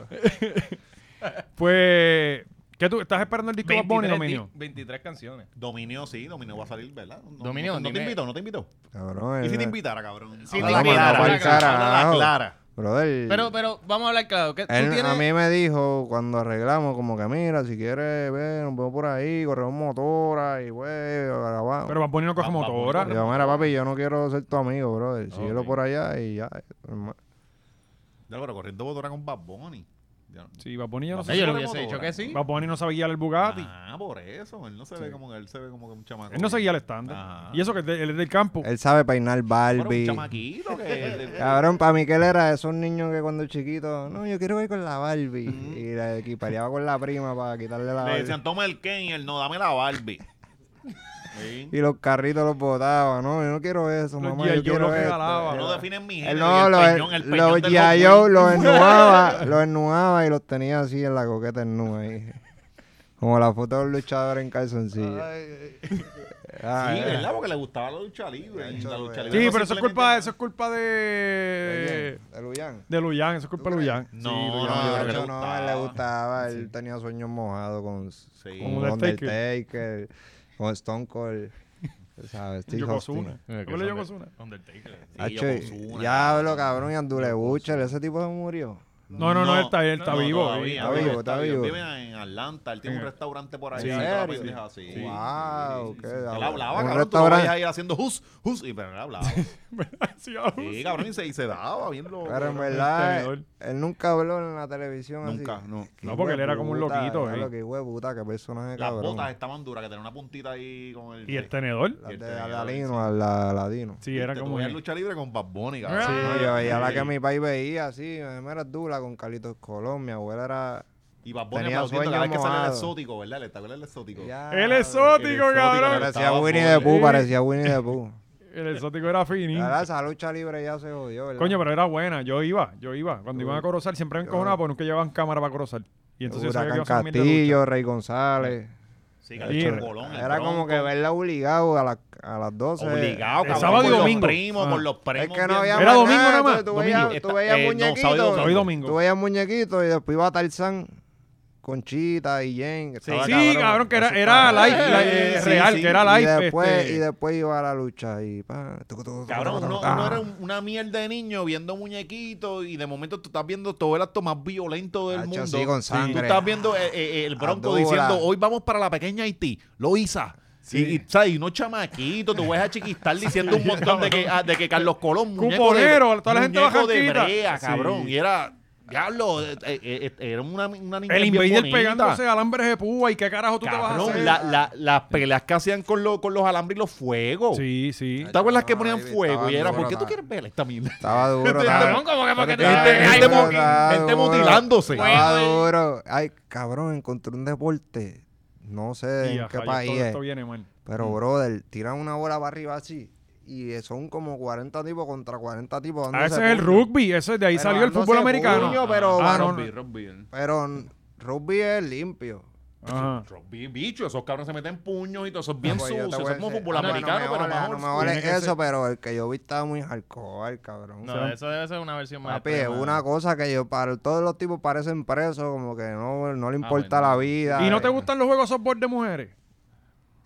Pues, ¿qué tú estás esperando el disco de Bad Bunny, Dominio?
23 canciones.
Dominio, sí, Dominio va a salir, ¿verdad? No,
Dominio,
no, no te
dime.
invito, no te invito.
Cabrón.
¿Y si
eh,
te invitara, cabrón?
Si
Habla
te
la clara,
invitara, cabrón.
habla la
Carajo.
clara.
Brother.
Pero, pero vamos a hablar claro. ¿Qué, tú
Él
tienes...
a mí me dijo cuando arreglamos, como que mira, si quieres, ven, nos vemos por ahí, corremos motora y wey, grabamos.
Pero Bad Bunny no coge
Bad Bunny
motora.
Y yo, mira, papi, yo no quiero ser tu amigo, brother. Síguelo
Ok. Oh.
por allá y ya. hermano.
Ya, pero corriendo botora con Bad Bunny. Ya.
Sí, Bad Bunny yo no
Bad
sé.
Sí, yo le
Corre
hubiese dicho
motora.
que sí.
Bad Bunny no sabe guiar el Bugatti.
Ah, por eso. Él no se ve como él se ve como que un chamaco. Ah.
Él no se guía el estándar.
Ajá.
Y eso que es de- él es del campo.
Él sabe peinar
Bueno, un
Barbie.
chamaquito que
Cabrón, para mí que él era de esos niños que cuando chiquito, no, yo quiero ir con la Barbie. Y la equipareaba con la prima para quitarle la
le
Barbie.
decían toma el Ken y él no, dame la Barbie. Sí.
Y los carritos los botaba, no, yo no quiero eso,
Los
mamá,
G.I. Joe
yo quiero este.
los
esto.
regalaba.
No definen mi
Él
género.
no,
y el
los,
peñón, el peñón
los
del
G.I.
Hot
Joe
Wheels.
los ennuaba, los ennuaba y los tenía así en la coqueta ennua ahí. Como la foto del luchador en calzoncillo. Ah,
Sí,
eh.
¿verdad? Porque le gustaba la lucha libre. y la lucha libre
sí,
no
pero eso es
simplemente-
culpa, eso es culpa
¿De
de...
quién? ¿De Luyan?
De Luyan, eso es culpa de
¿Tú crees?
Luyan.
No,
Sí, yo
no, yo
creo.
creo
no,
que le
él le
gustaba.
gustaba, él tenía sueños mojados con,
Sí.
con
Con Undertaker.
Undertaker, con Stone Cold, ¿sabes? Steve
Yokozuna.
Austin.
¿Qué le Yokozuna?
Undertaker. Sí,
Hacho,
Yokozuna.
ya hablo, cabrón, y Andule Butcher, ese tipo se murió.
No, no, no, él está, él está
No,
vivo.
todavía,
Está
él
vivo, está vivo.
Vive en Atlanta, él tiene un restaurante por ahí.
¿En serio? Wow, qué
Él
cabrón.
hablaba, cabrón,
Un
tú lo
restaurante-
veías ahí haciendo hus, hus, y pero él hablaba.
Sí,
Sí, cabrón, y se, y se daba viendo.
Pero en
Oh, este
verdad,
video.
él nunca habló en la televisión así.
Nunca, no.
Qué
No, porque él era como un
hijueputa,
loquito,
diablo,
eh.
qué hijueputa, qué personaje
Las
cabrón.
botas estaban duras, que tenía una puntita ahí con el.
Y el tenedor.
Las
Y el
de
tenedor,
Aladino, al Aladino.
Sí, era como...
el lucha libre con Bad Bunny, cabrón.
Sí.
No, yo veía la
Sí.
que mi país veía así, mi mamá era dura con Carlitos Colón, mi abuela era...
Y Bad Bunny
Tenía
aplaudiendo
sueño
cada vez que sale el
mojado.
exótico, ¿verdad? ¿Te acuerdas del exótico?
Ya,
El exótico,
exótico,
cabrón.
Parecía
Estaba
Winnie the
pobre.
Pooh, parecía Winnie the Pooh.
El exótico era finín.
La verdad, esa lucha libre ya se jodió, ¿verdad?
Coño, pero era buena. Yo iba, yo iba. Cuando iban a corozar, siempre me encojonaba porque nunca llevaban cámara para corozar. Y entonces yo sabía que iba
Huracán
a ser un mil de lucha.
Castillo, Rey González.
Sí,
Sí,
Carlitos
era-
Colón. el
Era como
Bronco.
que verla obligado a, las a las 12.
Obligado,
El
cabrón.
sábado y
con
domingo.
Los primos,
Ah.
con los primos.
Es que no había
viendo-
Era
más
domingo
nada,
nada más,
Tú, tú
domingo.
veías, tú
Esta-
veías
eh, no, sábado y
muñequitos.
domingo.
Hoy
tú
domingo.
veías muñequitos y después iba a Tarzán. Conchita y Jen. que
Sí,
estaba
Sí, cabrón, que era, era live,
Sí,
live, eh,
sí,
real,
sí.
que era live.
Y después,
este,
y después iba a la lucha y pa. tucu, tucu, tucu,
Cabrón,
tucu,
uno,
tucu,
uno era
ah.
un- una mierda de niño viendo muñequitos y de momento tú estás viendo todo el acto más violento del
Hacho,
mundo.
sí, con
Tú
sangre.
estás viendo eh, eh, el bronco
Adora.
diciendo, hoy vamos para la pequeña Haití, Loisa. Y, y, ¿sabes? y unos chamaquitos, tú ves a Chiquistar diciendo un montón de que, ah, de que Carlos Colón, muñeco
Cuponero,
de,
toda la gente
muñeco de
bajanquita.
brea,
Sí.
cabrón. Y era, diablo, eh, eh, eh, era una, una niña
el
bien
invader
bonita.
pegándose alambres de púa y qué carajo tú te vas a
Cabrón,
hacer.
la- la- las peleas que hacían con, lo- con los alambres y los fuegos.
Sí, sí.
¿Tú ¿Te acuerdas que
Estaba
ponían
ahí,
fuego?
estaba
Y era,
duro,
¿por qué tú
estaba-
quieres ver esta mierda?
Estaba
Este,
duro.
Cabrón,
estaba-
como que porque te
Estaba
Gente-
duro,
Ay,
gente
como
mo-
que-
estaba
gente
duro.
mutilándose.
Estaba duro. Ay, cabrón, encontré un deporte. No sé
Y
en
a
qué
rayos,
país
todo
es.
esto viene mal.
Pero, brother, tiran una bola para arriba así. y son como 40 tipos contra 40 tipos.
Ah, ese
dándose
es el
puño.
rugby, ese de ahí
Pero
salió el
dándose
fútbol americano.
puño, pero,
Ah, no,
Rugby, rugby.
pero n- rugby es limpio.
Ajá.
Rugby, bicho, esos cabrones se meten puños y todo, eso es bien
Pues yo te
sucio. Eso
voy a
es como
decir-
fútbol
Ah, no,
americano,
no me
pero
vale,
más
no me
old
vale
school.
eso, pero el que yo vi estaba muy hardcore, cabrón.
No,
O sea,
eso debe ser una versión más.
Papi, es
extrema.
una cosa que yo para todos los tipos parecen presos, como que no, no le importa
bueno.
la vida. eh.
¿Y no te gustan los juegos softball de mujeres?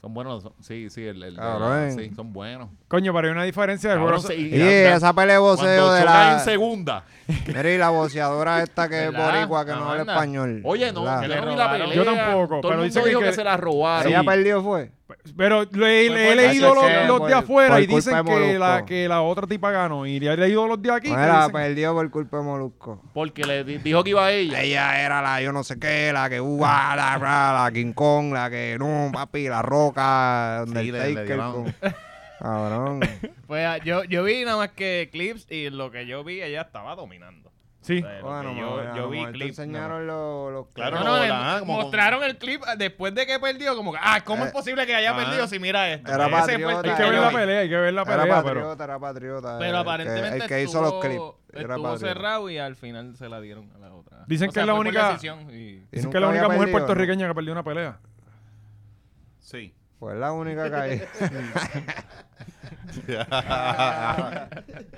Son buenos, son- sí, sí, el, el-
Cabrón.
sí, son buenos.
Coño, pero hay una diferencia de
Cabrón,
juegos.
sí,
Y
y la-
esa pelea de voceo
cuando
de
chocan en
la.
segunda.
Mira, y la voceadora esta que es
¿Verdad?
boricua, que no habla
Amanda.
español.
Oye, no,
¿verdad?
que
le
yo no vi la
robaron.
pelea.
Yo tampoco,
Todo
pero
el
dicen
mundo dijo
que-
que, se la robaron.
Ella
Sí.
perdió fue.
Pero le,
Fue
le he
por-
leído los,
Así es que
los
por-
de afuera
por
y dicen
culpa de
que la,
Molusco.
que la otra tipa ganó. Y le he leído los de aquí. que
Mira,
dicen-
perdió por culpa de Molusco.
Porque le di- dijo que iba a ella.
Ella era la yo no sé qué, la que uh, ah, la, la, la King Kong, la que no, papi, la roca,
Sí, le- le
Undertaker.
dieron.
con- Cabrón.
Pues ah, yo, yo vi nada más que clips y lo que yo vi, ella estaba dominando.
Sí.
O sea, lo
Bueno,
que
yo,
yo, yo vi
Te
clips.
enseñaron los, los
Claro,
No,
no,
no,
no,
eh,
la- como-
mostraron el clip ah, después de que perdió, como que, ah, ¿cómo
Eh,
es posible que haya
ah.
perdido si mira esto?
Era
Ese fue el
patriota,
clip
Hay
que
que ver
yo
la
vi.
pelea, hay que ver la
eh, Era
pelea. Pero
patriota, era patriota.
Pero
el que-
aparentemente
El que hizo
estuvo,
los clips. Era
estuvo
patriota.
cerrado y al final se la dieron a la otra.
Dicen
O
que
sea,
es la
fue por
única-
decisión y-
Y
dicen
nunca
que es la
había
única mujer
perdido, ¿no?
puertorriqueña que perdió una pelea.
Sí.
Fue Pues la única que hay.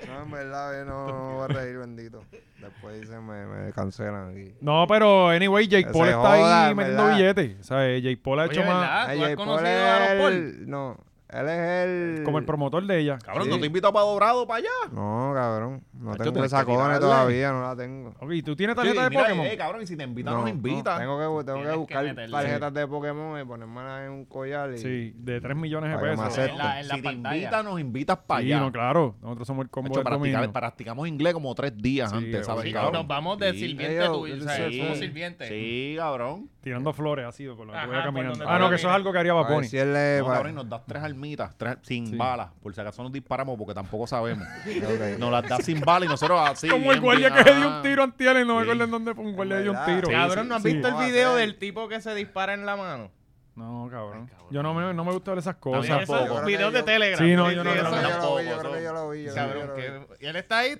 no, en verdad, yo no, no voy a reír, bendito. Después dicen, me, me cancelan aquí.
No, pero anyway, Jake
Se
Paul está
joda,
ahí
en
metiendo
verdad.
billetes. O sea, eh, Jake Paul ha
Oye,
hecho más
¿verdad? Ah,
Ey,
¿tú has
Jake Paul
conocido
es
a los
el-
Paul?
No, él es el...
como el promotor de ella.
Cabrón,
Sí.
no te invito para Dorado para allá.
No, cabrón. No
Nacho,
tengo
tienes que
esa cone
tirarle.
todavía, no la tengo.
Ok, ¿tú tienes tarjeta
Sí,
de
mira,
Pokémon?
eh, cabrón, y si te invitan,
No,
nos
no,
invitan.
Tengo que, bu- tengo que
Tienes que
buscar
meterle.
tarjetas de Pokémon y ponérmelas en un collar y...
sí, de 3 millones de
Para que me
pesos.
acepte.
En la- en la
si te
pantalla.
invitan, nos invitas para
Sí,
allá.
no, claro. Nosotros somos el combo
Hecho,
del
practica-
dominio.
practicamos inglés como tres días
Sí,
antes, ¿sabes?
sí,
y nos vamos de
Sí.
sirviente
Ellos-
tuyo, o sea,
Sí.
somos sirvientes.
Sí, cabrón.
Tirando flores así, con lo que
Ajá,
voy
por
caminando.
donde
Ah,
tú
no, que eso es
caminas.
algo que haría
A ver
Baboni.
si él le...
No,
pa-
cabrón, y nos das tres almitas, tres sin balas. Por si acaso nos disparamos porque tampoco sabemos.
Ok.
Nos las das sin balas y nosotros así.
Como el
bien,
guardia que
bien,
le dio
ajá.
un tiro antier y no me
Sí.
acuerdo en dónde fue un guardia le dio un
verdad.
tiro.
Sí,
Cabrón, ¿no has
sí.
visto el
No va a
video
ser.
del tipo que se dispara en la mano?
No, cabrón. Yo no me, no me gustan esas
O
cosas.
eso- tampoco.
un video de Telegram.
Sí, no, yo no-
Sí,
yo
eso
no-
yo lo
tampoco,
vi, yo creo
son-
que yo lo vi, yo creo que yo
Cabrón,
lo vi.
que- y él está ahí,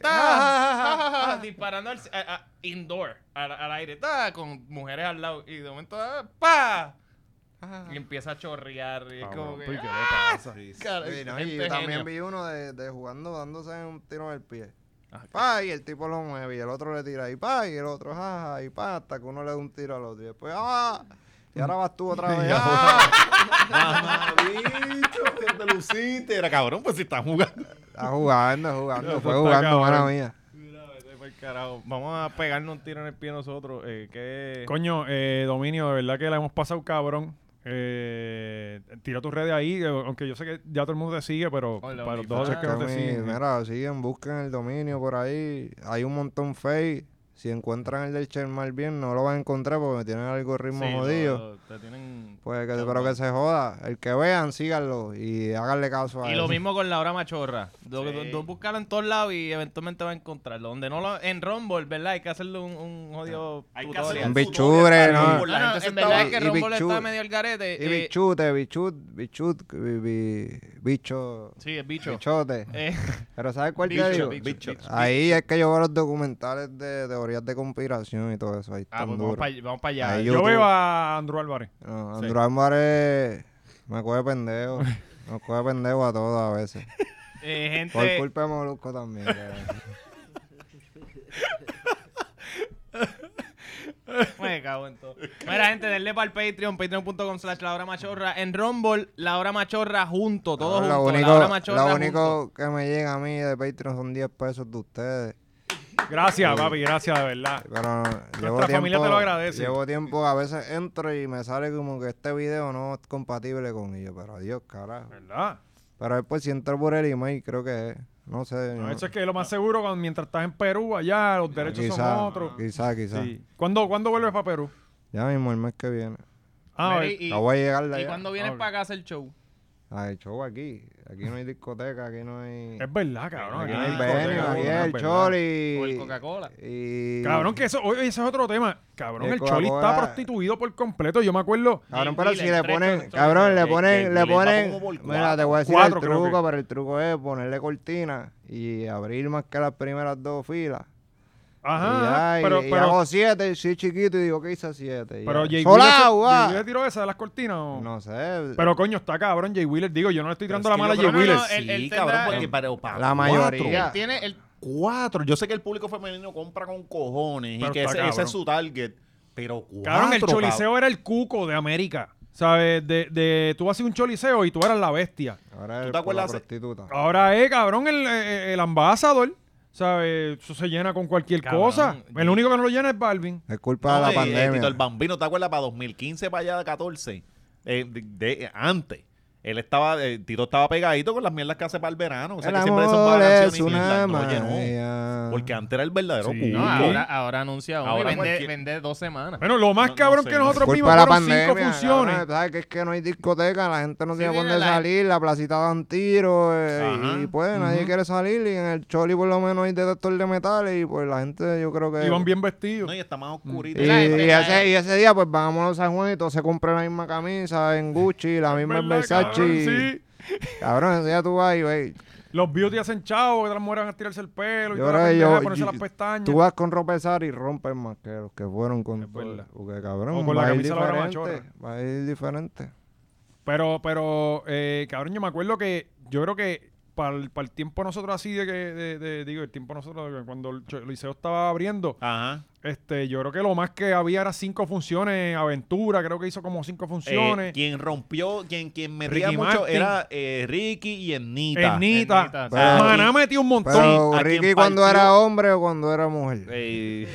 está disparando al, a- a- indoor, al, al aire, está con mujeres al lado. Y de momento, ah, ¡pa! Y empieza a chorrear. Y es como
Cabrón,
que.
¿qué le
¡ah!
pasa?
Cara,
Sí, no,
gente
y yo
genio.
también vi uno de, de jugando, dándose un tiro en el pie. Pa, y el tipo lo mueve, y el otro le tira, y pa, y el otro, jaja, y pa, hasta que uno le da un tiro al otro. Y después, ah, y ahora vas tú otra vez. ah,
Ajá, bicho, te luciste. Era cabrón, pues si estás jugando.
está jugando, jugando, fue
está
jugando, mala
cabrón.
mía.
Mira, vete pa'l carajo. Vamos a pegarnos un tiro en el pie nosotros. Eh, ¿qué?
Coño, eh, Dominio, de verdad que la hemos pasado cabrón. Eh, tira tus redes ahí, eh, aunque yo sé que ya todo el mundo te sigue, pero
Hola,
para los
OnlyFans.
dos o tres que
Que
no te
mi-
siguen.
mira, siguen, busquen el dominio por ahí. Hay un montón fake. Si encuentran el del Chermal bien, no lo van a encontrar porque me tienen el algoritmo
Sí, lo-
jodido.
lo- te tienen-
Pues que, pero que se joda. El que vean, síganlo y háganle caso a
Y
él.
lo mismo con la hora machorra. Lo,
Sí.
lo- lo- búscalo en todos lados y eventualmente va a encontrarlo. Donde no lo, en Rumble, ¿verdad? Hay que hacerle un, un jodido tutorial.
un bichurre, ¿no?
Por la
No,
gente
no,
se
Ah, en verdad
estaba-
es que
y
Rumble
bichu-
está medio al garete.
Y
eh,
bichute, bichut, bichut, bi- bi- bicho,
sí, el bicho.
bichote.
Eh,
Pero ¿sabes cuál
Bicho,
te digo?
bicho,
bicho.
Ahí es que yo veo los documentales de teorías de conspiración y todo eso. Ahí
ah,
están
pues vamos
duros.
para allá.
Ahí
Yo
YouTube.
veo a Andrew Álvarez.
No, Andrés Álvarez me coge pendejo. Nos coge pendejo a todos a veces.
Eh,
Por
gente,
culpa de Molusco también. cabrón.
me cago en todo. Mira, gente, denle para el Patreon, patreon.com slash la hora machorra. En Rumble, la hora machorra junto, todo
Cabrón,
junto.
Ah, lo único,
la hora machorra
lo
junto.
único que me llega a mí de Patreon son 10 pesos de ustedes.
Gracias,
Eh,
papi, gracias, de verdad.
Pero llevo
familia
tiempo,
te lo agradece.
Llevo tiempo, a veces entro y me sale como que este video no es compatible con ellos. Pero adiós, carajo.
¿Verdad?
Pero después si entro por el email, creo que es. No sé.
No,
no.
eso es que lo más seguro, cuando, mientras estás en Perú, allá los derechos
quizá,
son otros.
Quizá, quizá.
Sí. ¿Cuándo, ¿Cuándo vuelves para Perú?
Ya mismo el mes que viene.
Ah,
Mira,
eh,
y-
La voy a llegar de
¿Y
allá.
cuando vienes
ok.
para acá a hacer show?
al show aquí. Aquí no hay discoteca, aquí no hay.
Es verdad, cabrón.
Aquí
aquí
no
hay
hay
discoteca,
venio,
cabrón,
aquí es
es
el
verdad.
choli.
O el Coca-Cola.
Y...
Cabrón, que eso, oye, ese es otro tema. Cabrón,
El
el Choli está
Coca-Cola.
prostituido por completo. Yo me acuerdo.
Cabrón,
Y-
pero
y
si
le
le
entregan
ponen,
todo.
cabrón, le
El-
ponen,
el
le
Billy va
ponen,
como por
mira, te voy a decir
cuatro,
el
creo que.
truco, pero el truco es ponerle cortina y abrir más que las primeras dos filas.
Ajá.
y, ya, y-
pero,
y
pero,
hago siete, soy chiquito y digo que hice siete. y
pero
ya.
Jay
¡Sola,
Wheeler se-
guá!
Jay Wheeler tiró esa de las cortinas. ¿o?
ah. No sé,
Pero coño, está cabrón Jay Wheeler. Digo, yo no le estoy tirando
Pero
la
es que
mala a
yo
Jay
creo que
Wheeler.
no, él-
Sí,
él
cabrón,
tendrá-
porque
él-
para, para
la mayoría.
Cuatro,
Tiene el
Cuatro. Yo sé que el público femenino compra con cojones
Pero
y que
está
ese,
cabrón.
ese es su target. Pero cuatro.
Cabrón, el
cabrón.
choliseo era el cuco de América. ¿Sabes? De, de, tú hacías un choliseo y tú eras la bestia.
ahora
¿Tú te
es por la
acuerdas?
prostituta.
Ahora es, cabrón, el, eh, el ambasador. ¿Sabes? Eso se llena con cualquier
Cabrón,
cosa. El
yo-
único que no lo llena es Balvin.
Es culpa de
No, eh, eh,
la
Tito el
pandemia.
Bambino, ¿te acuerdas? Para 2015, para allá 14, eh, de, de- eh, antes. Él estaba, eh, Tito estaba pegadito con las mierdas que hace para el verano. O sea,
El
que siempre son
amor
vacaciones
es
y
una
mierda. No lo llenó.
magia.
Porque antes era el verdadero
Sí.
culo.
No, ahora, ahora anuncia uno
Ahora
y vende,
cualquier-
vende dos semanas.
Bueno, lo más
No- no
cabrón
sé,
que
no sé.
nosotros vimos
culpa de la
fueron cinco
pandemia.
funciones.
cabrón, ¿Sabes que es que no hay discoteca? La gente no tiene
mira,
dónde
la-
salir, la placita dan tiros eh,
Ajá.
y pues nadie quiere salir y en el Choli por lo menos hay detector de metales y pues la gente yo creo que...
Iban bien vestidos.
No, y está más oscurito.
Y,
La gente-
y ese, y ese día pues vámonos a San Juan y todos se compran la misma camisa en Gucci, la misma en
¿Verdad,
Versace.
cabrón?
Cabrón,
Sí.
ese día tú vas y ves,
Los beauty hacen chavo, que las mujeres van a tirarse el pelo y
Yo
toda la
creo que
pendeja,
yo-
ponerse
yo-
las pestañas.
tú vas con ropa de Zara y rompes más que los que fueron con...
Es verdad.
Porque cabrón,
O con la
va a ir
camisa de la Hora
diferente, Va a ir diferente.
Pero, pero, eh, cabrón, yo me acuerdo que yo creo que para el, para el tiempo nosotros así de que, de- de- digo, el tiempo nosotros, cuando el cho- el liceo estaba abriendo,
Ajá. Eh,
este, yo creo que lo más que había era cinco funciones, Aventura, creo que hizo como cinco
Eh,
funciones.
quien rompió, quien, quien metía
Ricky
mucho
Martin.
era eh, Ricky y Ennita.
Ernita.
Ernita, sí.
Ah,
Maná
sí.
metió un montón.
Pero
¿a quién
Ricky cuando
partió?
era hombre o cuando era mujer.
Eh,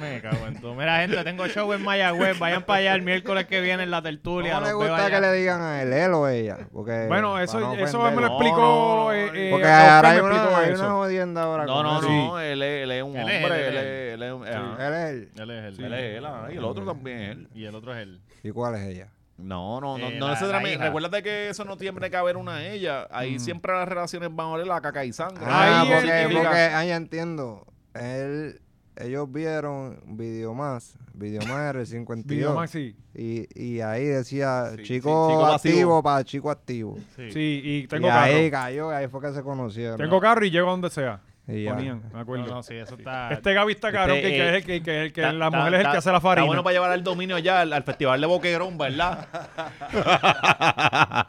Me cago en todo. Mira, gente, tengo show en Mayagüez. Vayan para allá el miércoles que viene en la tertulia.
No le
los veo
gusta que
allá.
le digan a él, él o ella. Porque,
bueno,
para
eso,
eh, no
eso me lo
ofenderlo.
explicó.
No, no,
eh, eh,
Porque
Oscar
ahora
me
hay una,
explicó
hay
eso.
una jodienda ahora.
no,
con
no,
él.
no. Él, es- él es un
Él es
hombre.
él,
Él
él
es. Él es, ajá.
Él es él.
Él es él.
Él es él, ajá, y el otro también es él.
Y el otro es él.
¿Y cuál es ella?
No, no, no,
Eh,
no
la- la
necesariamente.
hija.
Recuérdate que eso no tiene que haber una ella. Ahí siempre las relaciones van a oler la caca y sangre.
Ah,
Ahí
porque,
él
porque,
diga.
ah, ya entiendo. Él, ellos vieron Video Más, Video Más R52.
Video Maxi.
Y, y ahí decía
sí,
chico,
chico pasivo.
activo para chico activo.
Sí. y tengo
y
carro.
ahí cayó, ahí fue que se conocieron.
Tengo carro y llego a donde sea.
Y ya.
Ponían, me acuerdo.
No, no, sí, eso está.
Este Gaby está cabrón,
Este,
que, que
eh,
es el que, que es el que
Está-
la
está-
mujer es el
está-
que hace la farina.
Está bueno para llevar al dominio ya al, al festival de Boquerón, ¿verdad?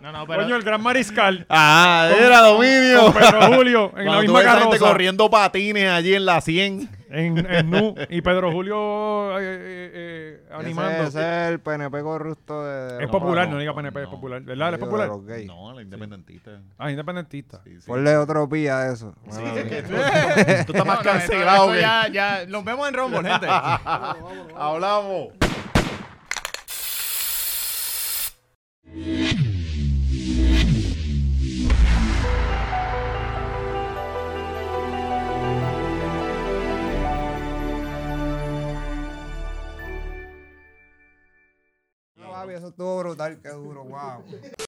No, no, pero.
Coño, el gran mariscal.
Ah,
era
dominio.
Con Pedro Julio en la
Cuando tú
misma
ves a gente
carroza.
corriendo patines allí en la 100.
En, en Nu. Y Pedro Julio eh, eh, eh,
Ese-
animando.
Ese es el PNP corrupto de. de
es
los-
popular, no,
no,
diga PNP, es
no.
popular. ¿Verdad? Él
de
es popular.
los gays.
No, la independentista.
Ah, independentista.
Sí, sí.
Ponle otro pía a eso. Mala mía.
Tú estás más
No, no, esto-
cancelado
esto
que-
Ya,
eh,
ya. Nos vemos en Rumble, gente.
Hablamos.
Papi, eso estuvo brutal, qué duro, wow.